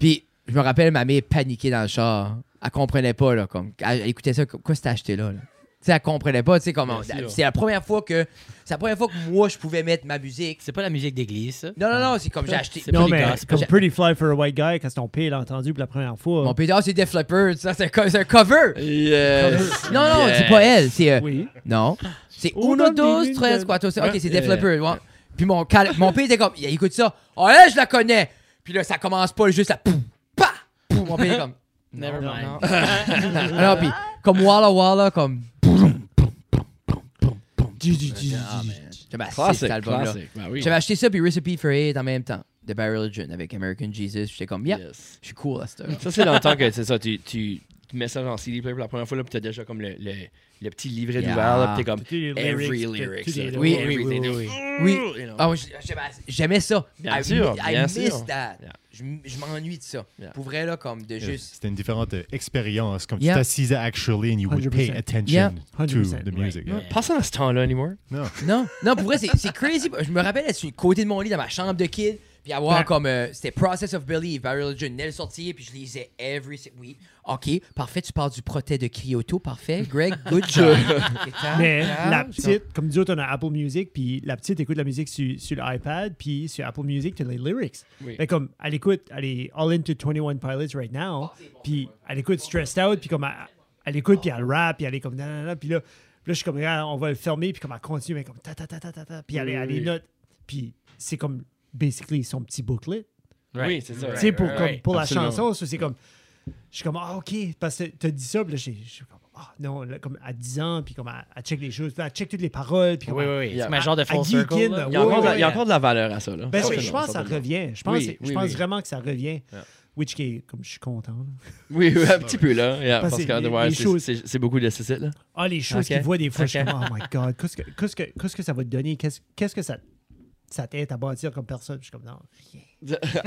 S3: Puis je me rappelle, ma mère paniquait dans le char. Elle comprenait pas, là. Comme, elle, elle écoutait ça, comme, quoi c'était acheté là? là? Tu sais, elle comprenait pas, tu sais, comment.
S2: Bien sûr.
S3: C'est la première fois que. C'est la première fois que moi, je pouvais mettre ma musique.
S5: C'est pas la musique d'église, ça.
S3: Non, non, non, c'est comme j'ai acheté.
S5: C'est
S1: Non,
S5: Pretty
S1: mais
S5: gospel.
S1: comme Pretty Fly for a White Guy, quand ton père l'a entendu pour la première fois.
S3: Mon pédale, c'est Def Leppard, ça, c'est un co- c'est un cover.
S2: Euh, Yes.
S3: Non, non,
S2: Yes.
S3: c'est pas elle, c'est. euh,
S1: Oui.
S3: Non. C'est
S1: Oh,
S3: 1,
S1: non,
S3: 12,
S1: des
S3: 13,
S1: lunettes.
S3: 14. Ok, c'est Def
S2: Ouais.
S3: Leppard. ouais. Puis mon, cal- mon père était comme, il écoute ça. Oh, elle, je la connais. Puis là, ça commence pas juste à. Pouf, pa, pouf. Mon père est comme.
S5: Never
S1: Non,
S5: mind.
S3: Alors, puis comme Walla Walla, comme.
S1: Du, du, du, du,
S3: Ah,
S1: du.
S3: man. J'avais acheté
S2: Classique,
S3: cet album-là.
S2: classique. Bah oui.
S3: J'avais acheté ça, puis Recipe for Hate en même temps. The Barrel Religion avec American Jesus. J'étais comme, yeah,
S2: Yes.
S3: je suis cool à cette heure.
S2: Ça, c'est dans le temps que c'est ça, tu, tu tu mets ça dans CD Player pour la première fois, là, puis t'as déjà comme le, le, le petit livret
S3: Yeah.
S2: d'ouvert, là, puis t'es comme
S1: Toutes les
S2: every
S1: lyrics,
S2: lyric.
S1: toutes les
S2: ça,
S3: Oui,
S2: everything,
S5: oui, oui,
S2: t'es-
S5: oui,
S3: Oui.
S2: you know.
S3: Ah, oui, j'aimais- j'aimais ça.
S2: Bien
S3: I,
S2: sûr,
S3: I
S2: bien
S3: miss
S2: sûr.
S3: that.
S2: Yeah.
S3: Je, m- je m'ennuie de ça.
S2: Yeah.
S3: Pour vrai, là, comme de juste.
S4: C'était une différente euh, expérience. Comme
S3: Yeah.
S4: tu t'assisais actually and you would pay
S1: 100%.
S4: attention
S3: Yeah.
S4: to
S1: 100%.
S4: the music. yeah.
S5: Ouais.
S2: Pas ça dans ce temps-là anymore.
S4: Non.
S3: Non, non, pour vrai, c'est c'est crazy. Je me rappelle être sur le côté de mon lit dans ma chambre de kid, puis avoir comme. euh, C'était Process of Belief, Barry Religion, Nel Sortier, puis je lisais every. si- Oui, ok, parfait, tu parles du proté de Kyoto, parfait. Greg, good job. Hein?
S1: Mais la petite, comme disait, on a Apple Music, puis la petite écoute la musique sur, sur l'iPad, puis sur Apple Music, tu as les lyrics.
S2: Oui.
S1: Fait comme, elle écoute, elle est all into 21 Pilots right now, puis elle écoute Stressed Out, puis comme, elle, elle écoute, puis elle rap, puis elle est comme, nanana, puis là, puis là, je suis comme, regarde, on va le fermer, puis comme, elle continue, mais comme, ta ta ta ta ta, ta puis elle, elle les note, puis c'est comme, basically, son petit booklet.
S2: Oui, c'est ça.
S1: Tu sais, pour,
S2: Right,
S1: comme,
S2: right.
S1: pour la
S2: Ben, Absolument.
S1: chanson, ça, c'est comme. Je suis comme, ah, OK, parce que t'as dit ça, puis là, j'ai- je suis comme, ah, non, là, comme à 10 ans, puis comme, elle elle check les choses, puis elle check toutes les paroles, puis comme.
S5: Oui,
S1: elle-
S5: oui, oui.
S2: Yeah.
S5: C'est ma genre de
S1: À- à
S5: full
S1: Guy
S5: circle.
S1: Kin,
S5: là.
S1: oui,
S2: Il y a encore de la-
S5: oui,
S2: il y a
S5: oui.
S2: encore de la valeur à ça, là.
S1: Ben,
S2: Absolument,
S1: je pense que ça
S2: absolument.
S1: revient. Je pense,
S2: Oui, Ah.
S1: je
S2: oui,
S1: pense
S2: oui.
S1: vraiment que ça revient.
S2: Yeah.
S1: Which, qui est- comme je suis content. là.
S2: Oui, oui, un petit peu là. yeah,
S1: Parce
S2: parce
S1: que
S2: que
S1: les-
S2: ouais,
S1: les
S2: c'est-
S1: choses-
S2: c'est c'est beaucoup de CC là.
S1: Ah, les choses
S2: Ok.
S1: qu'ils voient des fois, je suis
S2: Ok.
S1: comme, oh my God, qu'est-ce que, qu'est-ce que, qu'est-ce que ça va te donner? Qu'est-ce, qu'est-ce que ça, ça t'aide à bâtir comme personne? Puis Je suis comme, non.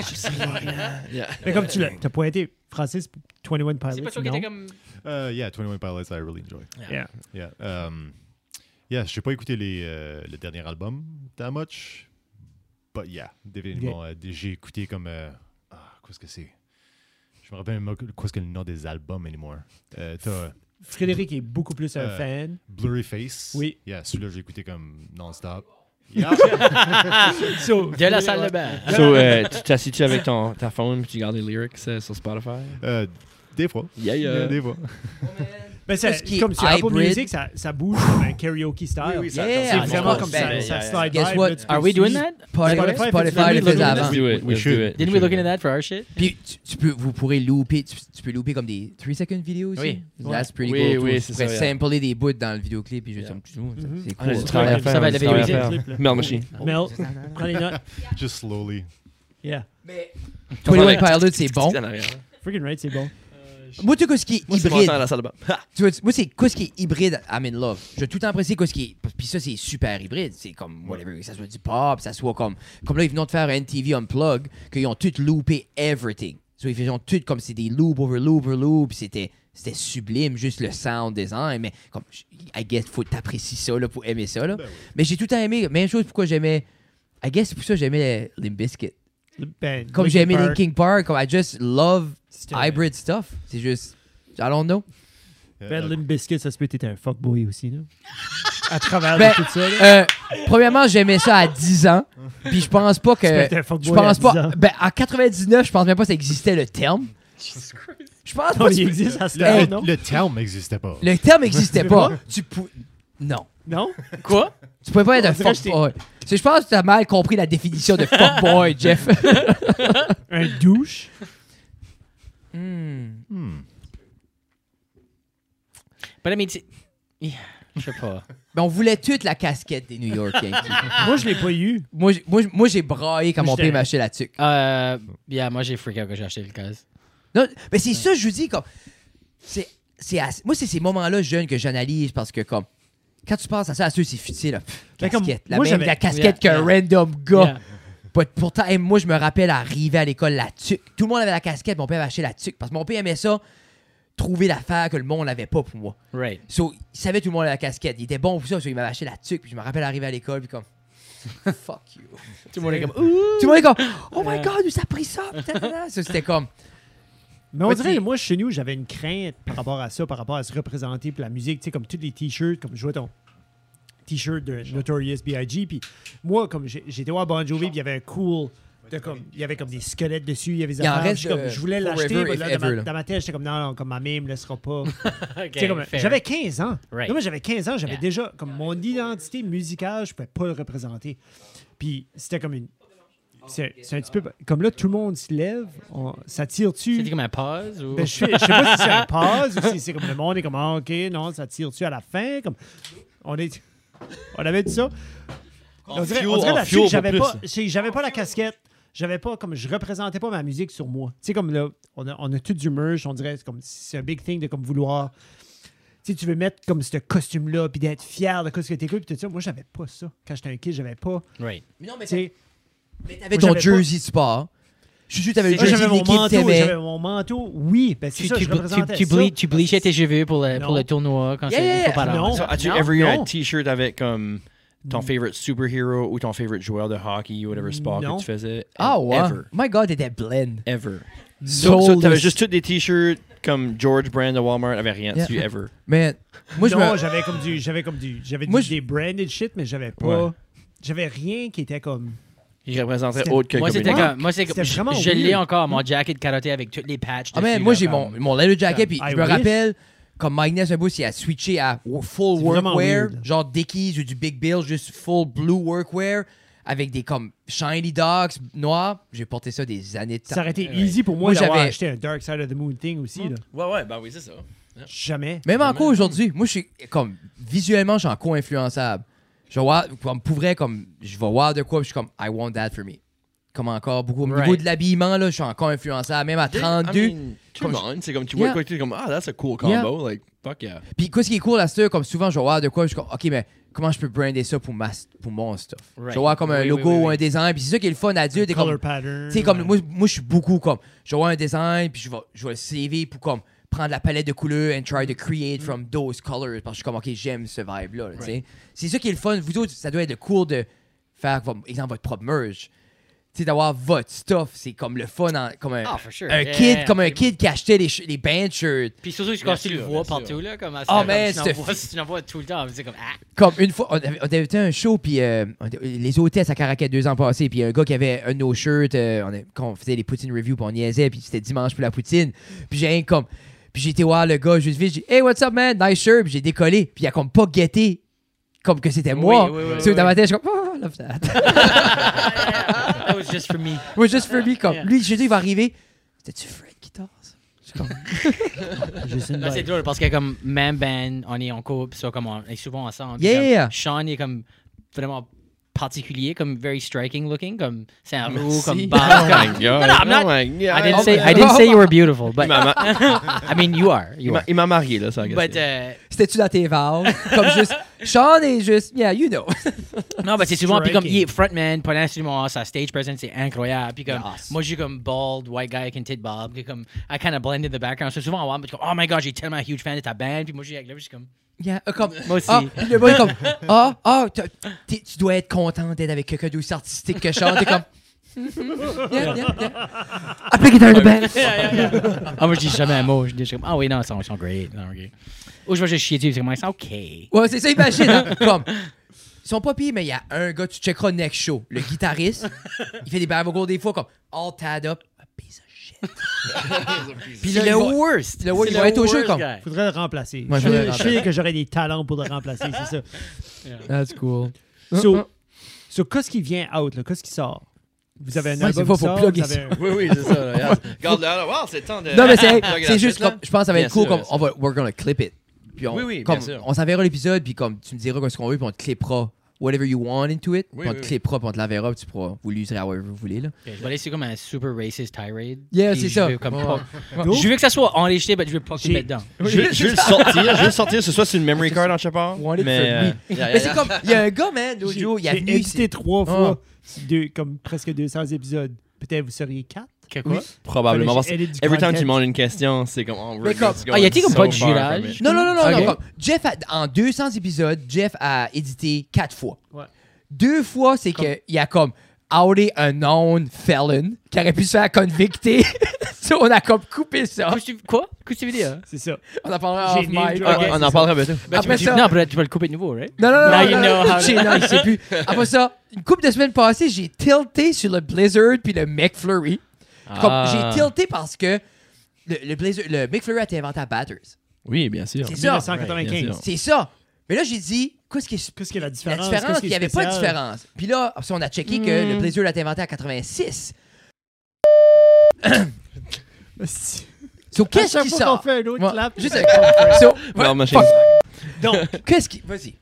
S2: Yeah.
S1: Mais comme tu l'as t'as pointé, Francis, 21
S5: C'est pas
S1: Pilots,
S5: toi qui
S1: non?
S5: étais comme.
S4: Euh, yeah, 21 Pilots, I really enjoy.
S1: Yeah.
S4: Yeah. Um, yeah, je n'ai pas écouté les, euh, le dernier album that much, but yeah, définitivement, euh, des- j'ai écouté comme... euh, ah, qu'est-ce que c'est? Je me rappelle même pas qu'est-ce que le nom des albums anymore. Euh, t'as euh,
S1: Frédéric est beaucoup plus un
S4: Euh,
S1: fan.
S4: Blurry Face.
S1: Oui.
S4: Yeah, celui-là, j'ai écouté comme non-stop. Yeah.
S1: So,
S5: De la salle de bain.
S2: So, euh, tu t'assis-tu avec ton, ta phone puis tu gardes les lyrics euh, sur Spotify?
S4: Euh, des fois.
S2: Yeah, yeah.
S4: Des fois.
S1: ben, ça-
S3: Tout ce qui est
S1: comme sur Apple
S3: hybrid.
S1: Music, ça, ça bouge comme un karaoke style.
S3: ça-
S1: c'est
S3: Yeah,
S1: vraiment
S3: non,
S1: comme
S3: ben,
S1: ça,
S3: yeah,
S1: ça
S2: yeah.
S1: slide
S3: Guess
S1: by,
S3: what?
S1: là, tu peux
S5: Are we
S1: suivre.
S5: doing that?
S1: Spotify,
S3: Spotify,
S1: fait-
S3: Spotify le
S1: fait-
S3: faisait avant.
S2: Let's do it.
S4: We
S2: Let's
S4: should.
S2: do it.
S5: Didn't we look into that for our shit?
S3: hein. Puis tu, tu peux, vous pourrez louper, tu, tu peux louper comme des 3 second vidéos aussi.
S5: Oui.
S3: That's pretty
S2: Oui,
S3: cool.
S2: oui,
S3: too.
S2: c'est
S3: tu pourrais
S2: ça, yeah.
S3: sampler des bouts dans le vidéoclip puis juste
S2: Yeah.
S3: comme tu vois,
S1: Mhm.
S3: c'est
S2: Ah, là,
S3: cool.
S2: du travail à
S1: Ça va
S2: faire.
S5: être
S2: du
S5: la
S2: travail à
S5: vérité.
S2: faire. Mel Machine.
S3: Oh,
S1: Mel, prends les notes.
S4: Just slowly.
S1: Yeah.
S3: Mais 21 Pilots c'est bon.
S2: En arrière.
S1: Freaking right, c'est bon.
S3: Moi tout ce qui est
S2: Moi, c'est mon
S3: hybride,
S2: temps à la salle de bain. Ha!
S3: tu vois, moi c'est quoi ce qui est hybride I'm in love. Je vais tout le temps apprécier quoi ce qui est puis ça c'est super hybride, c'est comme whatever, que ça soit du pop, ça soit comme comme là ils venaient de faire un NTV Unplug qu'ils ont tout loupé everything. So, ils faisaient tout comme c'est des loops over loop over loop, c'était c'était sublime juste le sound design mais comme I guess faut t'apprécier ça là pour aimer ça
S1: Ben
S3: là. Mais j'ai tout le temps aimé, même chose pourquoi j'aimais I guess c'est pour ça que j'aimais Limp Bizkit.
S1: Ben,
S3: Comme
S1: Linkin
S3: j'ai aimé
S1: Park,
S3: Linkin Park, comme I just love
S1: c'était-
S3: hybrid stuff. C'est juste, I don't know.
S1: Ben,
S4: Euh,
S1: Limp Bizkit, ça se peut que t'étais un fuckboy aussi, là. À travers
S3: Ben,
S1: tout ça, là.
S3: Euh, premièrement, j'aimais ça à 10 ans. Puis je pense pas que.
S1: Tu peux être un fuckboy
S3: Je pense
S1: à 10 ans.
S3: pas. Ben, en 99, je pense même pas que ça existait le terme. Je pense
S1: Non,
S3: pas. que
S1: il
S3: tu-
S1: existe à ce
S4: le,
S1: temps, non?
S4: le terme n'existait pas.
S3: Le terme existait
S1: C'est
S3: pas.
S1: vrai?
S3: Tu pou... Non.
S1: Non?
S5: Quoi?
S3: Tu pouvais pas être
S1: On
S3: un
S1: dirait que
S3: fuckboy. C'est- Je pense que tu as mal compris la définition de fuckboy, Jeff.
S1: Un douche?
S3: Hmm.
S4: Hmm.
S5: But I mean, c'est- Yeah, je sais pas.
S3: Ben, on voulait toute la casquette des New York Yankees.
S1: Moi, je l'ai pas eu.
S3: moi, j'ai- moi, j'ai- moi, j'ai braillé quand
S1: Moi,
S3: mon
S1: j'étais-
S3: père m'a acheté la tuque.
S5: Euh, yeah, moi j'ai freak out quand j'ai acheté le casque.
S3: Non, mais c'est ça, je vous dis, comme. C'est, c'est assez- moi, c'est ces moments-là jeunes que j'analyse parce que, comme. Quand tu penses à ça, à ceux, c'est futile. là. Pff,
S1: Mais comme,
S3: casquette. la
S1: moi,
S3: même,
S1: j'avais-
S3: la casquette
S5: Yeah,
S3: qu'un
S5: yeah.
S3: random gars.
S5: Yeah.
S3: Pas- Pourtant, hey, moi, je me rappelle arriver à l'école la tuque. Tout le monde avait la casquette, mon père avait acheté la tuque. Parce que mon père aimait ça, trouver l'affaire que le monde n'avait pas pour moi.
S5: Right.
S3: So, il savait tout le monde avait la casquette. Il était bon pour ça, so, il m'avait acheté la tuque. Puis je me rappelle arriver à l'école, puis comme. Fuck you.
S5: Tout le monde est comme ouh.
S3: Tout le monde est comme. Oh my
S5: Ouais.
S3: god, où ça a pris ça? Ta-ta-ta. Ça, C'était comme.
S1: Mais on
S3: Ouais,
S1: dirait,
S3: t'sais-
S1: moi, chez nous, j'avais une crainte par rapport à ça, par rapport à se représenter, puis la musique, tu sais, comme tous les t-shirts, comme je vois ton t-shirt de Notorious B.I.G. Puis moi, comme j'ai- j'étais au Bon Jovi, puis il y avait un cool. de comme, il y avait comme des squelettes dessus, il y avait des
S3: Il en
S1: affaires.
S3: reste,
S1: J'étais comme,
S3: euh,
S1: je voulais
S3: Forever
S1: l'acheter, mais
S3: if
S1: là, dans, ma-
S3: ever, là.
S1: dans ma tête, j'étais comme, non, non, comme ma mère me laissera pas.
S5: Ok,
S1: Tu sais, comme,
S5: fair.
S1: j'avais 15 ans.
S5: Right.
S1: Non, moi, j'avais 15 ans, j'avais
S5: Yeah.
S1: déjà comme mon identité musicale, je pouvais pas le représenter. Puis c'était comme une. C'est c'est un petit peu. Comme là, tout le monde se lève, on- ça tire dessus.
S5: C'était comme un pause ou.
S1: Ben, je, sais, je sais pas si c'est un pause ou si c'est comme le monde est comme ah, OK, non, ça tire-tu à la fin? Comme, on, est, on avait dit ça. On dirait, on
S2: fuel,
S1: dirait
S2: en
S1: là-dessus
S2: fuel
S1: que
S2: pour
S1: j'avais
S2: plus.
S1: pas, c'est- j'avais pas la casquette. J'avais pas, comme je représentais pas ma musique sur moi. Tu sais, comme là, on a, on a tout du merch, on dirait c'est comme c'est un big thing de comme vouloir. Tu sais, tu veux mettre comme ce costume-là, puis d'être fier de ce que t'écoutes, puis tout ça. Moi, j'avais pas ça. Quand j'étais un kid, j'avais pas.
S5: Right.
S3: Mais non, mais
S1: Tu sais,
S3: Mais t'avais
S1: Moi,
S3: ton
S1: j'avais
S3: jersey de sport. Je suis sûr que t'avais le
S1: ah,
S3: jersey
S1: j'avais
S3: de
S1: mon
S3: l'équipe,
S1: manteau,
S3: t'aimais.
S1: j'avais mon manteau. Oui, ben c'est
S5: Tu,
S1: ça,
S5: tu,
S1: je
S5: tu-
S1: représentais
S5: tu
S1: ça. Ah,
S5: ble- tu bleachais tes cheveux pour le, pour
S1: Non.
S5: le tournoi quand
S3: Yeah,
S5: c'est
S3: yeah,
S5: faut pas
S1: yeah.
S5: l'heure.
S1: Non.
S2: So, as-tu
S1: Non,
S2: ever eu
S1: non.
S2: un t-shirt avec comme ton favorite superhero ou ton favorite joueur de hockey ou whatever sport
S1: Non.
S2: que tu faisais?
S3: Ah ouais.
S2: Ever.
S3: My God, t'étais blend.
S2: Ever. So, so
S3: Soulless.
S2: t'avais juste tous des t-shirts comme George Brand de Walmart, avait rien
S3: Yeah.
S2: dessus ever.
S3: Man, moi je
S1: non,
S3: me.
S1: j'avais comme du. J'avais comme du. J'avais
S3: Moi,
S1: du-
S3: je-
S1: des branded shit, mais j'avais pas.
S2: Ouais.
S1: J'avais rien qui était comme.
S2: Il représentait
S1: C'était-
S2: autre que
S5: Moi
S2: comme
S5: c'était
S2: une-
S5: comme moi c'est
S1: C'était
S5: comme je,
S1: vraiment
S5: je l'ai
S1: weird.
S5: encore mon jacket de karaté avec toutes les patchs.
S3: Ah,
S5: dessus,
S3: man, moi
S5: là,
S3: j'ai mon,
S5: comme-
S3: mon leather jacket, puis
S1: I
S3: je me
S1: wish.
S3: rappelle, comme Mike Ness un bout, il a switché à wo- full
S1: C'est vraiment
S3: workwear,
S1: weird.
S3: genre Dickies ou du Big Bill, juste full blue workwear, avec des comme shiny dogs noirs. J'ai porté ça des années de temps.
S1: Ça aurait été easy pour moi,
S3: Moi,
S1: d'avoir
S3: j'avais-
S1: acheté un Dark Side of the Moon thing aussi. Là.
S2: Ouais, ouais, bah oui, c'est ça.
S1: Jamais.
S3: Même encore aujourd'hui, moi je suis comme visuellement, je suis encore influençable. Je vais voir, comme pour vrai, comme je vais voir de quoi, puis je suis comme I want that for me. comme encore beaucoup. Au niveau
S5: Right.
S3: de l'habillement, là, je suis encore influençable, même à 32.
S2: I mean, tout le
S3: Comme-
S2: monde. C'est comme, tu
S3: Yeah.
S2: vois quoi, tu comme, ah, that's a cool combo. Like, fuck yeah.
S3: Puis, quoi, ce qui est cool à ce comme souvent, je vais voir de quoi, je suis comme, OK, mais comment je peux brander ça pour, ma, pour mon stuff? Je
S5: Right.
S3: vais voir comme un
S5: Oui, oui,
S3: logo
S5: oui, oui.
S3: ou un design. Puis, c'est ça qui est le fun à Dieu. t'es comme-
S1: Color pattern. euh,
S3: Tu sais,
S5: Hmm.
S3: comme, moi, moi je suis beaucoup comme, je vais voir un design, puis je vais, je vais le CV pour comme prendre la palette de couleurs and try to
S5: Hmm.
S3: create from those colors. Parce que je suis comme, OK, j'aime ce vibe-là. là, tu sais. C'est ça qui est le fun. Vous autres, ça doit être cool de faire, comme, exemple, votre propre merge. Tu sais, d'avoir votre stuff, c'est comme le fun, en- comme un,
S5: Ah, for sure.
S3: un
S5: Yeah,
S3: kid,
S5: yeah,
S3: comme un
S5: absolument.
S3: kid qui achetait les, ch- les band shirts.
S5: Puis surtout que
S2: Bien
S5: quand tu le
S2: sûr,
S5: vois
S2: bien sûr.
S5: partout, là, comme à
S3: Ah,
S5: comme
S3: mais
S5: tu l'en
S3: c'était-
S5: vois- tu l'en vois tout le temps, c'est comme ah.
S3: Comme une fois, on avait, on avait été à un show, puis euh, on était- les hôtesses à Caracat deux ans passés, puis un gars qui avait un de nos shirts, euh, on a- quand on faisait les poutine reviews, puis on niaisait, puis c'était dimanche pour la poutine. Puis j'ai un comme. Puis j'ai été voir le gars juste vite, j'ai dit Hey, what's up, man? Nice shirt. Puis j'ai décollé, puis il a comme pas guetté, comme que c'était moi.
S5: oui, oui,
S3: Tu sais,
S5: oui,
S3: dans
S5: oui.
S3: ma tête, je suis comme Oh, I love that.
S5: That was just for me.
S3: Moi, juste for me, comme.
S5: Yeah.
S3: Lui, j'ai dit, il va arriver. C'était-tu Fred qui danse? Je suis comme,
S1: Jason
S5: Là, c'est
S1: Blake.
S5: drôle parce que comme même band, on est en couple, soit comme on est souvent ensemble.
S3: Yeah,
S5: Comme,
S3: yeah, yeah.
S5: Sean est comme vraiment particulier, comme very striking looking, comme c'est un roux,
S2: Merci.
S5: Ah, comme
S2: Oh
S5: barbe.
S2: my
S5: comme-
S2: god.
S5: No, no, I'm
S2: oh
S5: not-
S2: my god.
S5: I didn't
S3: Oh
S5: say
S3: my
S5: I didn't
S3: God.
S5: say you were beautiful, but
S2: Il m'a-
S5: I mean you are.
S2: il
S5: You
S2: m'a-
S5: are.
S2: il m'a marié, là, ça, I guess.
S5: But euh,
S3: C'était-tu dans tes valves? comme juste. Sean est juste. Yeah, you know.
S5: Non, mais c'est souvent, puis comme
S1: Striking.
S5: il est frontman, pas instrument, sa stage presence c'est incroyable. Puis comme,
S3: Yes.
S5: moi, je suis comme bald, white guy avec une petite bob, puis comme, I kind of blend in the background. C'est souvent, ouais, mais je suis comme, oh my god, j'ai tellement huge fan de ta band, puis moi, je suis avec lui, je suis comme,
S3: Yeah, euh, comme,
S5: Moi aussi.
S3: Ah, puis le boy est comme, ah, ah, t'as- t'es- tu dois être content d'être avec quelqu'un d'aussi artistique que Sean. T'es comme, yeah, yeah, yeah. I play guitar in the band.
S5: ah, moi, je dis jamais un mot, je dis je suis comme, ah oui, non, ils sont, ils sont great. Non, ok. Ou je vais juste chier dessus, c'est comme, c'est ok.
S3: Ouais, c'est ça, imagine. hein, comme, ils sont pas pires, mais il y a un gars, tu checkeras next show, le guitariste. il fait des barres vocaux des fois, comme, all tied up. a piece of shit. Puis
S5: C'est
S3: là, il
S5: le
S3: va-
S5: worst.
S3: le worst,
S5: C'est
S3: euh, il va être au jeu,
S5: worst
S3: comme-
S5: guy.
S1: Faudrait le remplacer.
S3: Moi,
S1: je,
S3: j'aimerais le
S1: je sais que j'aurais des talents pour le remplacer, c'est ça.
S3: That's cool.
S1: So, so qu'est-ce qui vient out, là? Qu'est-ce qui sort? Vous avez un
S3: Ouais, c'est
S1: album
S3: pas
S1: qui
S3: pour
S1: sort,
S3: plugger
S1: vous avez un-
S2: Oui, oui, c'est ça. là, regarde. Regarde là, là, wow, c'est le temps de.
S3: Non, mais c'est,
S2: plugger la
S3: c'est juste
S2: suite, là.
S3: comme, je pense que ça va
S2: Euh, Bien
S3: être cool,
S2: sûr,
S3: comme,
S2: bien
S3: on va, we're gonna clip it. Puis on,
S2: Oui, oui,
S3: comme,
S2: bien sûr.
S3: on s'enverra l'épisode, puis comme, tu me diras comme ce qu'on veut, puis on te clippera whatever you want into it,
S2: Oui,
S3: puis on
S2: oui,
S3: te
S2: oui.
S3: clippera, puis on te l'enverra, puis tu pourras, vous l'userez however vous voulez, là.
S5: Je vais laisser comme un super racist tirade.
S3: Yeah,
S5: puis
S3: c'est
S5: je
S3: ça.
S5: veux comme
S3: Ouais.
S5: pas-
S1: Ouais.
S5: Je veux que ça soit enregistré, mais je veux pas que tu
S1: J'ai-
S5: me mettes dedans.
S2: Je vais, je vais le sortir, je vais le sortir, ce soit sur une memory card en chapard.
S3: Want it
S2: Mais,
S3: for me.
S2: euh, yeah,
S3: Mais
S2: yeah,
S3: c'est comme, il y a un gars, man, l'autre
S1: J'ai-
S3: jour, il a
S1: j'ai
S3: venu. Ah.
S1: édité trois fois, sur deux- comme presque 200 épisodes. Peut-être vous seriez quatre.
S5: Que quoi?
S2: Probablement.
S1: Fallait
S2: Parce
S1: que j'aille edit
S2: que
S1: du
S2: every time
S1: content.
S2: tu demandes une question, c'est comme. Oh,
S3: Mais
S2: we're
S3: comme-
S2: just
S5: Ah, y a-t-il
S2: going
S5: comme pas de
S2: so far from
S5: girage?
S2: it.
S3: Non, non, non, non,
S5: Ok.
S3: non, comme, Jeff, a- en 200 épisodes, Jeff a édité quatre fois.
S1: Ouais.
S3: Deux fois, c'est que qu'il a comme outé un known felon qui aurait pu se faire convicter. Ça, on a comme coupé ça.
S5: Qu'est-ce que tu- Quoi? Qu'est-ce que tu veux dire?
S1: C'est ça.
S3: On en parlera
S1: J'ai
S3: off
S1: name
S3: mic.
S1: drop.
S2: Ok,
S1: Ouais,
S2: on
S1: c'est
S2: en
S1: ça.
S2: parlera bientôt.
S5: Ben, tu
S3: Après
S5: me dis-
S3: ça-
S5: Non, tu vas le couper de nouveau, right?
S3: Non, non, non.
S5: Now
S3: non,
S5: you
S3: non,
S5: know
S3: non,
S5: how to-
S3: j'ai- non, il sait plus. Après ça, une couple de semaines passées, j'ai tilté sur le Blizzard puis le McFlurry. Comme,
S5: Ah.
S3: J'ai tilté parce que le, le, Blizzard, le McFlurry a été inventé à Batters.
S2: Oui, bien sûr.
S3: C'est ça.
S1: 1995.
S2: Right,
S3: C'est ça. Mais là, j'ai dit, qu'est-ce qui est
S1: Qu'est-ce que la
S3: la
S1: différence?
S3: différence?
S1: Qu'est-ce qui
S3: Il
S1: est
S3: n'y avait pas de
S1: spécial?
S3: différence. Puis là, après ça, on a checké que le Blizzard a été inventé en 86.
S1: Si-
S3: So, qu'est-ce
S1: À chaque
S3: qui
S1: fois
S3: sort?
S1: qu'on fait un autre
S3: Moi,
S1: clap.
S3: Juste un- So,
S2: Non, mais
S3: fuck.
S1: Donc,
S3: Qu'est-ce qui... Vas-y.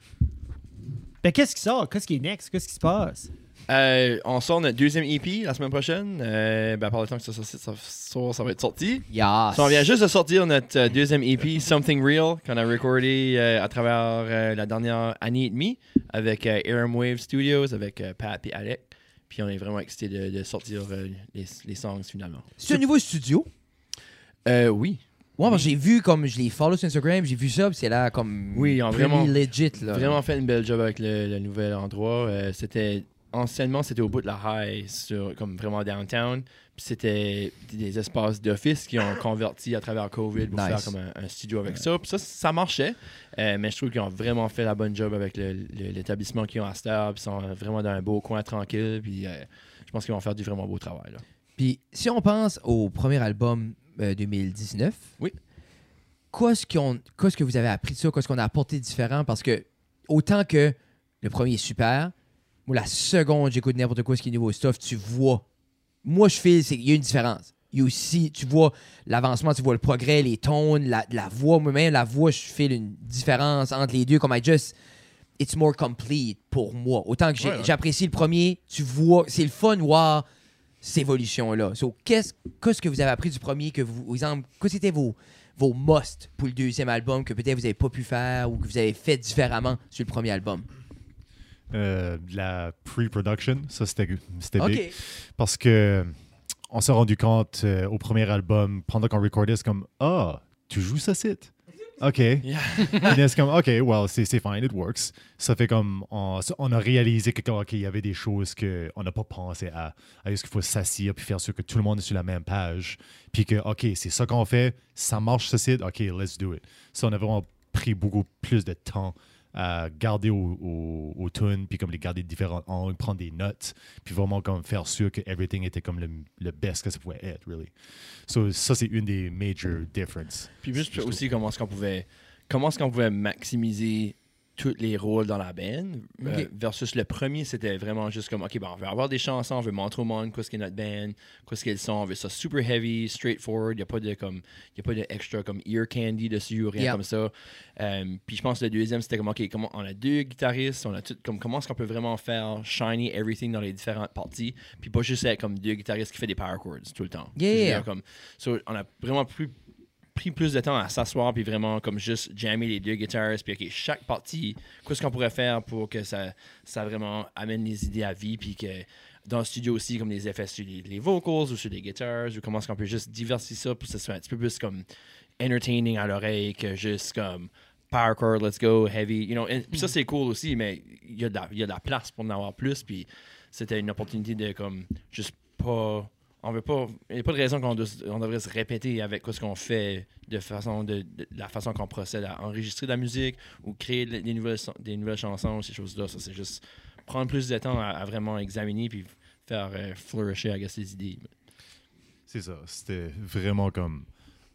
S1: ben, qu'est-ce qui sort? Qu'est-ce qui est next? Qu'est-ce qui se passe?
S2: Euh, on sort notre deuxième EP la semaine prochaine. Euh, ben, par le temps que ça, sorti- ça, sort, ça va être sorti.
S3: Yes.
S2: So, on vient juste de sortir notre euh, deuxième EP, Something Real, qu'on a recordé euh, à travers euh, la dernière année et demie avec euh, Airwave Studios, avec euh, Pat et Alec. Puis on est vraiment excités de, de sortir euh, les, les songs finalement.
S3: C'est un nouveau studio.
S2: Euh, oui.
S3: Ouais, parce que j'ai vu comme je les follow sur Instagram, j'ai vu ça, puis c'est là comme
S2: Oui, ils ont
S3: pretty
S2: vraiment-
S3: legit là. hein.
S2: Vraiment fait une belle job avec le, le nouvel endroit. Euh, c'était anciennement c'était au bout de la high sur comme vraiment downtown. Puis c'était des espaces d'office qui ont converti à travers Covid pour
S3: Nice.
S2: faire comme un, un studio avec ça. Puis ça ça marchait. Euh, mais je trouve qu'ils ont vraiment fait la bonne job avec le- le- l'établissement qu'ils ont à Star. Puis ils sont vraiment dans un beau coin tranquille. Puis euh, je pense qu'ils vont faire du vraiment beau travail. là.
S3: Puis si on pense au premier album euh, 2019,
S2: Oui.
S3: Qu'est-ce qu'on qu'est-ce que vous avez appris de ça, qu'est-ce qu'on a apporté de différent parce que autant que le premier est super, moi la seconde j'écoute n'importe quoi ce qui est nouveau stuff, tu vois. Moi je file c'est il y a une différence. Il y a aussi tu vois l'avancement, tu vois le progrès, les tones, la, la voix moi-même, la voix je file une différence entre les deux comme I just It's more complete pour moi. Autant que j'ai-
S2: Ouais, ouais.
S3: j'apprécie le premier, tu vois, c'est le fun de voir cette évolution-là. So, qu'est-ce, qu'est-ce que vous avez appris du premier que vous, exemple, que c'était vos, vos must pour le deuxième album que peut-être vous n'avez pas pu faire ou que vous avez fait différemment sur le premier album?
S4: Euh, de la pre-production, ça c'était c'était
S3: OK.
S4: big. Parce que on s'est rendu compte euh, au premier album, pendant qu'on recordait, c'est comme Ah, tu joues ça site. OK. Et là, c'est comme OK, well, c'est c'est fine, it works. Ça fait comme on, ça- on a réalisé que comme, OK, il y avait des choses qu'on n'a pas pensé à. à ce qu'il faut s'assire puis faire sûr que tout le monde est sur la même page. Puis que OK, c'est ça qu'on fait, ça marche ce site, OK, let's do it. Ça, on a vraiment pris beaucoup plus de temps à garder au, au, au tune, puis comme les garder de différents angles, prendre des notes, puis vraiment comme faire sûr que everything était comme le, le best que ça pouvait être, really. So, ça, c'est une des major differences.
S2: Puis juste aussi comment est-ce qu'on pouvait comment est-ce qu'on pouvait maximiser tous les rôles dans la band euh,
S3: Ok.
S2: versus le premier c'était vraiment juste comme ok ben on veut avoir des chansons on veut montrer au monde qu'est-ce qu'est notre band qu'est-ce qu'elles sont on veut ça super heavy straightforward il y a pas de comme y a pas de extra comme ear candy dessus ou rien
S3: Yeah.
S2: comme ça Euh, puis je pense que le deuxième c'était comme ok comment on a deux guitaristes on a tout comme comment est-ce qu'on peut vraiment faire shiny everything dans les différentes parties puis pas juste être comme deux guitaristes qui fait des power chords tout le temps
S3: Yeah.
S2: Je veux dire, comme so, on a vraiment plus pris plus de temps à s'asseoir puis vraiment comme juste jammer les deux guitares puis ok chaque partie qu'est-ce qu'on pourrait faire pour que ça ça vraiment amène les idées à vie puis que dans le studio aussi comme les effets sur les, les vocals ou sur les guitares ou comment est-ce qu'on peut juste diversifier ça pour que ce soit un petit peu plus comme entertaining à l'oreille que juste comme power chord let's go heavy you know and- puis ça c'est cool aussi mais il y a de la, il y a de la place pour en avoir plus puis c'était une opportunité de comme juste pas on veut pas. Il n'y a pas de raison qu'on doit- on devrait se répéter avec quoi ce qu'on fait de façon de, de- la façon qu'on procède à enregistrer de la musique ou créer de- des nouvelles son- des nouvelles chansons, ces choses-là. Ça, c'est juste prendre plus de temps à, à vraiment examiner puis faire euh, flourisher, I guess, les idées.
S4: C'est ça. C'était vraiment comme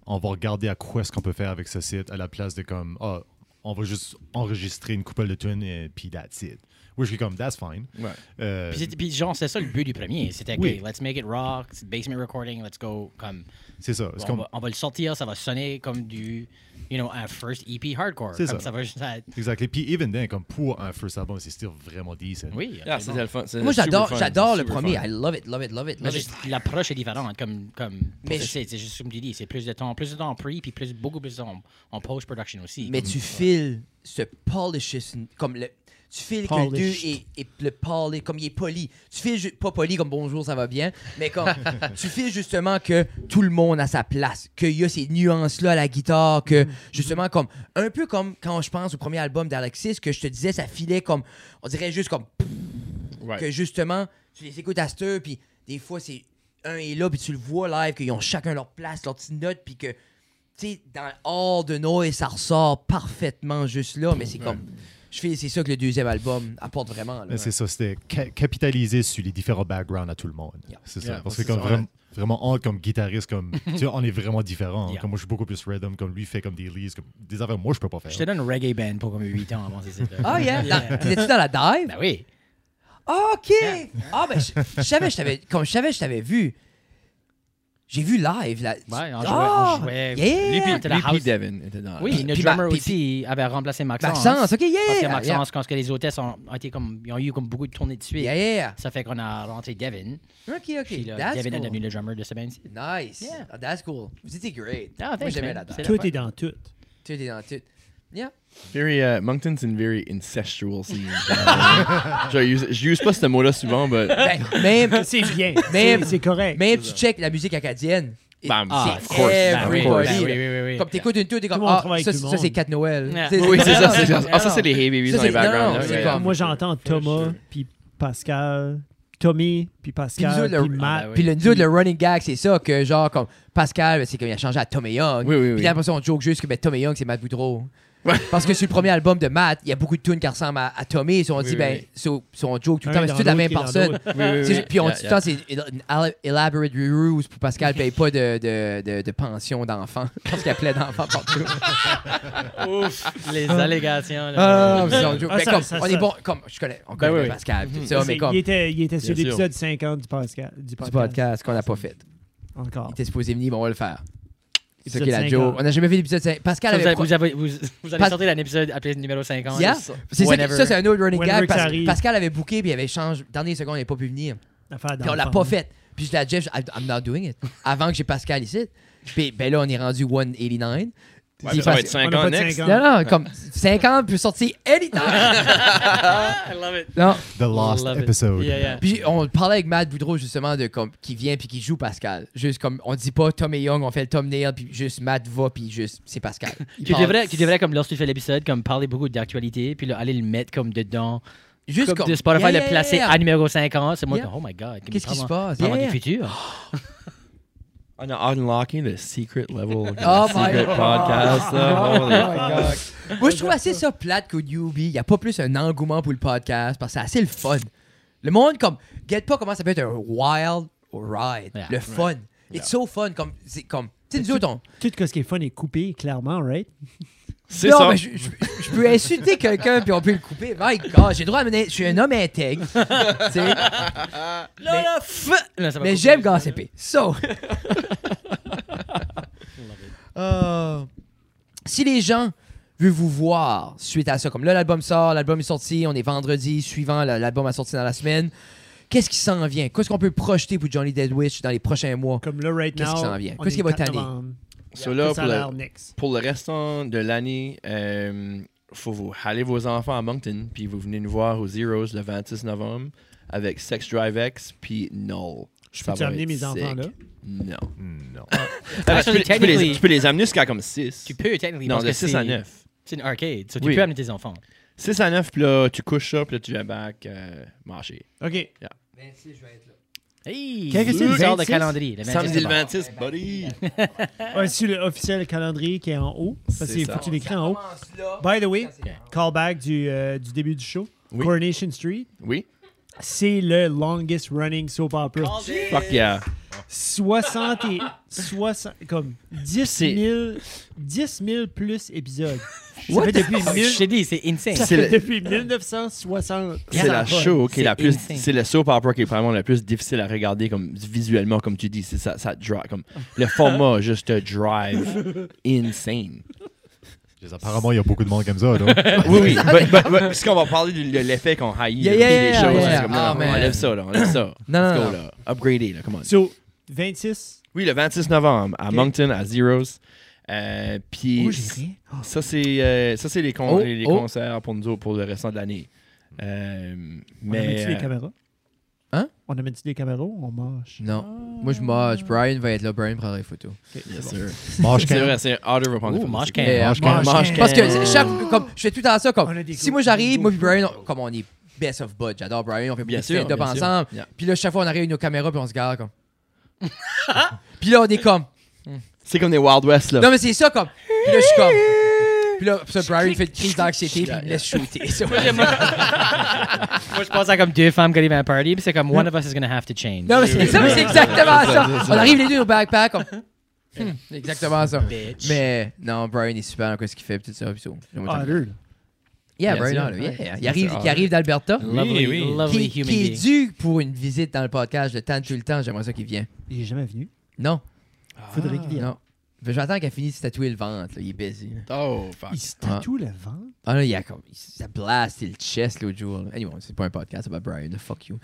S4: on va regarder à quoi est-ce qu'on peut faire avec ce site à la place de comme ah, on va juste enregistrer une couple de tunes et puis that's it. Oui, je suis comme that's fine.
S2: Ouais.
S4: Euh,
S5: Puis, c'était- puis genre, c'est ça le but du premier. C'était, OK,
S4: Oui.
S5: let's make it rock, c'est basement recording, let's go. Comme,
S4: c'est ça. C'est
S5: on,
S4: comme-
S5: va, on va le sortir, ça va sonner comme du, you know, un first EP hardcore.
S4: C'est
S5: Comme
S4: ça.
S5: ça. va juste être-
S4: Exact. Et puis, even then, comme pour un first album, c'est still vraiment decent.
S5: Oui,
S2: Ah,
S5: absolument.
S2: c'était le fun, c'était
S3: Moi,
S2: super
S3: j'adore,
S2: fun,
S3: j'adore le
S2: super
S3: premier.
S2: fun.
S3: I love it, love it, love it.
S5: Mais
S3: love it.
S5: juste, l'approche est différente. hein, Comme, comme
S3: Mais
S5: c'est-
S3: je-
S5: c'est, c'est juste comme tu dis, c'est plus de temps, plus de temps en pre, puis plus, beaucoup plus de temps en, en post-production aussi.
S3: Mais tu files ce polishes, comme le. Tu files que le 2
S1: Polished.
S3: est, est le poli, comme il est poli. Tu files ju- pas poli comme bonjour, ça va bien, mais comme tu files justement que tout le monde a sa place, qu'il y a ces nuances-là à la guitare, que justement comme un peu comme quand je pense au premier album d'Alexis, que je te disais, ça filait comme on dirait juste comme
S2: Ouais.
S3: que justement, tu les écoutes à cette heure, puis des fois, c'est un est là, puis tu le vois live, qu'ils ont chacun leur place, leur petite note, puis que, tu sais, dans Hors de Noise, ça ressort parfaitement juste là, mais c'est comme. Je fais, c'est ça que le deuxième album apporte vraiment. Là.
S4: Mais C'est ça, c'était ca- capitaliser sur les différents backgrounds à tout le monde.
S3: Yeah.
S4: C'est ça.
S2: Yeah,
S4: Parce que
S2: c'est
S4: comme
S2: ça.
S4: vraiment, vraiment, on, comme guitariste, comme, tu vois, on est vraiment différents.
S5: Yeah.
S4: Comme moi, je suis beaucoup plus rhythm, comme lui fait comme des leads, comme des affaires que moi, je peux pas faire.
S5: Je te donne une reggae band pour comme 8 ans avant ces là
S3: Ah, yeah! Dans- T'étais-tu dans la dive?
S5: Ben oui.
S3: Ah, OK! Ah, ben, je je savais, je t'avais. Comme je savais, je t'avais vu. J'ai vu live, là.
S5: Ouais, on jouait.
S3: Ah!
S5: on
S3: Yeah!
S5: jouait Lui, puis-
S2: Lui
S5: la
S2: puis
S5: house-
S2: Devin était dans
S5: Oui,
S3: Ah, Puis-
S5: notre
S3: puis ma-
S5: drummer
S3: puis-
S5: aussi avait remplacé Maxence.
S3: Maxence, OK, yeah!
S5: Parce que
S3: yeah,
S5: Maxence, quand que les hôtesses ont, ont été comme, ils ont eu comme beaucoup de tournées de suite,
S3: Yeah, yeah!
S5: ça fait qu'on a rentré Devin.
S3: OK, OK.
S5: Puis là,
S3: That's
S5: Devin est
S3: cool.
S5: devenu le drummer de ce band-ci.
S3: Nice.
S5: Yeah.
S3: Ah, That's cool. Vous étiez great.
S5: Ah,
S3: Moi,
S5: thanks,
S3: j'aimais
S5: man.
S3: la danse.
S5: C'est-
S1: Tout est dans tout.
S3: Tout est dans tout. Yeah.
S2: Very, uh, Moncton's in very incestual scene. je, use, je use pas ce mot-là souvent, mais.
S3: Ben, même,
S1: C'est bien.
S3: Même-
S1: C'est- C'est correct.
S3: même tu check la musique acadienne. et
S2: Bam.
S5: Ah,
S3: c'est
S5: of course. Ben oui,
S3: everybody.
S5: ben oui, oui, oui, oui.
S3: Comme t'écoutes une tune, t'es comme
S1: Bah, Tout le monde
S3: ah,
S1: travaille
S3: ça,
S1: avec tout le
S3: ça c'est
S1: monde.
S3: 4 Noël.
S5: Yeah.
S3: C'est-
S2: Oui, c'est ça. c'est ça.
S5: non,
S2: Ah, ça,
S5: non.
S2: c'est les Hey Babies
S3: Ça,
S2: dans les
S3: c'est- non,
S2: backgrounds.
S3: non,
S2: là,
S3: c'est
S2: ouais.
S3: comme-
S1: Moi, j'entends Thomas, puis Pascal, Tommy, puis
S3: Puis nous,
S1: Pascal,
S3: le-
S1: puis
S5: Ah, ben
S1: Matt.
S5: oui.
S3: Puis le nous, le running gag, c'est ça que genre comme Pascal, c'est comme il a changé à Tommy Young.
S2: Oui, oui, oui.
S3: Puis après ça, on joke juste que ben, Tommy Young, c'est Matt Boudreau.
S2: Ouais.
S3: Parce que sur le premier album de Matt, il y a beaucoup de tunes qui ressemblent à, à Tommy. Si on dit,
S2: oui,
S3: ben,
S2: oui.
S3: so- so on joke tout le
S1: Un
S3: temps, mais c'est
S1: dans
S3: toute la
S1: l'autre
S3: même
S1: qui est dans
S3: personne.
S1: l'autre.
S2: Oui, oui,
S3: C'est
S2: oui.
S3: juste- Puis on
S2: Yeah,
S3: dit tout
S2: yeah.
S3: le temps, c'est une ele- elaborate ruse pour Pascal paye pas de, de, de, de pension d'enfant. Parce qu'elle plaît d'enfant partout.
S5: Ouf, Ah, les allégations.
S3: Ah,
S5: là.
S3: mais c'est un joke.
S1: Ah,
S3: Mais
S1: ça,
S3: comme,
S1: ça,
S3: on
S1: ça.
S3: est bon, comme, je connais, on
S2: Ben
S3: connaît
S2: oui, oui.
S3: Pascal, tout ça,
S1: C'est-
S3: mais comme,
S1: il, était, il était sur
S2: Bien sûr.
S1: l'épisode 50 du Pascal. Du
S3: du
S1: podcast.
S3: podcast qu'on n'a pas fait.
S1: Encore.
S3: Il était supposé venir, mais on va le faire. C'est ça
S1: Épisode
S3: qui est la joke.
S1: 50.
S3: On n'a jamais fait l'épisode 5. Pascal
S5: Ça, vous,
S3: avait.
S5: avez,
S3: pro-
S5: vous, avez, vous, vous avez
S3: Pas-
S5: sorti un épisode appelé numéro 50.
S3: Yeah. C'est ça, qui-
S5: Whenever.
S3: ça, c'est un autre running
S1: Whenever
S3: gag.
S1: que ça
S3: Pas-
S1: arrive.
S3: Pascal avait booké, puis il avait changé. Dernière seconde, il n'avait pas pu venir.
S1: L'affaire
S3: Puis on l'a
S1: d'enfant.
S3: pas fait. Puis je la Jeff, I- I'm not doing it. Avant que j'ai Pascal ici. Puis ben là, on est rendu 189.
S2: Ouais,
S3: Puis
S2: mais ça va
S3: Pascal-
S2: être
S1: On a
S2: 5
S1: pas
S2: ans
S1: de
S2: next.
S1: cinq ans.
S3: non, non, comme 50 puis sortir anytime.
S5: Ah, I love it.
S3: non.
S4: The Lost
S5: Love it.
S4: Episode.
S5: Yeah, yeah.
S3: Puis on parlait avec Matt Boudreau justement de comme qui vient puis qui joue Pascal. Juste comme on dit pas Tom et Young, on fait le thumbnail puis juste Matt va puis juste c'est Pascal. Il
S5: Tu
S3: parle-
S5: devrais, tu devrais, comme lorsque tu fais l'épisode, comme parler beaucoup d'actualité, puis là, aller le mettre comme dedans.
S3: juste
S5: comme de Spotify
S3: Yeah,
S5: le
S3: yeah,
S5: placer
S3: yeah.
S5: à numéro 50. C'est moi,
S3: Yeah.
S5: comme, oh my god.
S3: Qu'est-ce qui se
S5: parle-moi-
S3: passe?
S5: Parle-moi
S3: Yeah,
S5: du futur.
S2: On a unlocking the secret level.
S3: Oh
S2: the
S3: my
S2: secret
S3: God.
S2: podcast. là. Holy fuck.
S3: Moi, je trouve assez ça plate qu'au newbie, il n'y a pas plus un engouement pour le podcast parce que c'est assez le fun. Le monde, comme, guette pas comment ça peut être un wild ride.
S5: Yeah,
S3: le
S5: right.
S3: fun. It's so fun. Comme, c'est comme, tu sais, nous autres, on-
S1: Tout ce qui est fun est coupé, clairement, right?
S2: C'est
S3: non,
S2: ça.
S3: mais je, je- je peux insulter quelqu'un puis on peut le couper. My God, j'ai le droit à mener. Je suis un homme intègre. tu sais.
S5: Là, là, f- Là, ça va
S3: mais
S5: couper.
S3: j'aime Gassépé. So. Euh, si les gens veulent vous voir suite à ça, comme là, l'album sort, l'album est sorti, on est vendredi suivant, la- l'album a sorti dans la semaine. Qu'est-ce qui s'en vient? Qu'est-ce qu'on peut projeter pour Johnny Deadwitch dans les prochains mois?
S1: Comme là, right
S3: Qu'est-ce
S1: now.
S3: qui s'en vient?
S1: on
S3: Qu'est-ce
S1: est
S3: qui va
S1: le 4
S3: tanner?
S1: novembre.
S2: So là,
S1: Ça
S2: pour
S1: a
S2: le,
S1: l'air next.
S2: pour le restant de l'année, euh, faut vous aller vos enfants à Moncton, puis vous venez nous voir aux Zeros le 26 novembre avec Sex Drive X, puis Null.
S1: Je
S2: Ça
S1: peux-tu
S2: va
S1: amener
S2: être
S1: mes enfants
S2: sick.
S1: là?
S2: Non.
S4: Non.
S2: Ah, tu, peux, tu peux les,
S5: technically-
S2: tu peux les amener jusqu'à comme 6.
S5: Tu peux, techniquement.
S2: Non,
S5: parce
S2: de
S5: que
S2: 6
S5: c'est-
S2: à 9.
S5: C'est une arcade, so
S2: Oui.
S5: tu peux amener tes enfants.
S2: 6 à 9, puis là, tu couches ça, puis là, tu viens back euh, marcher.
S1: OK.
S3: Ben,
S5: Hey!
S1: Qu'est-ce que c'est, le
S5: sort de
S1: 26?
S5: calendrier. le 26,
S2: Samedi
S5: c'est
S2: le
S5: bon.
S2: 26, buddy.
S1: Ah, c'est le officiel calendrier qui est en haut.
S2: C'est
S1: Parce qu'il
S2: ça.
S1: faut que tu l'écris en haut. By the way, callback du, euh, du début du show.
S2: Oui.
S1: Coronation Street,
S2: Oui.
S1: c'est le longest running soap opera.
S2: Fuck yeah.
S1: 60 et 60, comme 10
S2: C'est-
S1: 000, 10 000 plus épisodes. Ça
S3: What
S1: fait
S3: the
S1: depuis,
S5: Oh,
S1: mille-
S5: Je t'ai dit, c'est insane.
S1: ça fait
S2: C'est le-
S1: depuis 1960.
S2: C'est la show qui est la
S5: C'est
S2: plus.
S5: insane.
S2: C'est le soap opera qui est probablement la plus difficile à regarder comme visuellement, comme tu dis. C'est ça, ça te drive. Comme, le format juste te drive insane.
S4: Apparemment, il y a beaucoup de monde comme ça. là.
S2: Oui, oui. but- but- but- parce qu'on Bah, va parler de, de l'effet qu'on haït
S3: Yeah,
S2: de-
S3: yeah,
S2: des
S3: yeah,
S2: choses.
S3: yeah,
S2: c'est
S3: yeah.
S2: comme, non,
S3: Ah,
S2: non,
S3: man.
S2: on enlève ça, là, on enlève ça.
S3: Non,
S2: Let's go,
S3: non, non.
S2: là. Upgrader, là, come on.
S1: So, 26.
S2: Oui, le 26 novembre à Moncton, à Zeros. Euh, Puis
S3: Oh, j'ai rien.
S2: ça, c'est euh, ça, c'est les, con-
S3: Oh,
S2: les, les
S3: oh.
S2: concerts pour nous autres pour le restant de l'année. Euh,
S1: On amène-tu
S2: mais
S1: des caméras?
S3: Hein?
S1: On amène-tu des caméras ou on mange?
S3: Non. Moi, je mange. Brian va être là. Brian prendra les photos.
S2: Yes, sir.
S4: Mosh
S2: c'est
S4: Camp.
S2: vrai, c'est harder de prendre des
S5: Ouh,
S2: photos,
S5: mosh
S2: c'est
S5: cam.
S2: cool.
S3: Euh,
S4: Mange quand-
S3: mange
S1: mange
S3: Parce que
S1: quand-
S3: c'est- chaque, comme, je fais tout le temps ça.
S1: On a
S3: Comme,
S1: des
S3: si
S1: gros-
S3: moi j'arrive,
S1: gros
S3: moi et Brian, on- comme on est best of bud. J'adore Brian, on fait
S2: Bien
S3: bien
S2: sûr,
S3: stand-up
S2: bien sûr.
S3: ensemble.
S2: Yeah.
S3: Puis là, chaque fois, on arrive avec nos caméras puis on se garde comme. puis là, on est comme.
S2: C'est comme des Wild West, là.
S3: Non, mais c'est ça comme. Puis là, je suis comme. Puis là, ça, Brian fait une crise d'anxiété puis il me laisse shooter. C'est vrai.
S5: Moi, je pense à comme deux femmes qui arrivent à un party, puis c'est comme one of us is gonna have to change.
S3: non, mais c'est ça, mais c'est exactement
S2: C'est
S3: ça.
S2: ça, c'est ça.
S3: On arrive les deux au backpack comme. Hmm, c'est exactement ça. Mais non, Brian est super dans quoi ce qu'il fait, puis tout ça, puis tout.
S1: Ah, deux, là.
S3: Yeah,
S2: Bien
S3: Brian,
S2: sûr. Ah
S3: là, yeah. Il
S2: Ouais.
S3: arrive, il arrive d'Alberta.
S5: Lovely,
S2: Oui, oui.
S5: lovely
S3: qui,
S5: human
S3: qui est
S5: being.
S3: dû pour une visite dans le podcast, je tente tout le temps, j'aimerais ça qu'il vienne.
S1: Il est jamais venu.
S3: Non,
S2: Ah.
S1: Faudrait qu'il vienne.
S3: non. Mais J'attends qu'elle finisse de tatouer le ventre, là, il est busy. là.
S2: Oh, fuck.
S1: Il se tatoue le ventre?
S3: Ah là, il a comme. il- Ça blast le chest l'autre jour. là. Anyway, c'est pas un podcast, c'est pas Brian, là, fuck you.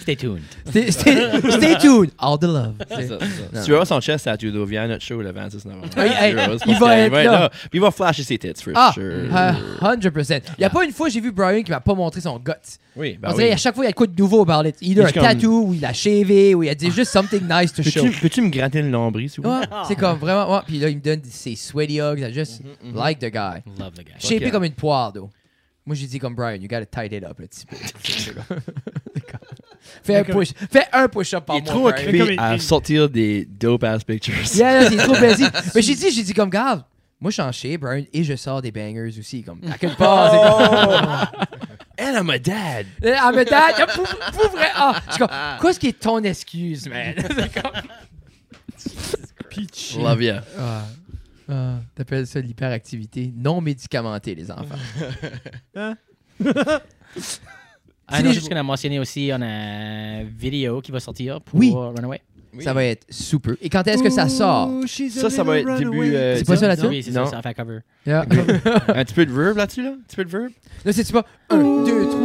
S5: Stay tuned.
S3: Stay, stay- stay tuned, all the love.
S2: C'est ça, c'est ça.
S3: Non.
S2: Si tu veux avoir son chest tattoo, though, viens à notre show le 26 novembre.
S3: Hey, Ah hey,
S2: Zeros, parce
S3: il va
S2: qu'il
S3: être là.
S2: Puis il va flasher ses tits, for
S3: Ah,
S2: sure.
S3: euh, 100%. Il y a pas une fois j'ai vu Brian qui m'a pas montré son guts.
S2: Oui,
S3: On
S2: bah
S3: dirait
S2: oui.
S3: à chaque fois il y a quoi de nouveau par là. Il a
S2: Il
S3: un
S2: est comme-
S3: tattoo, ou il a shavé, ou il a dit juste something nice to show.
S2: Peux-tu peux-tu me gratter le nombril, s'il vous plaît?
S3: Ouais, c'est comme vraiment. ouais. Puis là, il me donne ses sweaty hugs. I just
S2: Mm-hmm,
S3: like the guy.
S5: Love the guy.
S3: Shapé
S2: Ok.
S3: comme une poire, d'eau. Moi, j'ai dit comme Brian, you gotta tight it up un petit peu. fais, un
S1: Mais comme-
S3: push, fais un push-up par
S2: Il est trop
S3: mois. Brian.
S1: Mais comme
S2: occupé
S1: il-
S2: à
S1: il-
S2: sortir des dope-ass pictures.
S3: Yeah, yeah, c'est trop busy. Mais j'ai dit, j'ai dit comme, garde, moi, je suis en shape, Brian, et je sors des bangers aussi. Comme, à quelque part, c'est
S2: Oh!
S3: comme.
S2: And I'm a dad.
S3: Ah, mais t'as- pour, pour vrai. Ah, je suis comme, qu'est-ce qui est ton excuse, man?
S2: Ah.
S1: Pitch.
S2: Love you.
S3: Ah, ah, T'appelles ça l'hyperactivité non médicamentée, les enfants.
S5: Ah
S3: Si
S5: non,
S3: les-
S5: juste qu'on a mentionné aussi, on a une vidéo qui va sortir pour
S3: Oui.
S5: Runaway.
S3: Ça va être super. Et quand est-ce que ça sort?
S2: Ça, ça va être début. euh,
S3: C'est pas ça, la tune?
S5: Oui, c'est
S2: Non.
S5: ça, ça fait cover.
S3: Yeah.
S2: Un petit peu de verb là-dessus, là? Un petit peu de verb?
S3: Là, c'est-tu pas 1, 2, 3?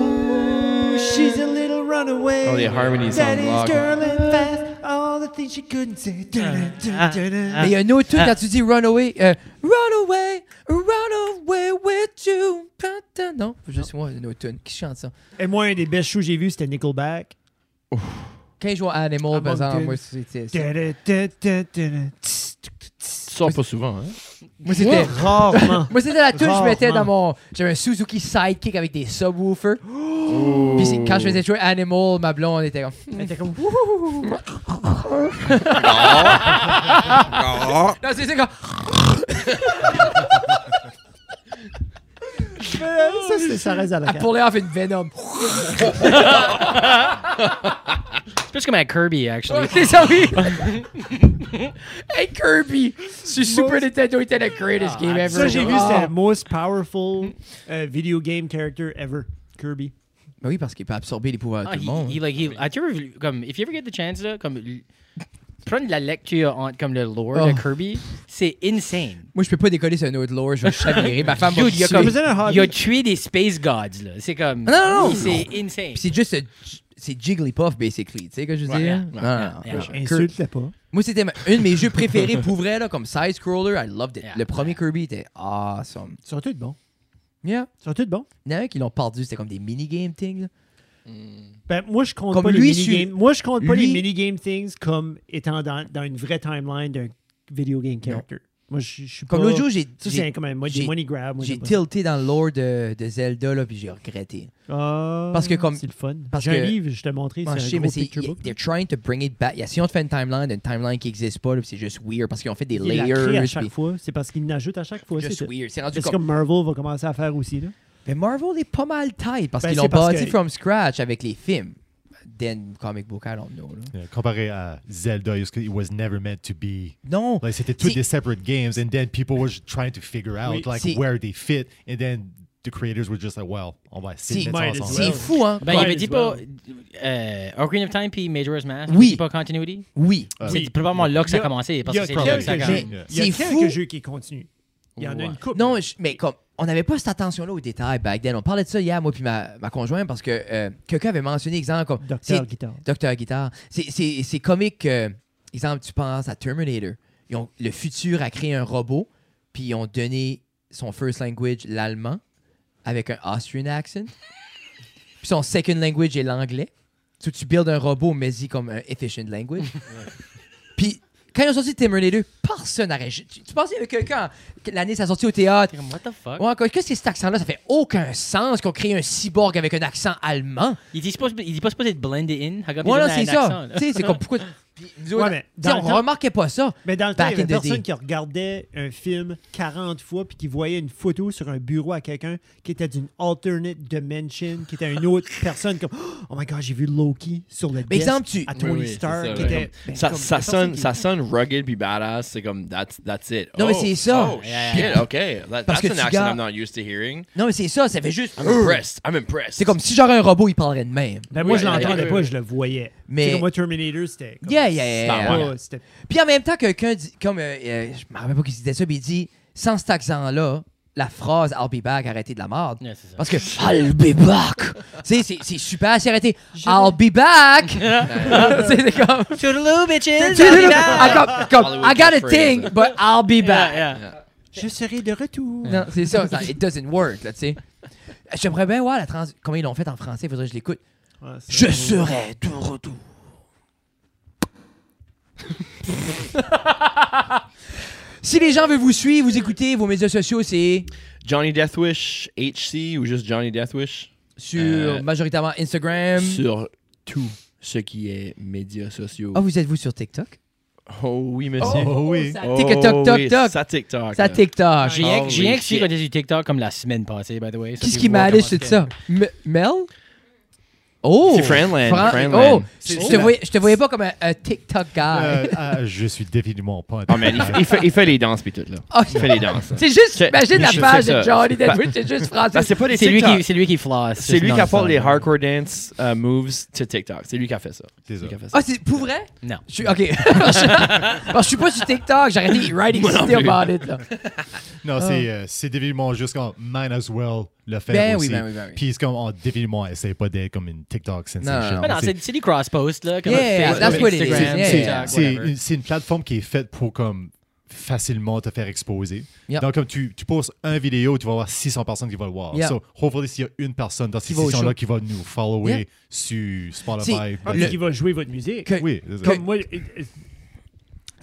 S1: She's a little run away.
S2: Oh, the harmonies
S1: That
S2: on
S1: is
S2: lock.
S1: girling fast. All the things she couldn't say. Dun, dun, dun, dun.
S3: Mais il y a une autre tune quand tu dis Runaway. Euh, runaway, runaway with you. Non, faut juste moi, une autre tune. Qui chante ça?
S1: Et moi, un des best shows que j'ai vu, c'était Nickelback.
S3: Quand ils jouent à Animal, par exemple, moi, c'était.
S1: Dun, dun, dun, dun, dun, dun. Tss, tss, tss, tss.
S2: Tu sors pas souvent, hein?
S3: Moi, c'était.
S1: Rarement.
S3: Moi, c'était la tune que je mettais dans
S1: Rarement.
S3: mon. J'avais un Suzuki Sidekick avec des subwoofers. Puis c'est- quand je faisais jouer Animal, ma blonde était comme.
S1: Elle était comme,
S3: Non, c'est c'est comme.
S1: Ça, c'est- ça reste à la
S3: Elle pourrait avoir une Venom.
S5: C'est plus comme à Kirby, actually.
S3: c'est ça, oui. hey, Kirby. Sur Super Nintendo, était le greatest game ever.
S1: Ça, j'ai vu,
S3: Ah.
S1: c'était le most powerful euh, video game character ever. Kirby.
S3: Ben oui, parce qu'il peut absorber les pouvoirs de
S5: Ah,
S3: tout le
S5: he-
S3: monde.
S5: he, like, he- as you ever vu- comme, if you ever get the chance, là, comme, l- prendre de la lecture en- comme le lore
S3: Oh.
S5: de Kirby, c'est insane.
S3: Moi, je peux pas décoller sur un autre lore, je vais chavirer. Ma femme va me
S5: Dude, il a
S3: tuer.
S5: comme-
S1: Vous êtes un hobby.
S5: Il a tué des space gods, là. C'est comme.
S3: Non, non, non.
S5: C'est insane.
S3: Puis c'est juste. euh, C'est Jigglypuff, basically. Tu sais ce que je veux dire?
S5: Ouais,
S3: Non, non,
S5: ouais,
S3: non.
S5: ouais,
S3: Moi,
S5: ouais.
S3: je- Kirby-
S1: Insulte-le pas.
S3: Moi, c'était ma- un de mes jeux préférés pour vrai, là, comme Side Scroller. I loved it.
S5: Yeah.
S3: Le premier Kirby était awesome.
S1: Ils sont tous bons.
S3: Yeah.
S1: Ils sont tous bons.
S3: Il y en a un qui l'ont perdu, c'était comme des mini-game things. là.
S1: Ben, moi, je compte
S3: Comme
S1: pas
S3: lui,
S1: les minigame-
S3: sur-
S1: Moi, je compte pas
S3: lui-
S1: les minigame things comme étant dans, dans une vraie timeline d'un video game character. Moi, je je suis
S3: Comme
S1: pas-
S3: l'autre jour, j'ai.
S1: Ça,
S3: j'ai-
S1: c'est comme un mo- des
S3: Oh. j'ai-
S1: money grab. moi,
S3: J'ai
S1: j'aime pas
S3: tilté dans le lore de, de Zelda, là, puis j'ai regretté.
S1: ça. Ah,
S3: parce que comme-
S1: C'est le fun.
S3: parce
S1: J'ai un
S3: que-
S1: livre, je te montrais.
S3: Ouais, je
S1: c'est
S3: sais,
S1: un
S3: mais
S1: gros
S3: c'est.
S1: picture
S3: y-
S1: book.
S3: They're trying to bring it back. Si on te fait une timeline, une timeline qui existe pas, là, puis c'est juste weird parce qu'ils ont fait des
S1: Il la crée
S3: layers.
S1: à
S3: puis-
S1: chaque fois. C'est parce qu'il n'ajoute à chaque fois. C'est
S3: Juste
S1: tout.
S3: weird. C'est rendu
S1: C'est
S3: comme...
S1: comme Marvel va commencer à faire aussi. Là.
S3: Mais Marvel est pas mal tight parce
S1: Ben,
S3: qu'ils l'ont
S1: c'est parce
S3: bâti
S1: que-
S3: from scratch avec les films. Then comic book, I don't know. là.
S4: Yeah, Euh, comparé à Zelda, it's 'cause it was never meant to be.
S3: Non.
S4: Like, c'était two
S3: C'est-
S4: des separate games, and then people were just trying to figure out, like,
S3: c'est-
S4: where they fit, and then the creators were just like, well, on va essayer
S3: C'est
S4: de mettre
S1: might
S4: ça
S1: as
S3: c'est
S1: well.
S4: ensemble.
S3: fou, hein?
S5: Ben, il
S1: Quite
S5: avait
S1: as
S5: dit pas. Euh, Ocarina of Time puis Majora's Mask.
S3: Oui.
S5: C'est pas continuity.
S3: Oui.
S4: Euh,
S5: C'est probablement là que ça a commencé. Parce que c'est
S1: il y a
S5: là que ça a
S1: quelques
S5: commencé.
S1: jeux,
S3: commence.
S1: il y a
S3: C'est
S1: quelques
S3: fou.
S1: jeux qui continuent. Il y en a
S2: Ouais.
S1: une coupe.
S3: Non, je- mais comme on n'avait pas cette attention-là aux détails back then. On parlait de ça hier, moi puis ma, ma conjointe, parce que euh, quelqu'un avait mentionné, exemple, comme.
S1: Docteur
S3: c'est-
S1: Guitar.
S3: Docteur Guitar. C'est- C'est c'est comique. que, exemple, tu penses à Terminator. Ils ont, le futur a créé un robot, puis ils ont donné son first language, l'allemand, avec un Austrian accent. puis son second language est l'anglais. So, tu builds un robot, mais dit comme un efficient language. puis quand ils ont sorti Terminator, personne n'aurait. Tu, tu pensais qu'il y avait quelqu'un l'année ça a sorti au théâtre.
S5: Comme, What the fuck?
S3: Ouais, qu'est-ce que c'est cet accent-là? Ça fait aucun sens qu'on crée un cyborg avec un accent allemand.
S5: Il dit supposé- il dit pas supposé être blended in. How come il
S3: Ouais, non,
S5: donne un
S3: c'est ça.
S5: accent, Ah, là?
S3: Tu sais, c'est comme pourquoi. Puis nous autres,
S1: Ouais, mais
S3: tu sais,
S1: dans
S3: on
S1: le temps-
S3: remarquait pas ça.
S1: Mais dans le temps,
S3: Back
S1: il y
S3: in
S1: avait
S3: the day.
S1: personne qui regardait un film 40 fois puis qui voyait une photo sur un bureau à quelqu'un qui était d'une alternate dimension, qui était une autre personne comme Oh my god, j'ai vu Loki sur le desk
S3: exemple, tu-
S1: à
S3: Oui,
S1: Tony
S2: oui, c'est
S1: Stark.
S2: ça,
S1: qui
S2: ouais.
S1: était- Ben,
S2: Ça,
S1: comme
S2: ça,
S1: personne
S2: sonne,
S1: qui-
S2: ça sonne rugged puis badass. C'est comme, that's, that's it.
S3: Non, mais
S2: Oh,
S3: c'est ça.
S2: Oh,
S5: Yeah,
S2: shit,
S5: yeah.
S2: OK. That- that's
S3: Parce que
S2: an
S3: tu
S2: accent I'm
S3: gardes-
S2: not used to hearing.
S3: Non, mais c'est ça, ça fait
S5: Ah,
S3: juste.
S2: I'm impressed. I'm impressed.
S3: C'est comme si j'aurais un robot, il parlerait de même.
S1: Ben, moi, je
S2: Ouais, ouais,
S1: l'entendais
S2: ouais,
S1: pas,
S2: ouais.
S1: je le voyais.
S3: Mais-
S1: C'est comme moi, Terminator, c'était. comme-
S3: Yeah, yeah, yeah,
S1: c'était
S2: yeah.
S1: pas- c'était-
S3: Puis en même temps, quelqu'un dit. Comme. euh, euh, je me rappelle pas qui disait ça, mais il dit sans cet accent-là, la phrase I'll be back arrêtée de la merde.
S5: Yeah, c'est ça.
S3: Parce que I'll be back. tu sais, c'est- c'est super, c'est arrêté. I'll be back. Tu sais, c'est comme.
S5: Toodaloo, bitches! I'll be back.
S3: Ah, comme, comme, I
S2: Hollywood
S3: got a
S2: catchphrase.
S3: thing, but I'll be back.
S5: Yeah, yeah.
S1: Je serai de retour.
S3: Non, c'est ça, ça, It doesn't work, là, tu sais. Euh, J'aimerais bien voir la trans... comment ils l'ont fait en français. Il faudrait que je l'écoute.
S1: Ouais, c'est-
S3: Je serai de retour. si les gens veulent vous suivre, vous écouter, vos médias sociaux, c'est
S2: Johnny Deathwish, HC ou juste Johnny Deathwish
S3: sur
S2: Euh,
S3: majoritairement Instagram.
S2: sur tout ce qui est médias sociaux.
S3: Ah, vous êtes vous sur TikTok?
S2: Oh oui, monsieur.
S4: Oh oui.
S3: ça TikTok, toc,
S2: oui,
S3: toc.
S2: Ça TikTok.
S3: Ça
S2: là.
S3: TikTok.
S5: Ah, J'ai rien-
S2: Holy
S5: j'ai rien que
S2: shit.
S5: suivi du TikTok comme la semaine passée, by the way. Ça,
S3: Qu'est-ce
S5: tu
S3: qui
S5: vois
S3: m'a allé,
S5: comment
S3: c'est de
S5: que-
S3: ça? M- Mel? Oh!
S2: C'est Friendland,
S3: Fran-
S2: Friendland.
S3: Oh! Je je te, voyais, je te voyais pas comme un, un TikTok guy.
S4: Euh, ah, je suis définitivement pas un
S2: Oh man, il, fait- il fait, il fait les danses pis tout là.
S3: Oh,
S2: Il fait les danses.
S3: C'est juste,
S2: C'est-
S3: imagine la
S2: c'est
S3: page de
S2: ça.
S3: Johnny
S2: Bah-
S3: Deadwood, c'est juste français.
S2: Bah, c'est pas des
S5: C'est lui
S2: TikTok.
S5: qui- c'est lui qui floss.
S2: C'est lui qui apporte
S5: apporte
S2: les hardcore dance euh, moves to TikTok. C'est lui qui a fait ça.
S4: C'est
S2: lui
S4: ça.
S2: qui a fait ça.
S3: Ah, c'est pour vrai?
S5: Non.
S3: Je suis, ok. Parce que je suis pas sur TikTok, j'ai arrêté writing
S2: Moi non
S3: still
S2: plus.
S3: about it, là.
S4: Non, c'est, euh, c'est définitivement juste comme might as well le faire
S3: Ah. Ben oui,
S4: aussi.
S3: ben oui, ben oui.
S4: Puis c'est comme, oh, définitivement, essaye pas d'être comme une TikTok sensation.
S3: non,
S5: Mais non,
S4: C'est-
S5: c'est c'est des cross-posts, là. Comme
S3: Yeah,
S5: Facebook,
S3: that's what it is.
S5: Instagram,
S3: Yeah,
S4: c'est-
S3: yeah.
S5: TikTok,
S4: c'est
S5: whatever.
S4: une, c'est une plateforme qui est faite pour comme facilement te faire exposer.
S3: Yep.
S4: Donc, comme tu, tu poses un vidéo, tu vas avoir 600 personnes qui vont le voir.
S3: Yep.
S4: So, hopefully, s'il y a une personne dans ces
S3: Qui va au
S4: 600-là
S3: show.
S4: qui va nous follower
S3: Yeah.
S4: sur
S3: C'est-
S4: Spotify.
S1: Ah,
S4: Ben,
S1: puis qui va jouer votre musique.
S3: Que-
S4: Oui, c'est ça.
S1: Comme moi, euh, euh,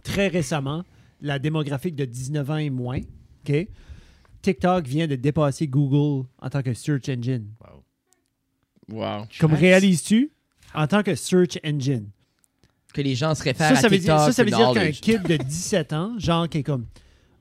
S1: très récemment, la démographique de 19 ans et moins, OK? TikTok vient de dépasser Google en tant que search engine.
S2: Wow.
S1: Comme réalises-tu? En tant que search engine.
S3: que les gens se réfèrent
S1: Ça,
S3: à
S1: ça veut
S3: TikTok.
S1: dire, ça, ça veut
S3: puis
S1: dire qu'un
S3: knowledge.
S1: kid de 17 ans, genre qui est comme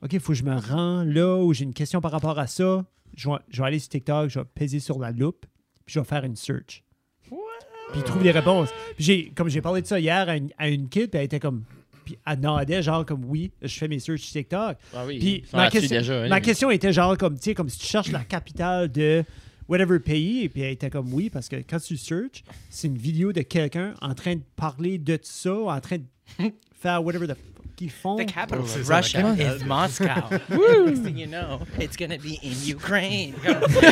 S1: OK, faut que je me rends là où j'ai une question par rapport à ça, je vais, je vais aller sur TikTok, je vais peser sur la loupe, puis je vais faire une search. Puis il trouve des réponses. Puis j'ai, comme j'ai parlé de ça hier à une, à une kid, puis elle était comme puis elle noddait genre comme oui, je fais mes searches sur TikTok.
S2: Ah oui,
S1: Puis
S2: ils sont
S1: ma,
S2: là-dessus
S1: question,
S2: déjà, hein,
S1: ma
S2: mais-
S1: question était genre comme tu sais comme si tu cherches la capitale de whatever pays et puis elle était comme oui parce que quand tu searches, c'est une vidéo de quelqu'un en train de parler de ça, en train de faire whatever the fuck qu'ils font.
S5: The capital
S4: C'est
S5: of
S4: ça, la
S5: Russia
S4: capitale.
S5: is Moscow. Next thing you know, it's gonna be in Ukraine. Fuck,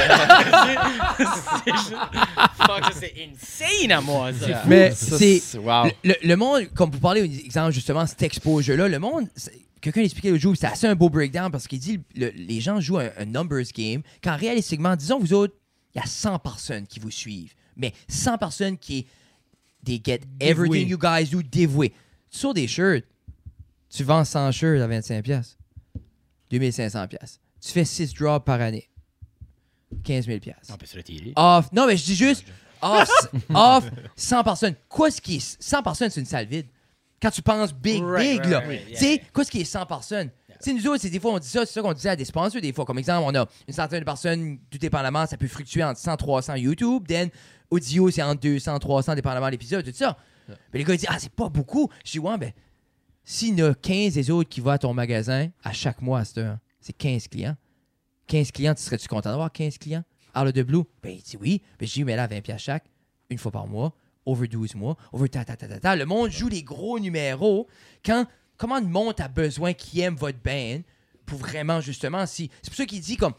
S5: ça, c'est insane à moi, ça.
S3: Mais
S2: Ça,
S3: Euh, c'est.
S2: c'est- wow.
S3: Le, le- le monde, comme pour parler, exemple, justement, cet exposure-là, le monde. c'est- Quelqu'un l'expliquait l'autre jour, c'est assez un beau breakdown parce qu'il dit le- les gens jouent un, un numbers game. Quand réalistiquement, disons, vous autres, il y a 100 personnes qui vous suivent, mais 100 personnes qui. They get everything you guys do dévoué. Sur des shirts, tu vends 100 shirts à 25$, piastres, 2500$. piastres. Tu fais 6 drops par année, 15 000$. piastres.
S5: On peut se retirer.
S3: Off. Non, mais je dis juste off, off 100 personnes. Quoi ce qui est 100 personnes, c'est une salle vide. Quand tu penses big,
S5: Right,
S3: big,
S5: right,
S3: là.
S5: right, right. Yeah,
S3: tu sais,
S5: yeah.
S3: quoi ce qui est 100 personnes? Tu sais, nous autres, c'est des fois, on dit ça, c'est ça qu'on disait à des sponsors, des fois. Comme exemple, on a une centaine de personnes, tout dépendamment, ça peut fluctuer entre 100, 300 YouTube. Then, audio, c'est entre 200, 300, dépendamment de l'épisode, tout ça. Mais les gars, ils disent, ah, c'est pas beaucoup. Je dis, ouais, ben, s'il y en a 15 des autres qui vont à ton magasin à chaque mois à cette heure, c'est 15 clients. 15 clients, tu serais-tu content d'avoir 15 clients? Out of the blue? Ben, il dit oui. Ben, j'ai eu, mais là, 20 pièces chaque, une fois par mois, over 12 mois, over ta ta ta ta ta. Le monde joue les gros numéros. Quand, comment le monde a besoin qui aime votre band pour vraiment, justement, si. C'est pour ça qu'il dit comme.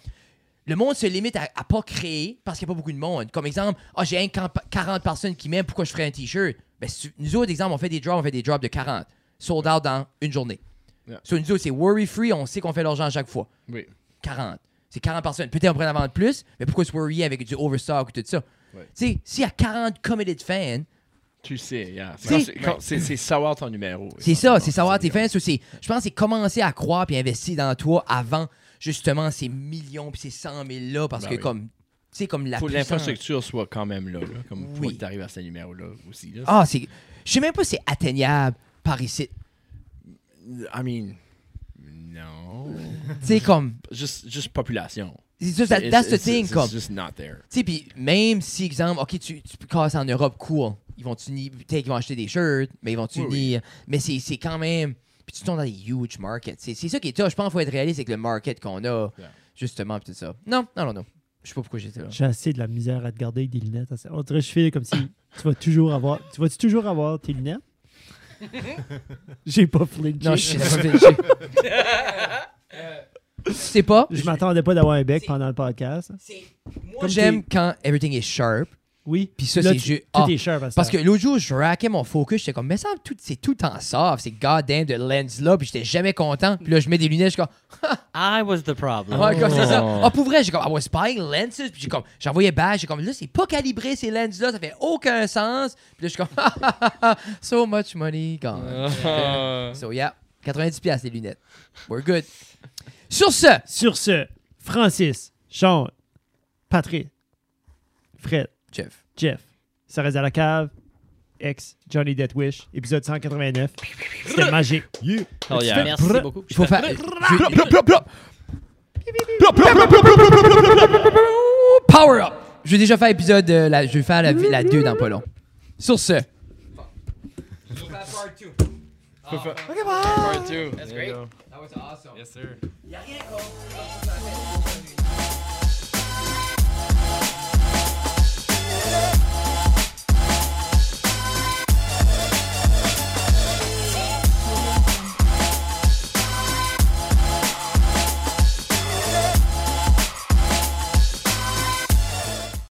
S3: Le monde se limite à, à pas créer parce qu'il n'y a pas beaucoup de monde. Comme exemple, ah, j'ai un camp- 40 personnes qui m'aiment, pourquoi je ferais un t-shirt? Ben, si tu- nous autres, exemple, on fait des drops, on fait des drops de 40. Sold out dans une journée.
S2: Yeah.
S3: So, nous autres, c'est worry-free, on sait qu'on fait l'argent à chaque fois.
S2: Oui.
S3: 40. C'est 40 personnes. Peut-être on pourrait en vendre plus, mais pourquoi se worry avec du overstock ou tout ça?
S2: Ouais.
S3: Tu sais, s'il y a 40 committed fans,
S2: Tu sais, yeah.
S3: Si.
S2: Quand c'est- quand C'est c'est savoir ton numéro.
S3: c'est ça, c'est savoir tes fans. so c'est- Je pense que c'est commencer à croire puis investir dans toi avant justement ces millions puis ces 100 000 là parce
S2: Ben
S3: que
S2: oui.
S3: comme, tu sais, comme la
S2: Faut que
S3: puissance-
S2: l'infrastructure soit quand même là. là comme faut
S3: Oui.
S2: que t'arrives à ce numéro-là aussi. Là.
S3: Ah, c'est... Je sais même pas si c'est atteignable par ici.
S2: I mean, non.
S3: Tu sais, comme...
S2: Juste, juste population.
S3: C'est ça, that- that's the
S2: It's-
S3: thing,
S2: it's-
S3: comme...
S2: It's just not there.
S3: Tu sais, puis même si, exemple, OK, tu, tu casses en Europe, cool. Ils vont-tu ni... Peut-être qu'ils vont acheter des shirts, mais ils vont-tu
S2: Oui, oui.
S3: ni... euh, Mais c'est c'est quand même... Puis tu tombes dans des huge markets. C'est c'est ça qui est tough. Je pense qu'il faut être réaliste avec le market qu'on a,
S2: Yeah.
S3: justement, pis tout ça. Non, non, non, non. Je sais pas pourquoi j'étais là.
S1: J'ai assez de la misère à te garder avec des lunettes. On dirait que je fais comme si tu vas toujours avoir. Tu vas toujours avoir tes lunettes? J'ai pas flinché.
S3: Non,
S1: je
S3: je suis Je sais pas.
S1: m'attendais pas d'avoir un bec pendant le podcast.
S3: Moi,
S1: Comme
S3: j'aime quand everything is sharp.
S1: Oui.
S3: Puis ça,
S1: Là,
S3: c'est
S1: tu-
S3: ju-
S1: tout
S3: ah,
S1: est cher parce,
S3: Parce que l'autre jour, je rackais mon focus, j'étais comme, mais ça, tout, c'est tout en soft, c'est goddamn de lens là, puis j'étais jamais content. Puis là, je mets des lunettes, je suis comme,
S5: I was the problem.
S3: Ouais, comme c'est ça.
S2: Oh.
S3: Ah, pour vrai, j'ai comme, I was buying lenses. Puis j'ai comme, j'envoyais badge. J'ai comme, là, c'est pas calibré ces lenses-là. Ça fait aucun sens. Puis là, je suis comme, Ah, ah, ah, ah, so much money gone. So, yeah, 90$ piastres, les lunettes. We're good. Sur ce,
S1: Sur ce, Francis, Sean, Patrick, Fred,
S3: Jeff.
S1: Jeff, ça reste à la cave, ex Johnny Deathwish, épisode 189. C'était magique.
S4: Yeah.
S2: Hell yeah.
S5: Merci beaucoup.
S3: Il faut faire. je- Power up. Je vais déjà faire épisode. euh, la, je vais faire la, la 2 dans pas long. Sur ce.
S5: That's great.